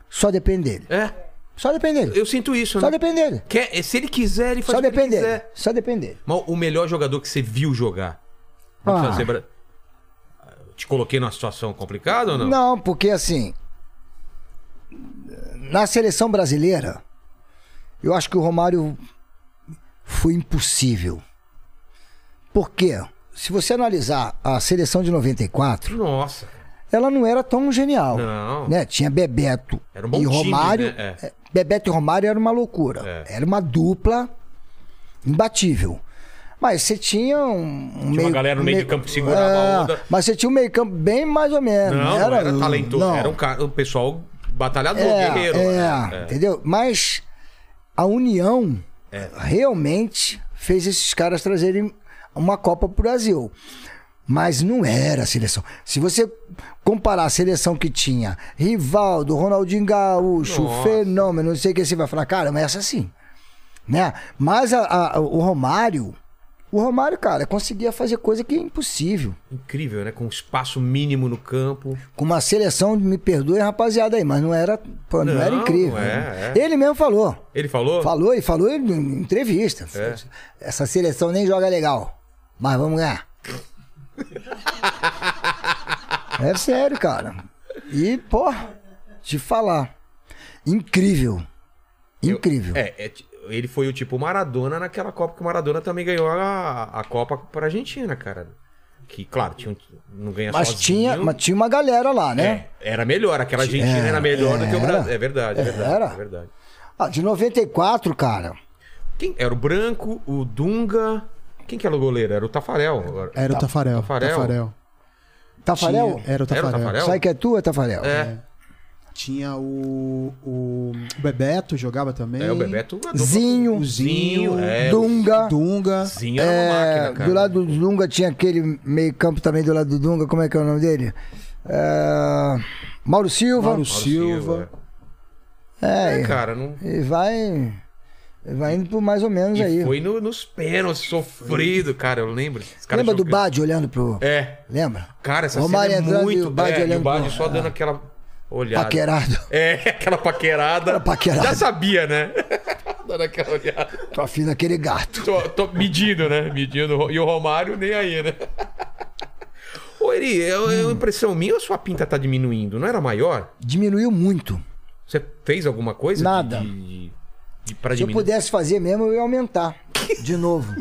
S3: Só depende dele.
S1: É,
S3: Só depende dele.
S1: eu sinto isso,
S3: Só
S1: né?
S3: depende dele.
S1: Quer, se ele quiser, ele faz
S3: Só
S1: o que ele
S3: depende dele.
S1: quiser.
S3: Só depende dele.
S1: Mas o melhor jogador que você viu jogar. Não
S3: Ah.
S1: precisa ser bra- Te coloquei numa situação complicada ou não?
S3: Não, porque assim. Na seleção brasileira, eu acho que o Romário foi impossível. Por quê? Se você analisar a seleção de 94,
S1: Nossa.
S3: ela não era tão genial.
S1: Não.
S3: Né? Tinha Bebeto
S1: Era um bom
S3: e
S1: time,
S3: Romário.
S1: né? É.
S3: É, Bebeto e Romário era uma loucura.
S1: É.
S3: Era uma dupla imbatível. Mas você tinha um, um tinha
S1: galera no meio de campo que segurava a onda.
S3: Mas você tinha um meio campo bem mais ou menos.
S1: Não, não era, talentoso.
S3: não.
S1: Era um, cara, um pessoal batalhador,
S3: É,
S1: guerreiro.
S3: é,
S1: É, é.
S3: entendeu? Mas a união realmente fez esses caras trazerem uma Copa pro Brasil. Mas não era a seleção. Se você comparar a seleção que tinha Rivaldo, Ronaldinho Gaúcho,
S1: Nossa.
S3: Fenômeno, não sei o que, você vai falar, cara, mas é essa sim. Né? Mas a- a- o Romário, o Romário, cara, conseguia fazer coisa que é impossível.
S1: Incrível, né? Com um espaço mínimo no campo.
S3: Com uma seleção, me perdoe, rapaziada aí, mas não era, pô, não,
S1: Não,
S3: era incrível.
S1: é,
S3: né?
S1: é.
S3: Ele mesmo falou.
S1: Ele falou?
S3: Falou e falou em em entrevista.
S1: É.
S3: Essa seleção nem joga legal, mas vamos ganhar. é sério, cara. E, pô, te falar. Incrível. Incrível.
S1: É, é, ti- ele foi o tipo Maradona naquela Copa que o Maradona também ganhou a, a Copa pra Argentina, cara. Que, claro, tinha, um- não ganha
S3: mas,
S1: sozinho.
S3: tinha, mas tinha uma galera lá, né?
S1: É, era melhor. Aquela Argentina
S3: É,
S1: era melhor do que o
S3: era.
S1: Brasil. É verdade, é verdade.
S3: Era.
S1: É verdade.
S3: Ah, de 94, cara.
S1: Quem era o Branco, o Dunga. Quem que era o goleiro? Era o Tafarel. É,
S2: Era o Tafarel.
S1: Tá, Tafarel.
S2: Tafarel.
S3: Tafarel?
S2: Tinha- era o
S1: Era o
S2: Tafarel.
S1: Tafarel?
S3: Sai que é tua, Tafarel?
S1: É,
S2: Tinha o, o Bebeto, jogava também.
S1: é, o Bebeto. a dupla-
S3: Zinho,
S2: O Zinho,
S1: é,
S3: Dunga.
S2: Dunga.
S1: Zinho era uma
S3: É,
S1: máquina, cara.
S3: do lado do Dunga tinha aquele meio campo também do lado do Dunga, como é que é o nome dele? É, Mauro Silva.
S2: Mauro
S1: Mauro
S2: Silva.
S1: É,
S3: É,
S1: cara, não.
S3: e vai, vai indo por mais ou menos
S1: E
S3: aí.
S1: foi no- nos pênaltis, sofrido, cara, eu lembro. Os caras
S3: Lembra do
S1: jogando-
S3: Badi olhando pro...
S1: É.
S3: Lembra?
S1: Cara, essa
S3: Romário
S1: cena é
S3: entrando e
S1: muito
S3: o Badi
S1: é, e o
S3: olhando
S1: Badi
S3: pro-
S1: só dando aquela olhada.
S3: Paquerado.
S1: É, aquela paquerada.
S3: Aquela paquerada.
S1: Já sabia, né? dando aquela olhada.
S3: Tô afim daquele gato.
S1: Tô, tô medindo, né? Medindo. E o Romário nem aí, né? Ô, Eri, é é
S3: Hum.
S1: uma impressão minha ou sua pinta tá diminuindo? Não era maior?
S3: Diminuiu muito.
S1: Você fez alguma coisa? de-
S3: Nada.
S1: De, de, de- pra
S3: Se eu
S1: diminuir?
S3: pudesse fazer mesmo, eu ia aumentar. De novo.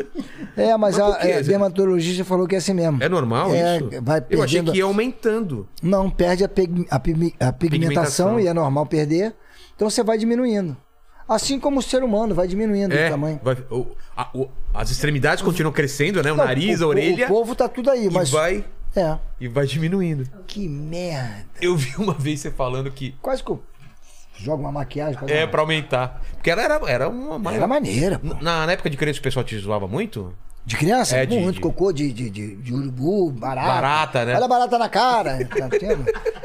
S3: É,
S1: Mas
S3: mas,
S1: por
S3: a,
S1: quê,
S3: é,
S1: Zé?
S3: dermatologista falou que é assim mesmo.
S1: É normal
S3: É,
S1: isso?
S3: vai
S1: Eu achei
S3: perdendo-
S1: que ia aumentando.
S3: Não, perde a, pig- a pigme- a
S1: Pigmentação.
S3: pigmentação e é normal perder. Então você vai diminuindo. Assim como o ser humano vai diminuindo
S1: É,
S3: o tamanho.
S1: vai- o- a- o- as extremidades continuam crescendo, né? O
S3: Não,
S1: nariz,
S3: o-
S1: a
S3: o-
S1: orelha.
S3: O povo tá tudo aí, mas.
S1: E vai,
S3: É.
S1: e vai diminuindo.
S3: Que merda.
S1: Eu vi uma vez você falando que
S3: Quase que eu jogo uma maquiagem pra
S1: é pra aumentar. Porque ela era, era uma maior.
S3: Era maneira, pô.
S1: Na, na época de criança o pessoal te zoava muito?
S3: De criança?
S1: É, de-
S3: muito
S1: de-
S3: cocô de, de, de, de urubu, barata.
S1: Barata, né?
S3: Olha barata na cara. tá entendendo?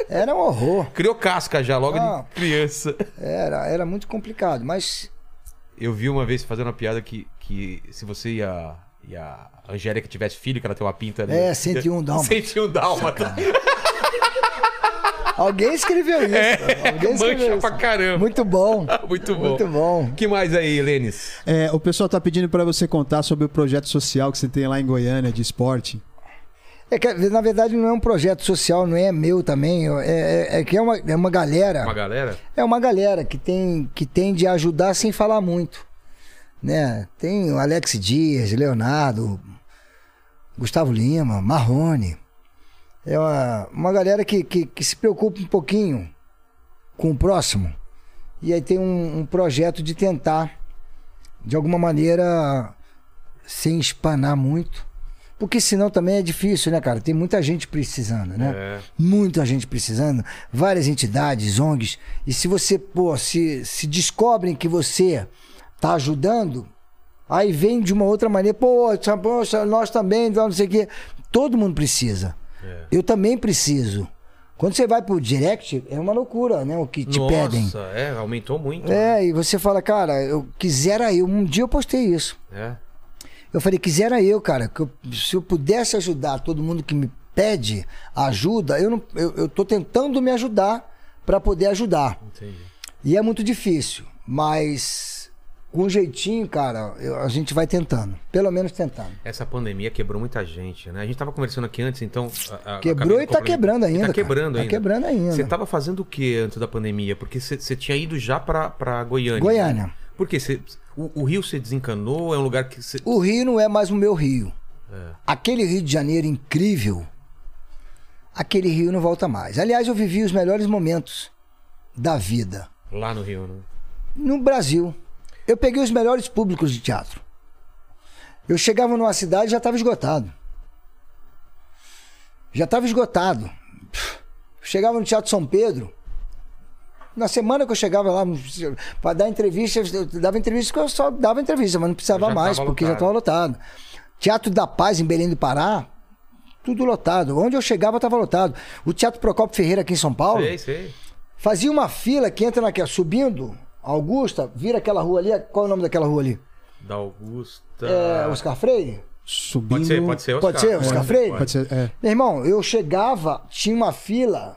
S3: Era um horror.
S1: Criou casca já, logo
S3: Ah.
S1: de criança.
S3: Era, era muito complicado, mas.
S1: Eu vi uma vez você fazendo uma piada que, que se você e a, e a Angélica tivesse filho, que ela tem uma pinta ali.
S3: É, 101 dálmata.
S1: 101 dálmata.
S3: Alguém escreveu isso.
S1: É,
S3: cara. Alguém escreveu
S1: mancha
S3: isso.
S1: pra caramba.
S3: Muito bom.
S1: Muito bom.
S3: Muito bom.
S1: O que mais aí, Lênis?
S2: É, o pessoal tá pedindo pra você contar sobre o projeto social que você tem lá em Goiânia de esporte.
S3: É que, na verdade, não é um projeto social, não é meu também. eu- É, é- é que é uma, é uma galera.
S1: Uma galera?
S3: É uma galera que tem, que tem de ajudar sem falar muito. Né? Tem o Alex Dias, Leonardo, Gustavo Lima, Marrone. É uma, uma galera que, que, que se preocupa um pouquinho com o próximo. E aí tem um, um projeto de tentar, de alguma maneira, sem espanar muito. Porque senão também é difícil, né, cara? Tem muita gente precisando, né?
S1: É.
S3: Muita gente precisando, várias entidades, ONGs. E se você, pô, se, se descobrem que você tá ajudando, Aí vem de uma outra maneira, pô, tchau, poxa, nós também, não sei o quê. Todo mundo precisa.
S1: É.
S3: Eu também preciso. Quando você vai pro direct, é uma loucura, né? O que te
S1: Nossa,
S3: pedem.
S1: é, aumentou muito. né?
S3: É, e você fala, cara, eu quisera eu. Um dia eu postei isso.
S1: É.
S3: Eu falei, quisera eu, cara, que eu- se eu pudesse ajudar todo mundo que me pede ajuda, eu não, eu, eu tô tentando me ajudar para poder ajudar.
S1: Entendi.
S3: E é muito difícil, mas com jeitinho, cara, eu- a gente vai tentando, pelo menos tentando.
S1: Essa pandemia quebrou muita gente, né? A gente tava conversando aqui antes, então. a- a- acabei
S3: Quebrou e tá
S1: complementando.
S3: quebrando ainda.
S1: Tá
S3: cara.
S1: quebrando
S3: Tá
S1: ainda.
S3: quebrando ainda.
S1: Você tava fazendo o que antes da pandemia? Porque você- você tinha ido já pra, pra Goiânia.
S3: Goiânia.
S1: né? Por quê? Você- o, o Rio se desencanou? É um lugar que você.
S3: O Rio não é mais o meu Rio.
S1: É.
S3: Aquele Rio de Janeiro incrível, aquele Rio não volta mais. Aliás, eu vivi os melhores momentos da vida
S1: Lá no Rio, né?
S3: no Brasil. Eu peguei os melhores públicos de teatro. Eu chegava numa cidade e já estava esgotado. Já estava esgotado. Chegava no Teatro São Pedro. Na semana que eu chegava lá para dar entrevista, eu dava entrevista que eu só dava entrevista, mas não precisava
S1: Já
S3: mais,
S1: tava
S3: porque já
S1: lotado.
S3: estava lotado. Teatro da Paz em Belém do Pará, tudo lotado. Onde eu chegava estava lotado. O Teatro Procopio Ferreira aqui em São Paulo,
S1: Sei, sei.
S3: Fazia uma fila que entra naquela, subindo, Augusta, vira aquela rua ali, qual é o nome daquela rua ali?
S1: Da Augusta.
S3: É, Oscar Freire?
S2: Subindo.
S1: Pode ser, pode ser, Oscar.
S3: Pode ser, Oscar Freire?
S2: Pode ser, é.
S3: Meu irmão, eu chegava, tinha uma fila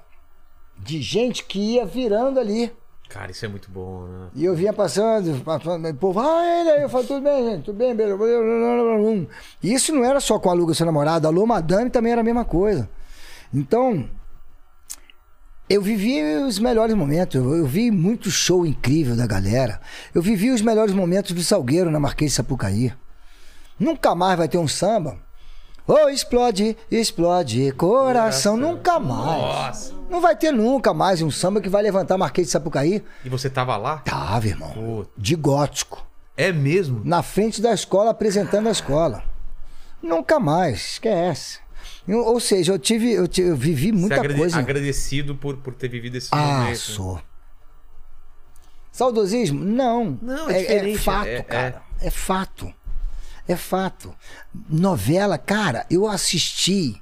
S3: de gente que ia virando ali.
S1: Cara, isso é muito bom, né?
S3: E eu vinha passando, passando, e o povo, ah, ele aí, eu falo, tudo bem, gente, tudo bem, beleza. blá, blá, blá, blá". E isso não era só com a Luga, seu namorado, a Lô Madame também era a mesma coisa. Então, eu vivi os melhores momentos, eu, eu vi muito show incrível da galera, eu vivi os melhores momentos do Salgueiro na Marquês de Sapucaí. Nunca mais vai ter um samba. Ô, explode, explode, coração, nunca mais.
S1: Nossa.
S3: Não vai ter nunca mais um samba que vai levantar a Marquês de Sapucaí.
S1: E você tava lá?
S3: Tava, irmão.
S1: Puta.
S3: De gótico.
S1: É mesmo?
S3: Na frente da escola, apresentando a escola. Nunca mais, esquece. Eu- ou seja, eu tive, eu, ti- eu vivi muita
S1: Você é agrade-
S3: coisa.
S1: Agradecido por, por ter vivido esse
S3: Ah,
S1: momento.
S3: sou. Saudosismo? Não.
S1: Não, é diferente,
S3: fato,
S1: é-
S3: cara. É... fato. É fato. Novela, cara, eu assisti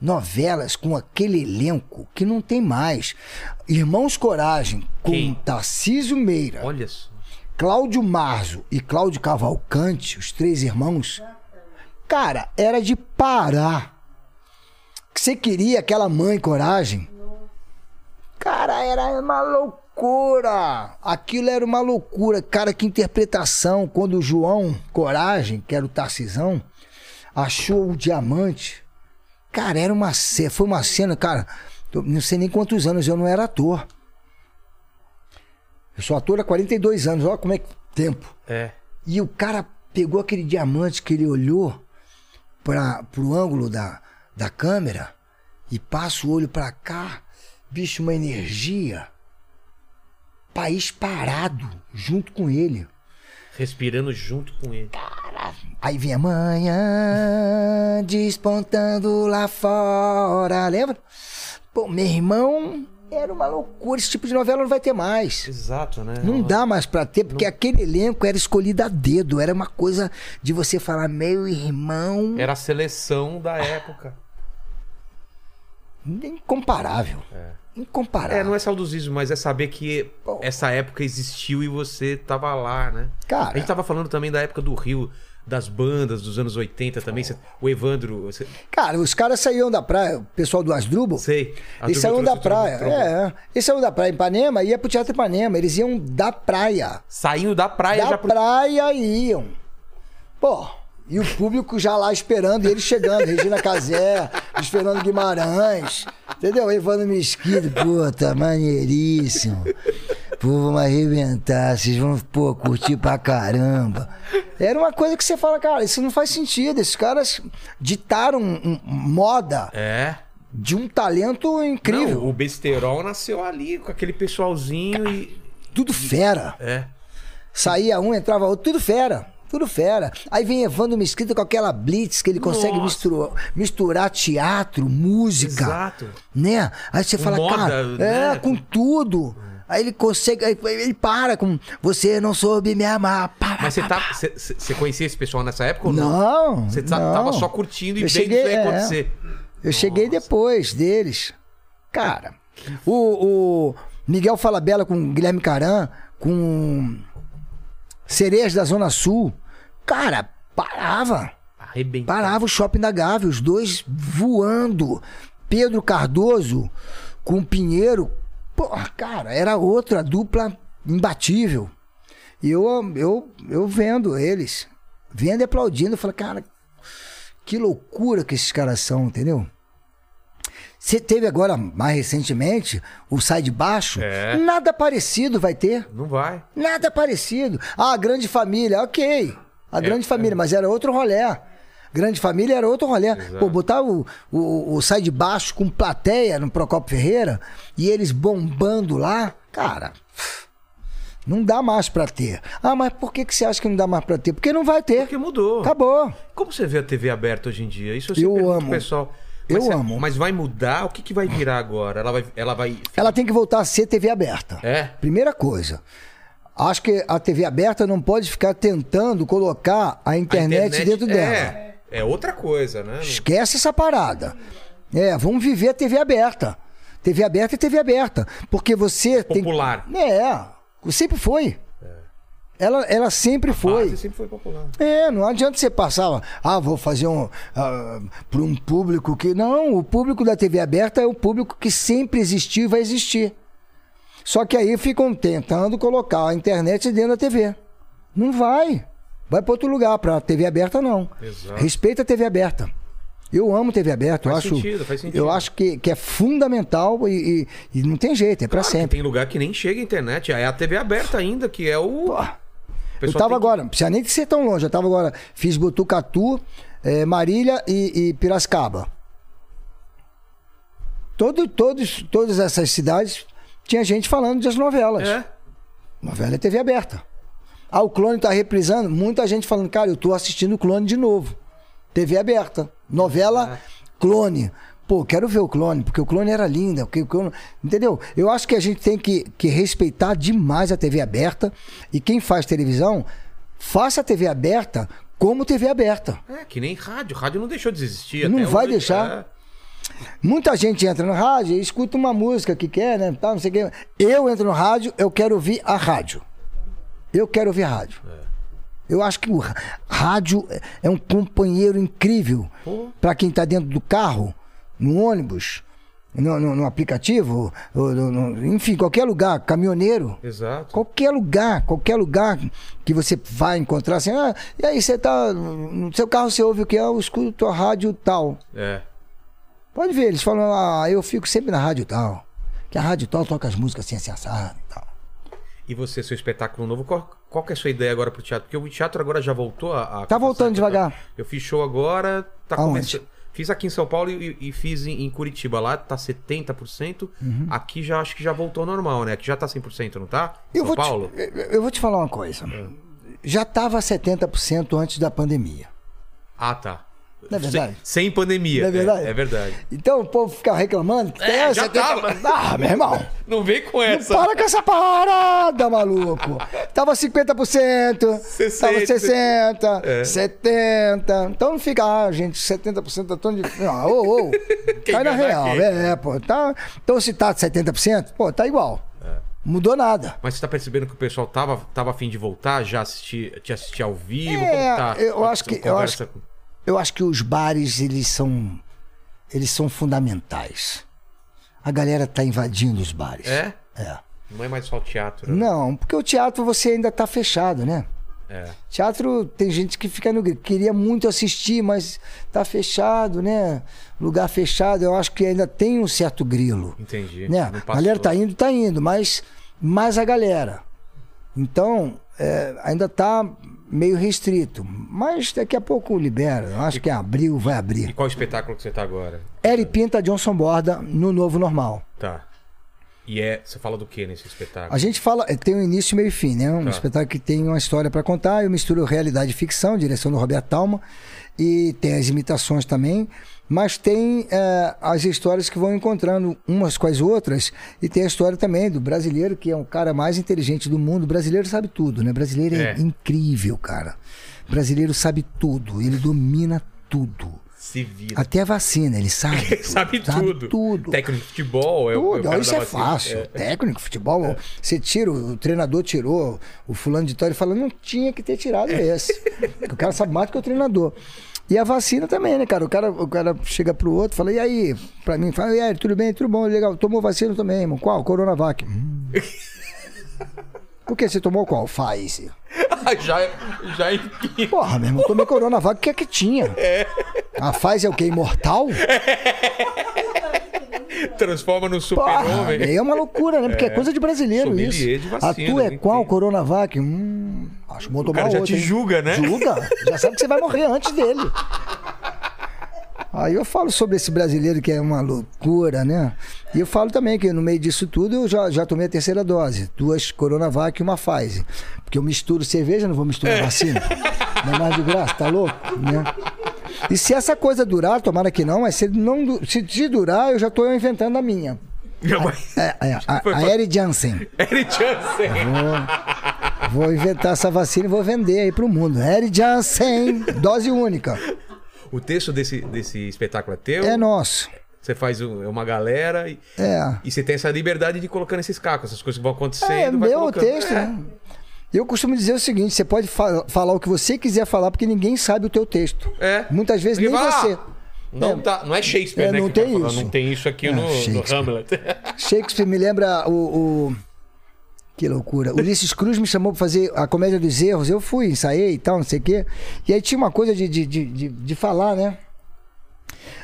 S3: novelas com aquele elenco que não tem mais. Irmãos Coragem, com
S1: Quem?
S3: Tarcísio Meira.
S1: Olha só.
S3: Cláudio Marzo e Cláudio Cavalcante, os três irmãos, cara, era de parar. Que Você queria aquela mãe coragem? Cara, era uma loucura. Aquilo era uma loucura. Cara, que interpretação. Quando o João Coragem, que era o Tarcisão, achou o diamante. Cara, era uma cena. Foi uma cena, cara. eu Não sei nem quantos anos eu não era ator. Eu sou ator há 42 anos, olha como é que tempo.
S1: É.
S3: E o cara pegou aquele diamante que ele olhou para pro ângulo da, da câmera e passa o olho para cá, bicho, uma energia. País parado junto com ele.
S1: Respirando junto com ele.
S3: Aí vem amanhã despontando lá fora, lembra? Pô, meu irmão, era uma loucura. Esse tipo de novela não vai ter mais.
S1: Exato, né?
S3: Não dá mais pra ter, porque aquele elenco era escolhido a dedo. Era uma coisa de você falar, meu irmão,
S1: Era a seleção da época.
S3: incomparável. Incomparável.
S1: É, não é saudosismo, mas é saber que
S3: Bom.
S1: essa época existiu e você tava lá, né?
S3: Cara.
S1: A gente tava falando também da época do Rio, das bandas dos anos 80 também. Cê- o Evandro. Você,
S3: Cara, os caras saíam da praia, o pessoal do Asdrubal,
S1: sei. a
S3: eles
S1: dupla trouxe
S3: saíam da
S1: o
S3: praia.
S1: trombone.
S3: É, é. eles saíam da praia em Ipanema e ia pro Teatro Ipanema. Eles iam da praia.
S1: Saindo da praia
S3: da
S1: já pro.
S3: praia iam. Pô, e o público já lá esperando, e ele chegando, Regina Casé, Luiz Fernando Guimarães, entendeu? Evandro Mesquita, puta, maneiríssimo. Pô, vamos arrebentar, vocês vão, pô, curtir pra caramba. Era uma coisa que você fala, cara, isso não faz sentido, esses caras ditaram um- um- moda
S1: É.
S3: de um talento incrível.
S1: Não, o Besterol nasceu ali, com aquele pessoalzinho e.
S3: Tudo fera.
S1: É.
S3: Saía um, entrava outro, tudo fera. Tudo fera. Aí vem Evandro Mesquita com aquela blitz que ele consegue
S1: Nossa.
S3: misturar, misturar teatro, música,
S1: Exato.
S3: né? Aí você fala,
S1: moda,
S3: cara,
S1: né?
S3: é, com tudo. Aí ele consegue, aí ele para com você não soube me amar. Pá,
S1: Mas
S3: pá,
S1: você
S3: pá,
S1: tá,
S3: pá.
S1: você- você você conhecia esse pessoal nessa época ou não?
S3: Não.
S1: Você tá-
S3: não.
S1: tava só curtindo e
S3: Eu
S1: vendo isso aí
S3: é,
S1: acontecer.
S3: Eu cheguei depois deles. Cara, o, o Miguel Falabella com Guilherme Caran, com Sereias da Zona Sul. Cara, parava.
S1: Arrebentado.
S3: Parava o shopping da Gávea, os dois voando. Pedro Cardoso com Pinheiro. Porra, cara, era outra dupla imbatível. E eu, eu, eu vendo eles, vendo e aplaudindo, eu falo, cara, que loucura que esses caras são, entendeu? Você teve agora, mais recentemente, o Sai de Baixo.
S1: É.
S3: Nada parecido vai ter.
S1: Não vai.
S3: Nada parecido. Ah, grande família, ok.
S1: É,
S3: A grande família, mas era outro rolé. Grande família era outro rolé. Pô, botar o, o, o Sai de Baixo com plateia no Procopio Ferreira e eles bombando lá, cara. Não dá mais pra ter. Ah, mas por que, que você acha que não dá mais pra ter? Porque não vai ter.
S1: Porque mudou.
S3: Acabou.
S1: Como você vê a TV aberta hoje em dia? Isso eu, sempre
S3: Tá Eu
S1: pergunto pro
S3: amo.
S1: pessoal.
S3: Eu
S1: você-
S3: amo.
S1: Mas vai mudar? O que, que vai virar agora? Ela vai. Ela vai...
S3: Ela tem que voltar a ser TV aberta.
S1: É?
S3: Primeira coisa. Acho que a TV aberta não pode ficar tentando colocar a
S1: a
S3: internet, dentro dela.
S1: É, é outra coisa, né?
S3: Esquece essa parada. É, vamos viver a TV aberta. TV aberta é TV aberta. Porque você
S1: Popular.
S3: tem. É, sempre foi. Ela, ela sempre foi.
S1: Você sempre foi popular.
S3: É, não adianta você passar, ah, vou fazer um. para um público que. Não, o público da TV aberta é o público que sempre existiu e vai existir. Só que aí ficam tentando colocar a internet dentro da TV. Não vai. Vai para outro lugar, para TV aberta não.
S1: Exato.
S3: Respeita a TV aberta. Eu amo TV aberta.
S1: Faz
S3: eu acho,
S1: sentido, faz sentido.
S3: Eu acho que, que é fundamental e, e- e não tem jeito, é para
S1: Claro que
S3: sempre.
S1: Tem lugar que nem chega a internet. É a TV aberta ainda, que é o. O
S3: Eu
S1: pessoal tem
S3: tava
S1: que-
S3: agora, não precisa nem de ser tão longe, eu tava agora, fiz Botucatu, eh, Marília e, e Piracicaba. Todo, todos, todas essas cidades tinha gente falando das novelas.
S1: É.
S3: Novela é TV aberta. Ah, o clone tá reprisando, muita gente falando, cara, eu tô assistindo o clone de novo. TV aberta. Novela clone. Pô, quero ver o clone, porque o clone era linda. Porque o clone... Entendeu? Eu acho que a gente tem que, que respeitar demais a TV aberta. E quem faz televisão, faça a TV aberta como TV aberta.
S1: É, que nem rádio. Rádio não deixou de existir.
S3: Não
S1: até
S3: vai
S1: hoje.
S3: deixar. Muita gente entra no rádio e escuta uma música que quer, né? Tá, não sei o quê. Eu entro no rádio, eu quero ouvir a rádio. Eu quero ouvir a rádio. Eu acho que o ra- rádio é- é um companheiro incrível para quem tá dentro do carro, no ônibus, no, no- no aplicativo, ou no- no- enfim, qualquer lugar, caminhoneiro.
S1: É. Exato.
S3: Qualquer lugar, qualquer lugar que você vai encontrar assim, ah, e aí você tá. No seu carro você ouve o que? Ah, eu escuto a rádio tal.
S1: É.
S3: Pode ver, eles falam, ah, eu fico sempre na rádio tal. Que a rádio tal toca as músicas assim, assim, assado e tal.
S1: E você, seu espetáculo novo, qual, qual que é a sua ideia agora pro teatro? Porque o teatro agora já voltou a. a-
S3: Tá voltando devagar.
S1: Eu fiz show agora, tá
S3: Aonde?
S1: começando. Fiz aqui em São Paulo e, e fiz em, em Curitiba. Lá tá 70%.
S3: Uhum.
S1: Aqui já acho que já voltou ao normal, né? Aqui já tá 100%, não tá? São
S3: Eu vou,
S1: Paulo? É.
S3: Te, eu- eu vou te falar uma coisa. Já tava 70% antes da pandemia.
S1: Ah, tá.
S3: Não é verdade?
S1: Sem, sem pandemia.
S3: Não é verdade?
S1: É, verdade.
S3: Então o povo fica reclamando.
S1: É,
S3: "Ah,
S1: já
S3: 70%." Ah, meu irmão.
S1: Não vem com essa.
S3: Para com essa parada, maluco. Tava 50%,
S1: 60.
S3: tava 60,
S1: É.
S3: 70. Então não fica, ah, gente, 70% tá tão difícil. Não, ô, ô, cai
S1: enganar
S3: na real.
S1: quem?
S3: É, é, pô, tá. Então se tá 70%, pô, tá igual.
S1: É.
S3: Mudou nada.
S1: Mas você tá percebendo que o pessoal tava, tava afim de voltar, já assistir, te assistir ao vivo?
S3: É,
S1: como tá?
S3: eu
S1: a-
S3: acho
S1: a
S3: que- eu
S1: conversa
S3: acho-
S1: com-
S3: Eu acho que os bares, eles são eles são fundamentais. A galera tá invadindo os bares.
S1: É?
S3: É.
S1: Não é mais só o teatro. né?
S3: Não, porque o teatro você ainda tá fechado, né?
S1: É.
S3: Teatro tem gente que fica no grito. Queria muito assistir, mas tá fechado, né? Lugar fechado, eu acho que ainda tem um certo grilo.
S1: Entendi.
S3: Né?
S1: Não
S3: A
S1: passou.
S3: galera tá indo, tá indo, mas mais a galera. Então, é, ainda tá meio restrito. Mas daqui a pouco libera. Eu acho que é abril vai
S1: E
S3: abrir.
S1: qual espetáculo que você tá agora?
S3: Eri Pinta, Johnson Borda, no novo normal.
S1: Tá. E é. Você fala do que nesse espetáculo?
S3: A gente fala, eh, tem um início, meio e fim, né? Um
S1: Tá.
S3: espetáculo que tem uma história pra contar. Eu misturo realidade e ficção, direção do Roberto Talma. E tem as imitações também. Mas tem é, as histórias que vão encontrando umas com as outras, e tem a história também do brasileiro, que é um cara mais inteligente do mundo. O brasileiro sabe tudo, né? O brasileiro é,
S1: É.
S3: incrível, cara. O brasileiro sabe tudo, ele domina tudo.
S1: Se vira.
S3: Até a vacina, ele sabe.
S1: Sabe tudo.
S3: tudo.
S1: Técnico de futebol, é o, é o
S3: Tudo,
S1: cara
S3: isso
S1: da
S3: é
S1: vacina.
S3: fácil.
S1: É.
S3: Técnico, futebol, você tira, o treinador tirou, o fulano de tal, ele fala, não tinha que ter tirado
S1: É.
S3: esse. o cara sabe mais do que o treinador. E a vacina também, né, cara? O cara, o cara chega pro outro, fala, e aí? Pra mim, fala, e aí, tudo bem, tudo bom, legal. Tomou vacina também, irmão. Qual? Coronavac. Hum. Por que você tomou qual? Pfizer.
S1: já, é, já é enfim.
S3: Porra, meu irmão, tomei Coronavac, o que é que tinha? A Pfizer é o quê? Imortal?
S1: Transforma no
S3: Porra,
S1: super-homem.
S3: é uma loucura, né? Porque é, coisa de brasileiro
S1: Sommelier
S3: isso.
S1: de vacina,
S3: a tua é
S1: né?
S3: qual?
S1: Tem.
S3: Coronavac? Hum, acho bom
S1: O
S3: tomar
S1: cara já
S3: outra.
S1: te
S3: hein?
S1: julga, né?
S3: Julga? Já sabe que você vai morrer antes dele. Aí eu falo sobre esse brasileiro que é uma loucura, né? E eu falo também que no meio disso tudo eu já, já tomei a terceira dose. Duas Coronavac e uma Pfizer. Porque eu misturo cerveja, não vou misturar vacina. Não é mais de graça, tá louco? Né? E se essa coisa durar, tomara que não, mas se, não, du- se, se durar, eu já tô inventando a minha.
S1: Já vai.
S3: É, é, a,
S1: Foi
S3: a
S1: pra-
S3: Eri Jansen.
S1: Eric Jansen.
S3: Vou inventar essa vacina e vou vender aí pro mundo. Eri Jansen, dose única.
S1: O texto desse, desse espetáculo é teu?
S3: É nosso.
S1: Você faz um- uma galera e,
S3: É.
S1: e você tem essa liberdade de ir colocando esses cacos, essas coisas que vão acontecendo.
S3: É,
S1: vai
S3: meu o
S1: colocando.
S3: texto, né? Eu costumo dizer o seguinte: você pode fa- falar o que você quiser falar, porque ninguém sabe o teu texto.
S1: É.
S3: Muitas vezes
S1: Porque
S3: nem
S1: fala,
S3: você.
S1: "Ah, Não, tá, não é Shakespeare,
S3: É,
S1: né?
S3: não
S1: que o cara
S3: tem
S1: fala,
S3: isso.
S1: Não tem isso aqui
S3: É,
S1: no, no
S3: Shakespeare.
S1: Hamlet.
S3: Shakespeare me lembra o. o- Que loucura. Ulisses Cruz me chamou pra fazer a comédia dos erros. Eu fui, ensaiei e tal, não sei o quê. E aí tinha uma coisa de, de, de, de, de falar, né?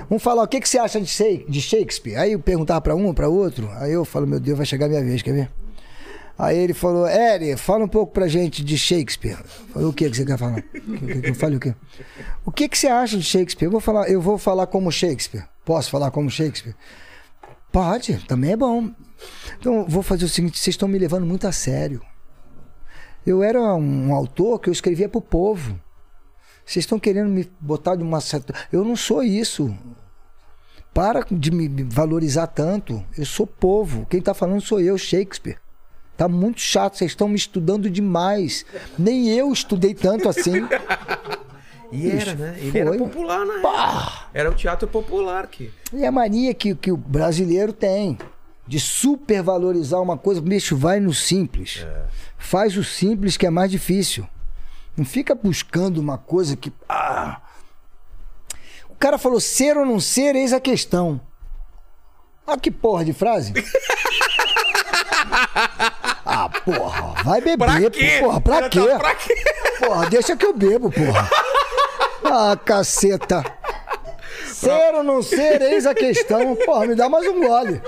S3: Um falar, o que, que você acha de Shake- de Shakespeare? Aí eu perguntava pra um, pra outro. Aí eu falo, meu Deus, vai chegar a minha vez, quer ver? Aí ele falou, Eri, fala um pouco pra gente de Shakespeare. Eu Falei, o que que você quer falar? O que que Eu falei o quê? O que que você acha de Shakespeare? Eu vou falar, eu vou falar como Shakespeare. Posso falar como Shakespeare? Pode, também é bom. Então, vou fazer o seguinte: vocês estão me levando muito a sério. Eu era um autor que eu escrevia pro povo. Vocês estão querendo me botar de uma certa. Eu não sou isso. Para de me valorizar tanto. Eu sou povo. Quem tá falando sou eu, Shakespeare. Tá muito chato, vocês estão me estudando demais. Nem eu estudei tanto assim.
S1: E era, né? Ele era
S3: Foi.
S1: popular, né? Era o teatro popular que.
S3: E É a mania que, que o brasileiro tem de supervalorizar uma coisa, bicho, vai no simples.
S1: É.
S3: Faz o simples que é mais difícil. Não fica buscando uma coisa que. ah. O cara falou ser ou não ser, eis a questão. Ah, que porra de frase? ah, porra, vai beber,
S1: Pra quê?
S3: porra, pra
S1: Já tá-
S3: quê?
S1: pra quê?
S3: Porra, deixa que eu bebo, porra. Ah, caceta. Ser ou não ser, eis a questão. Porra, me dá mais um gole.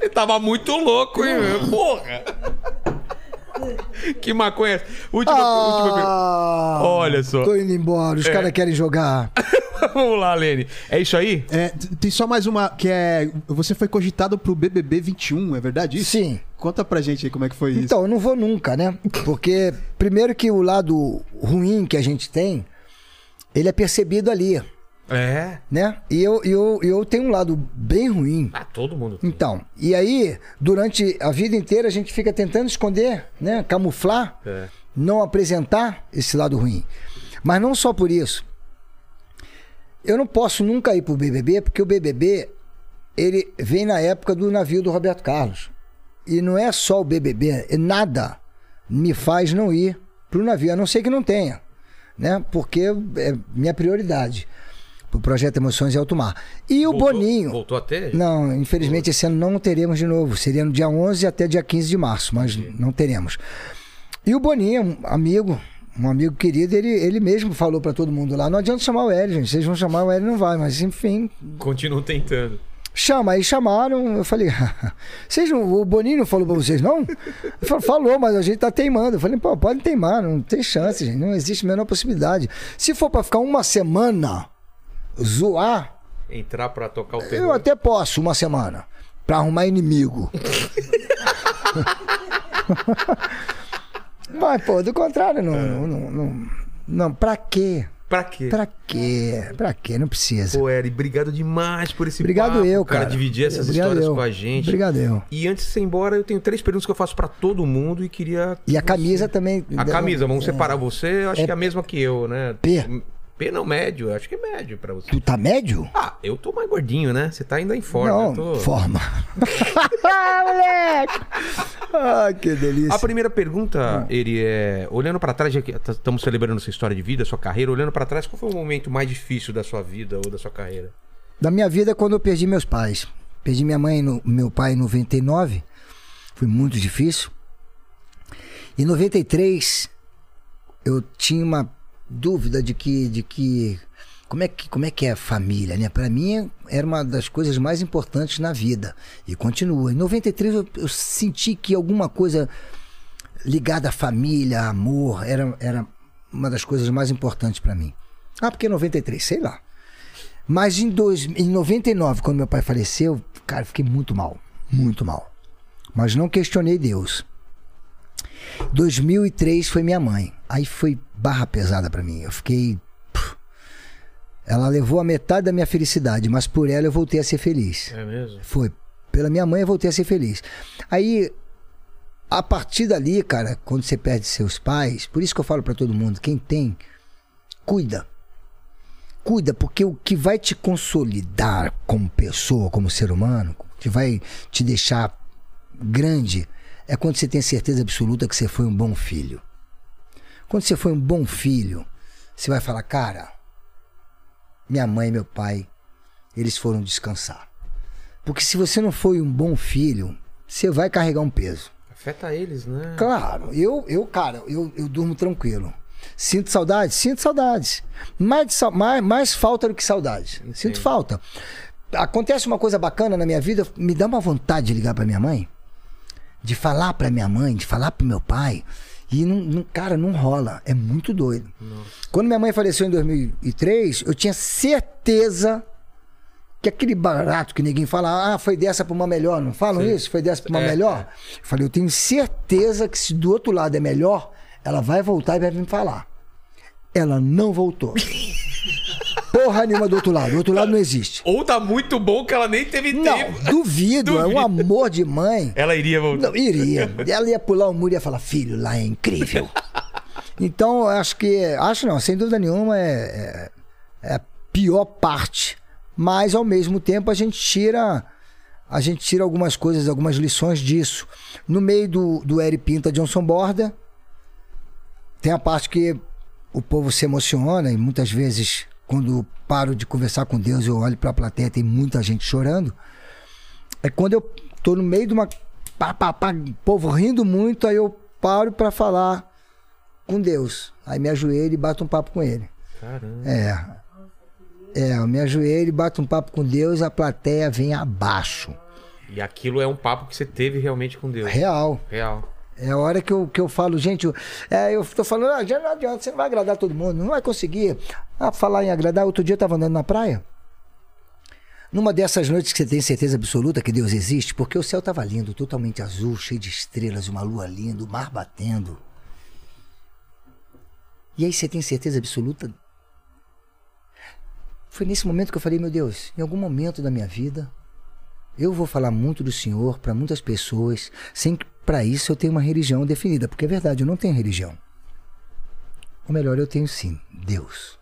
S1: Ele tava muito louco, hein?
S3: Hum.
S1: meu? Porra! que maconha. é Última, última pergunta.
S3: Ah,
S1: Olha só.
S3: Tô indo embora, os
S1: É.
S3: caras querem jogar.
S1: Vamos lá, Lene. É isso aí?
S2: É, t- tem só mais uma, que é. Você foi cogitado pro BBB 21, é verdade isso?
S3: Sim.
S2: Conta pra gente aí como é que foi isso.
S3: Então, eu não vou nunca, né? Porque, primeiro que o lado ruim que a gente tem, ele é percebido ali,
S1: É.
S3: né? E eu, eu, eu tenho um lado bem ruim.
S1: Ah, todo mundo. tem.
S3: Então, e aí, durante a vida inteira, a gente fica tentando esconder, né? Camuflar,
S1: É.
S3: não apresentar esse lado ruim. Mas não só por isso. Eu não posso nunca ir pro BBB, porque o BBB, ele vem na época do navio do Roberto Carlos. E não é só o BBB, é nada me faz não ir pro navio, a não ser que não tenha, né? Porque é minha prioridade. O projeto Emoções e Alto Mar. E o
S1: Voltou-
S3: Boninho.
S1: Voltou a ter?
S3: Não, infelizmente esse ano não teremos de novo. Seria no dia 11 até dia 15 de março, mas não teremos. E o Boninho, um amigo, um amigo querido, ele, ele mesmo falou pra todo mundo lá: não adianta chamar o Hélio, gente. Vocês vão chamar o Hélio, não vai. Mas enfim,
S1: Continuam tentando.
S3: chama. Aí chamaram, eu falei: vocês não, o Boninho não falou pra vocês, não? Ele falou, falou, mas a gente tá teimando. Eu falei: pô, pode teimar, não tem chance, gente. Não existe a menor possibilidade. Se for pra ficar uma semana zoar,
S1: Entrar pra tocar o
S3: eu
S1: terror.
S3: até posso uma semana pra arrumar inimigo.
S1: É.
S3: Mas, pô, do contrário, não. não, não, não, não pra quê?
S1: Pra quê?
S3: Pra quê? Pra quê? Não precisa.
S1: Pô, Eri, obrigado demais por esse
S3: Obrigado
S1: papo,
S3: eu,
S1: cara.
S3: cara.
S1: dividir essas
S3: Obrigado
S1: histórias
S3: eu.
S1: com a gente.
S3: Obrigado eu.
S1: E antes de você ir embora, eu tenho três perguntas que eu faço pra todo mundo e queria.
S3: E a camisa também. é.
S1: A camisa, vamos separar você, eu acho que é a mesma que eu, né?
S3: P.
S1: P não, médio, eu acho que é médio pra você.
S3: Tu tá médio?
S1: Ah, eu tô mais gordinho, né? Você tá ainda em forma.
S3: Não,
S1: eu tô...
S3: forma. ah, moleque! Ah, que delícia.
S1: A primeira pergunta, ele é. Olhando pra trás, já que t- estamos celebrando sua história de vida, sua carreira. Olhando pra trás, qual foi o momento mais difícil da sua vida ou da sua carreira?
S3: Da minha vida, é quando eu perdi meus pais. Perdi minha mãe, e no, meu pai em 99. Foi muito difícil. Em 93, eu tinha uma dúvida de que. De que como é, que, como é que é a família, né? Para mim era uma das coisas mais importantes na vida e continua. Em 93 eu, eu senti que alguma coisa ligada à família, amor, era, era uma das coisas mais importantes para mim. Ah, porque 93, sei lá. Mas em, dois, em 99, quando meu pai faleceu, cara, eu fiquei muito mal. Muito mal. Mas não questionei Deus. 2003 foi minha mãe. Aí foi barra pesada pra mim. Eu fiquei. pff. Ela levou a metade da minha felicidade, mas por ela eu voltei a ser feliz.
S1: É mesmo?
S3: Foi. Pela minha mãe eu voltei a ser feliz. Aí, a partir dali, cara, quando você perde seus pais, por isso que eu falo pra todo mundo, quem tem, cuida. Cuida, porque o que vai te consolidar como pessoa, como ser humano, que vai te deixar grande, é quando você tem certeza absoluta que você foi um bom filho. Quando você foi um bom filho, você vai falar, cara, minha mãe e meu pai, eles foram descansar. Porque se você não foi um bom filho, você vai carregar um peso.
S1: Afeta eles, né?
S3: Claro, eu, eu cara, eu, eu durmo tranquilo. Sinto saudade? Sinto saudades. Mais, de sa- mais, mais falta do que saudade. Sinto falta. Acontece uma coisa bacana na minha vida, me dá uma vontade de ligar pra minha mãe, de falar pra minha mãe, de falar pro meu pai. E, não, não- cara, não rola. É muito doido. Quando minha mãe faleceu em 2003, eu tinha certeza que aquele barato que ninguém fala, ah, foi dessa pra uma melhor, não falam isso? Foi dessa pra uma
S1: É,
S3: melhor? Eu falei, eu tenho certeza que se do outro lado é melhor, ela vai voltar e vai me falar. Ela não voltou. Porra nenhuma do outro lado. O outro lado não existe.
S1: Ou tá muito bom que ela nem teve
S3: Não,
S1: tempo.
S3: duvido. É
S1: Duvido.
S3: um amor de mãe.
S1: Ela iria voltar.
S3: Não, iria. Ela ia pular o muro e ia falar, filho, lá é incrível. Então, acho que. Acho não, sem dúvida nenhuma, é, é, é a pior parte. Mas ao mesmo tempo a gente tira. A gente tira algumas coisas, algumas lições disso. No meio do, do Eri Pinta Johnson Borda, tem a parte que o povo se emociona e muitas vezes, quando eu paro de conversar com Deus, eu olho para a plateia, tem muita gente chorando. É quando eu tô no meio de uma. Pá, pá, pá, povo rindo muito, aí eu paro pra falar com Deus. Aí me ajoelho e bato um papo com ele.
S1: Caramba.
S3: É. É, eu me ajoelho e bato um papo com Deus, a plateia vem abaixo.
S1: E aquilo é um papo que você teve realmente com Deus.
S3: Real.
S1: Real.
S3: É a hora que eu, que eu falo, gente, eu, é, eu tô falando, ah, já não adianta, você não vai agradar todo mundo, não vai conseguir. Ah, falar em agradar, outro dia eu tava andando na praia. Numa dessas noites que você tem certeza absoluta que Deus existe, porque o céu tava lindo, totalmente azul, cheio de estrelas, uma lua linda, o mar batendo. E aí você tem certeza absoluta? Foi nesse momento que eu falei, meu Deus, em algum momento da minha vida, eu vou falar muito do Senhor para muitas pessoas, sem que para isso eu tenha uma religião definida, porque é verdade, eu não tenho religião. Ou melhor, eu tenho sim, Deus.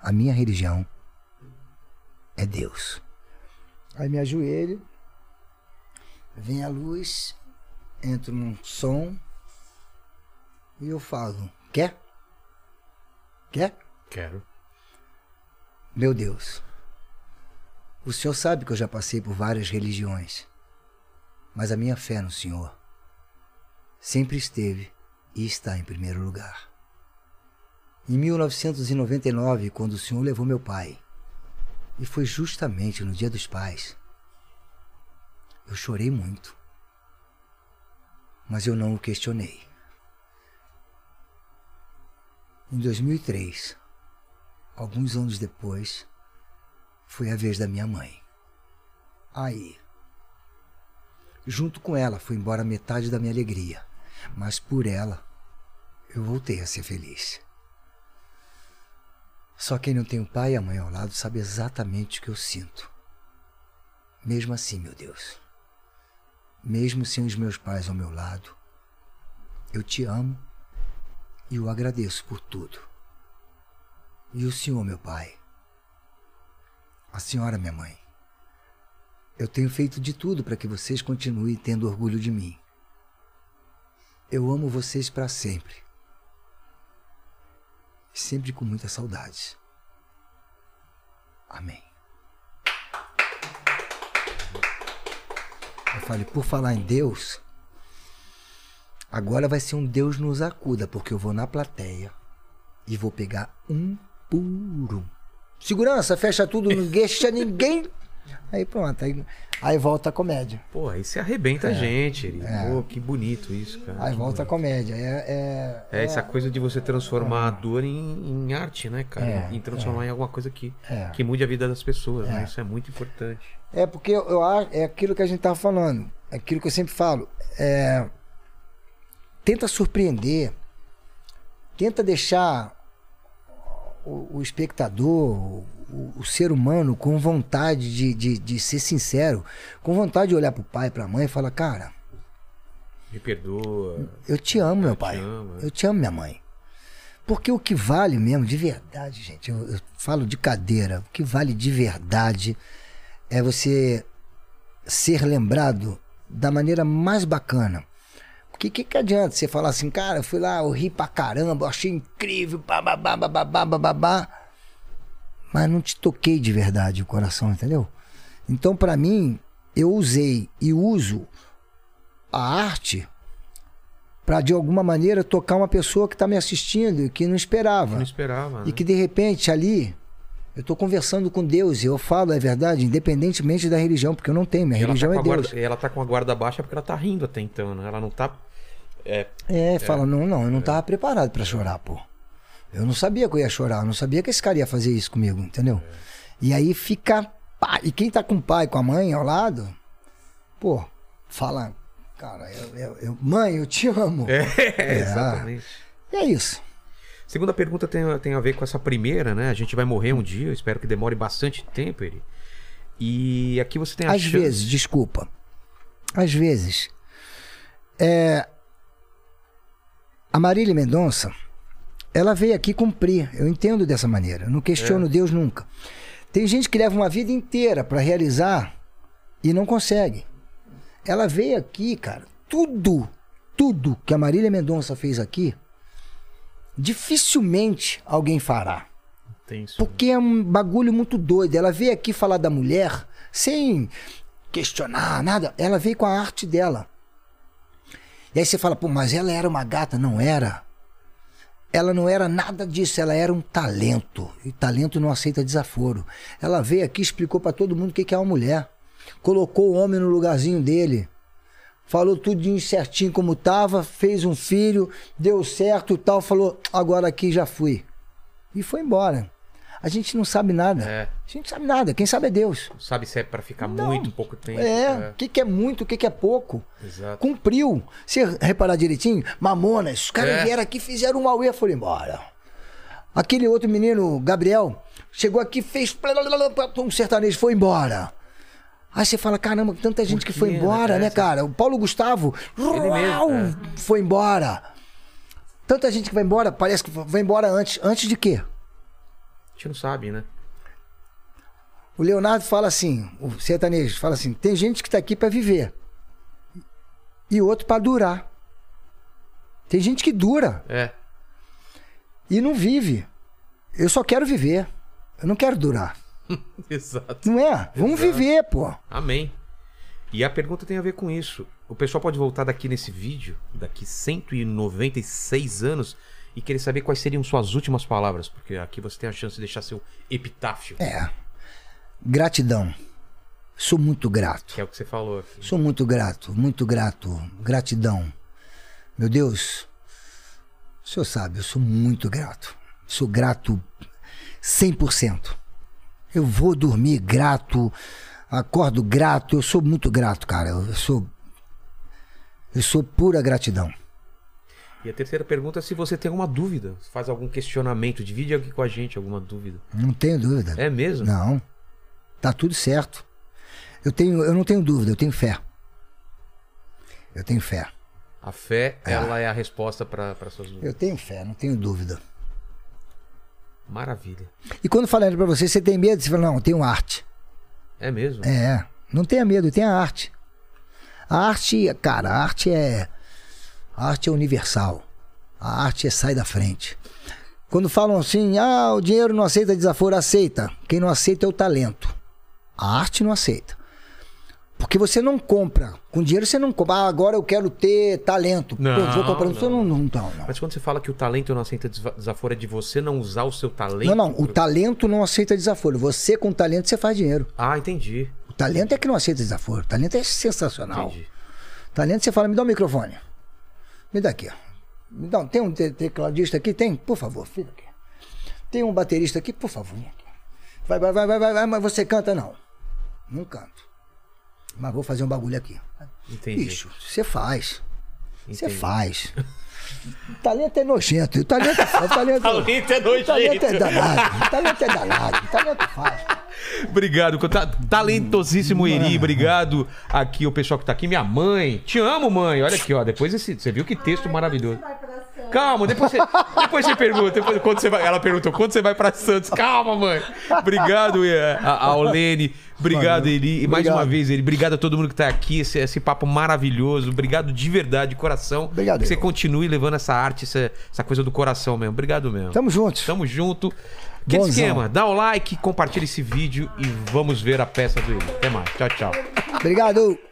S3: A minha religião é Deus. Aí me ajoelho, vem a luz, entro num som e eu falo: Quer? Quer?
S1: Quero.
S3: Meu Deus, o Senhor sabe que eu já passei por várias religiões, mas a minha fé no Senhor sempre esteve e está em primeiro lugar. Em 1999, quando o Senhor levou meu pai, e foi justamente no Dia dos Pais, eu chorei muito, mas eu não o questionei. Em 2003, alguns anos depois, foi a vez da minha mãe. Aí, junto com ela, foi embora metade da minha alegria, mas por ela, eu voltei a ser feliz. Só quem não tem o pai e a mãe ao lado sabe exatamente o que eu sinto. Mesmo assim, meu Deus, mesmo sem os meus pais ao meu lado, eu te amo e o agradeço por tudo. E o senhor, meu pai, a senhora, minha mãe, eu tenho feito de tudo para que vocês continuem tendo orgulho de mim. Eu amo vocês para sempre. E sempre com muita saudade. Amém. Eu falei, por falar em Deus, agora vai ser um Deus nos acuda, porque eu vou na plateia e vou pegar um por um. Segurança, fecha tudo, não deixa ninguém. Aí pronto, aí, aí volta a comédia.
S1: Pô, aí se arrebenta a gente. ele. Pô, que bonito isso, cara.
S3: É. Aí
S1: Que
S3: volta a comédia. É,
S1: É essa coisa de você transformar a dor em, em arte, né, cara?
S3: É,
S1: e transformar em alguma coisa que,
S3: É.
S1: que mude a vida das pessoas. Né? Isso é muito importante.
S3: é, é porque eu, eu acho, é aquilo que a gente tava falando, é aquilo que eu sempre falo. É, tenta surpreender, tenta deixar o, o espectador, o, o ser humano, com vontade de, de, de ser sincero, com vontade de olhar pro pai, pra mãe e falar, cara,
S1: Me perdoa.
S3: Eu te amo, meu
S1: te
S3: pai.
S1: amo. é.
S3: Eu te amo, minha mãe. Porque o que vale mesmo, de verdade, gente, eu, eu falo de cadeira, o que vale de verdade é você ser lembrado da maneira mais bacana. Porque o que, que adianta você falar assim, cara, eu fui lá, eu ri pra caramba, eu achei incrível, bababá, bababá, bababá. Mas não te toquei de verdade o coração, entendeu? Então, pra mim, eu usei e uso a arte para de alguma maneira tocar uma pessoa que está me assistindo e que não esperava.
S1: Eu não esperava.
S3: E
S1: Né?
S3: que de repente ali eu estou conversando com Deus e eu falo a verdade, independentemente da religião, porque eu não tenho, minha
S1: ela, tá
S3: religião
S1: com
S3: é
S1: a
S3: Deus.
S1: guarda, ela tá com a guarda baixa porque ela tá rindo até então, né? Ela não tá. É,
S3: É, fala, não, não, eu não estava preparado para chorar, pô. Eu não sabia que eu ia chorar, eu não sabia que esse cara ia fazer isso comigo, entendeu? E aí fica. pá, E quem tá com o pai, com a mãe ao lado, pô, fala, cara, eu, eu- eu- mãe, eu te amo. É,
S1: exatamente.
S3: E é isso.
S1: Segunda pergunta tem, tem a ver com essa primeira, né? A gente vai morrer um dia, eu espero que demore bastante tempo, ele. E aqui você tem a
S3: Às
S1: chance.
S3: vezes, desculpa. Às vezes. É, a Marília Mendonça, ela veio aqui cumprir. Eu entendo dessa maneira. eu Não questiono Deus nunca. Tem gente que leva uma vida inteira para realizar e não consegue. Ela veio aqui, cara. Tudo, tudo que a Marília Mendonça fez aqui, dificilmente alguém fará.
S1: Tem isso.
S3: Porque é um bagulho muito doido. Ela veio aqui falar da mulher sem questionar nada. Ela veio com a arte dela. E aí você fala, pô, mas ela era uma gata. Não era. Ela não era nada disso, ela era um talento. E talento não aceita desaforo. Ela veio aqui, explicou pra todo mundo o que que é uma mulher. Colocou o homem no lugarzinho dele. Falou tudo certinho como tava, fez um filho, deu certo e tal. Falou, agora aqui já fui. E foi embora. A gente não sabe nada.
S1: É.
S3: A gente não sabe nada. Quem sabe é Deus.
S1: Não Sabe se é pra ficar
S3: Não.
S1: muito pouco tempo. né?
S3: É, o que, que é muito, o que, que é pouco.
S1: Exato.
S3: Cumpriu. Se reparar direitinho, Mamonas, os caras
S1: É.
S3: vieram aqui, fizeram um auê e foram embora. Aquele outro menino, Gabriel, chegou aqui, fez um sertanejo, foi embora. Aí você fala, caramba, tanta gente que
S1: quê,
S3: foi
S1: né,
S3: embora,
S1: cara?
S3: né, cara? O Paulo Gustavo,
S1: mesmo, é.
S3: uau, foi embora. Tanta gente que vai embora, parece que vai embora antes. Antes de quê?
S1: A gente não sabe, né?
S3: O Leonardo fala assim, o sertanejo fala assim, tem gente que tá aqui pra viver e outro pra durar. Tem gente que dura
S1: É.
S3: e não vive. Eu só quero viver. Eu não quero durar.
S1: Exato.
S3: Não é? Vamos viver, pô.
S1: Amém. E a pergunta tem a ver com isso. O pessoal pode voltar daqui nesse vídeo, daqui 196 anos, e querer saber quais seriam suas últimas palavras, porque aqui você tem a chance de deixar seu epitáfio,
S3: É. Gratidão. Sou muito grato.
S1: que é o que você falou. aqui.
S3: Sou muito grato, muito grato. Gratidão. Meu Deus, o senhor sabe, eu sou muito grato. Sou grato 100%. Eu vou dormir grato, acordo grato. Eu sou muito grato, cara. Eu sou. Eu sou pura gratidão.
S1: E a terceira pergunta é se você tem alguma dúvida, se faz algum questionamento, divide aqui com a gente alguma dúvida.
S3: Não tenho dúvida.
S1: É mesmo?
S3: Não. Tá tudo certo. Eu, tenho, eu não tenho dúvida, eu tenho fé. Eu tenho fé.
S1: A fé, ela é a resposta para suas dúvidas.
S3: Eu tenho fé, não tenho dúvida.
S1: Maravilha.
S3: E quando falando pra você, você tem medo? Você fala, não, eu tenho arte.
S1: É mesmo?
S3: É, não tenha medo, tenha arte. A arte, cara, a arte é. A arte é universal. A arte é sai da frente. Quando falam assim, ah, o dinheiro não aceita desaforo, aceita. Quem não aceita é o talento. A arte não aceita. Porque você não compra. Com dinheiro você não compra. Ah, agora eu quero ter talento. Pô,
S1: Não,
S3: vou comprar.
S1: não.
S3: Você não, não, não, não.
S1: Mas quando você fala que o talento não aceita desva- desaforo, é de você não usar o seu talento?
S3: Não, não. O talento não aceita desaforo. Você com talento você faz dinheiro.
S1: Ah, entendi.
S3: O talento é que não aceita desaforo. O talento é sensacional.
S1: Entendi.
S3: Talento, você fala, me dá o microfone. Me dá aqui, ó. Me dá um- tem um te- tecladista aqui? Tem? Por favor, fica aqui. Tem um baterista aqui? Por favor, vem aqui. Vai, vai, vai, vai, vai, vai, mas você canta? Não. Não canto. Mas vou fazer um bagulho aqui.
S1: Entendi.
S3: Bicho, você faz. Você
S1: Entendi.
S3: faz. O talento é nojento. O talento é O talento,
S1: Talento é
S3: o talento é
S1: nojento.
S3: danado. O talento é danado. O talento faz.
S1: Obrigado, ta- talentosíssimo Iri, obrigado aqui o pessoal que tá aqui, minha mãe. Te amo, mãe. Olha aqui, ó, depois esse, você viu que texto maravilhoso. Calma, depois você, depois você pergunta. depois- quando você vai, ela perguntou quando você vai pra Santos. Calma, mãe. Obrigado eh, a, a Olene. Obrigado, Eri. E mais
S3: Obrigado.
S1: uma vez, Eri, obrigado a todo mundo que tá aqui. Esse, esse papo maravilhoso. Obrigado de verdade, de coração.
S3: Obrigado,
S1: Que você
S3: eu.
S1: continue levando essa arte, essa, essa coisa do coração mesmo. Obrigado mesmo.
S3: Tamo junto.
S1: Tamo junto. Que
S3: Bonzão.
S1: esquema? Dá o like, compartilha esse vídeo e vamos ver a peça do Igor. Até mais. Tchau, tchau.
S3: Obrigado.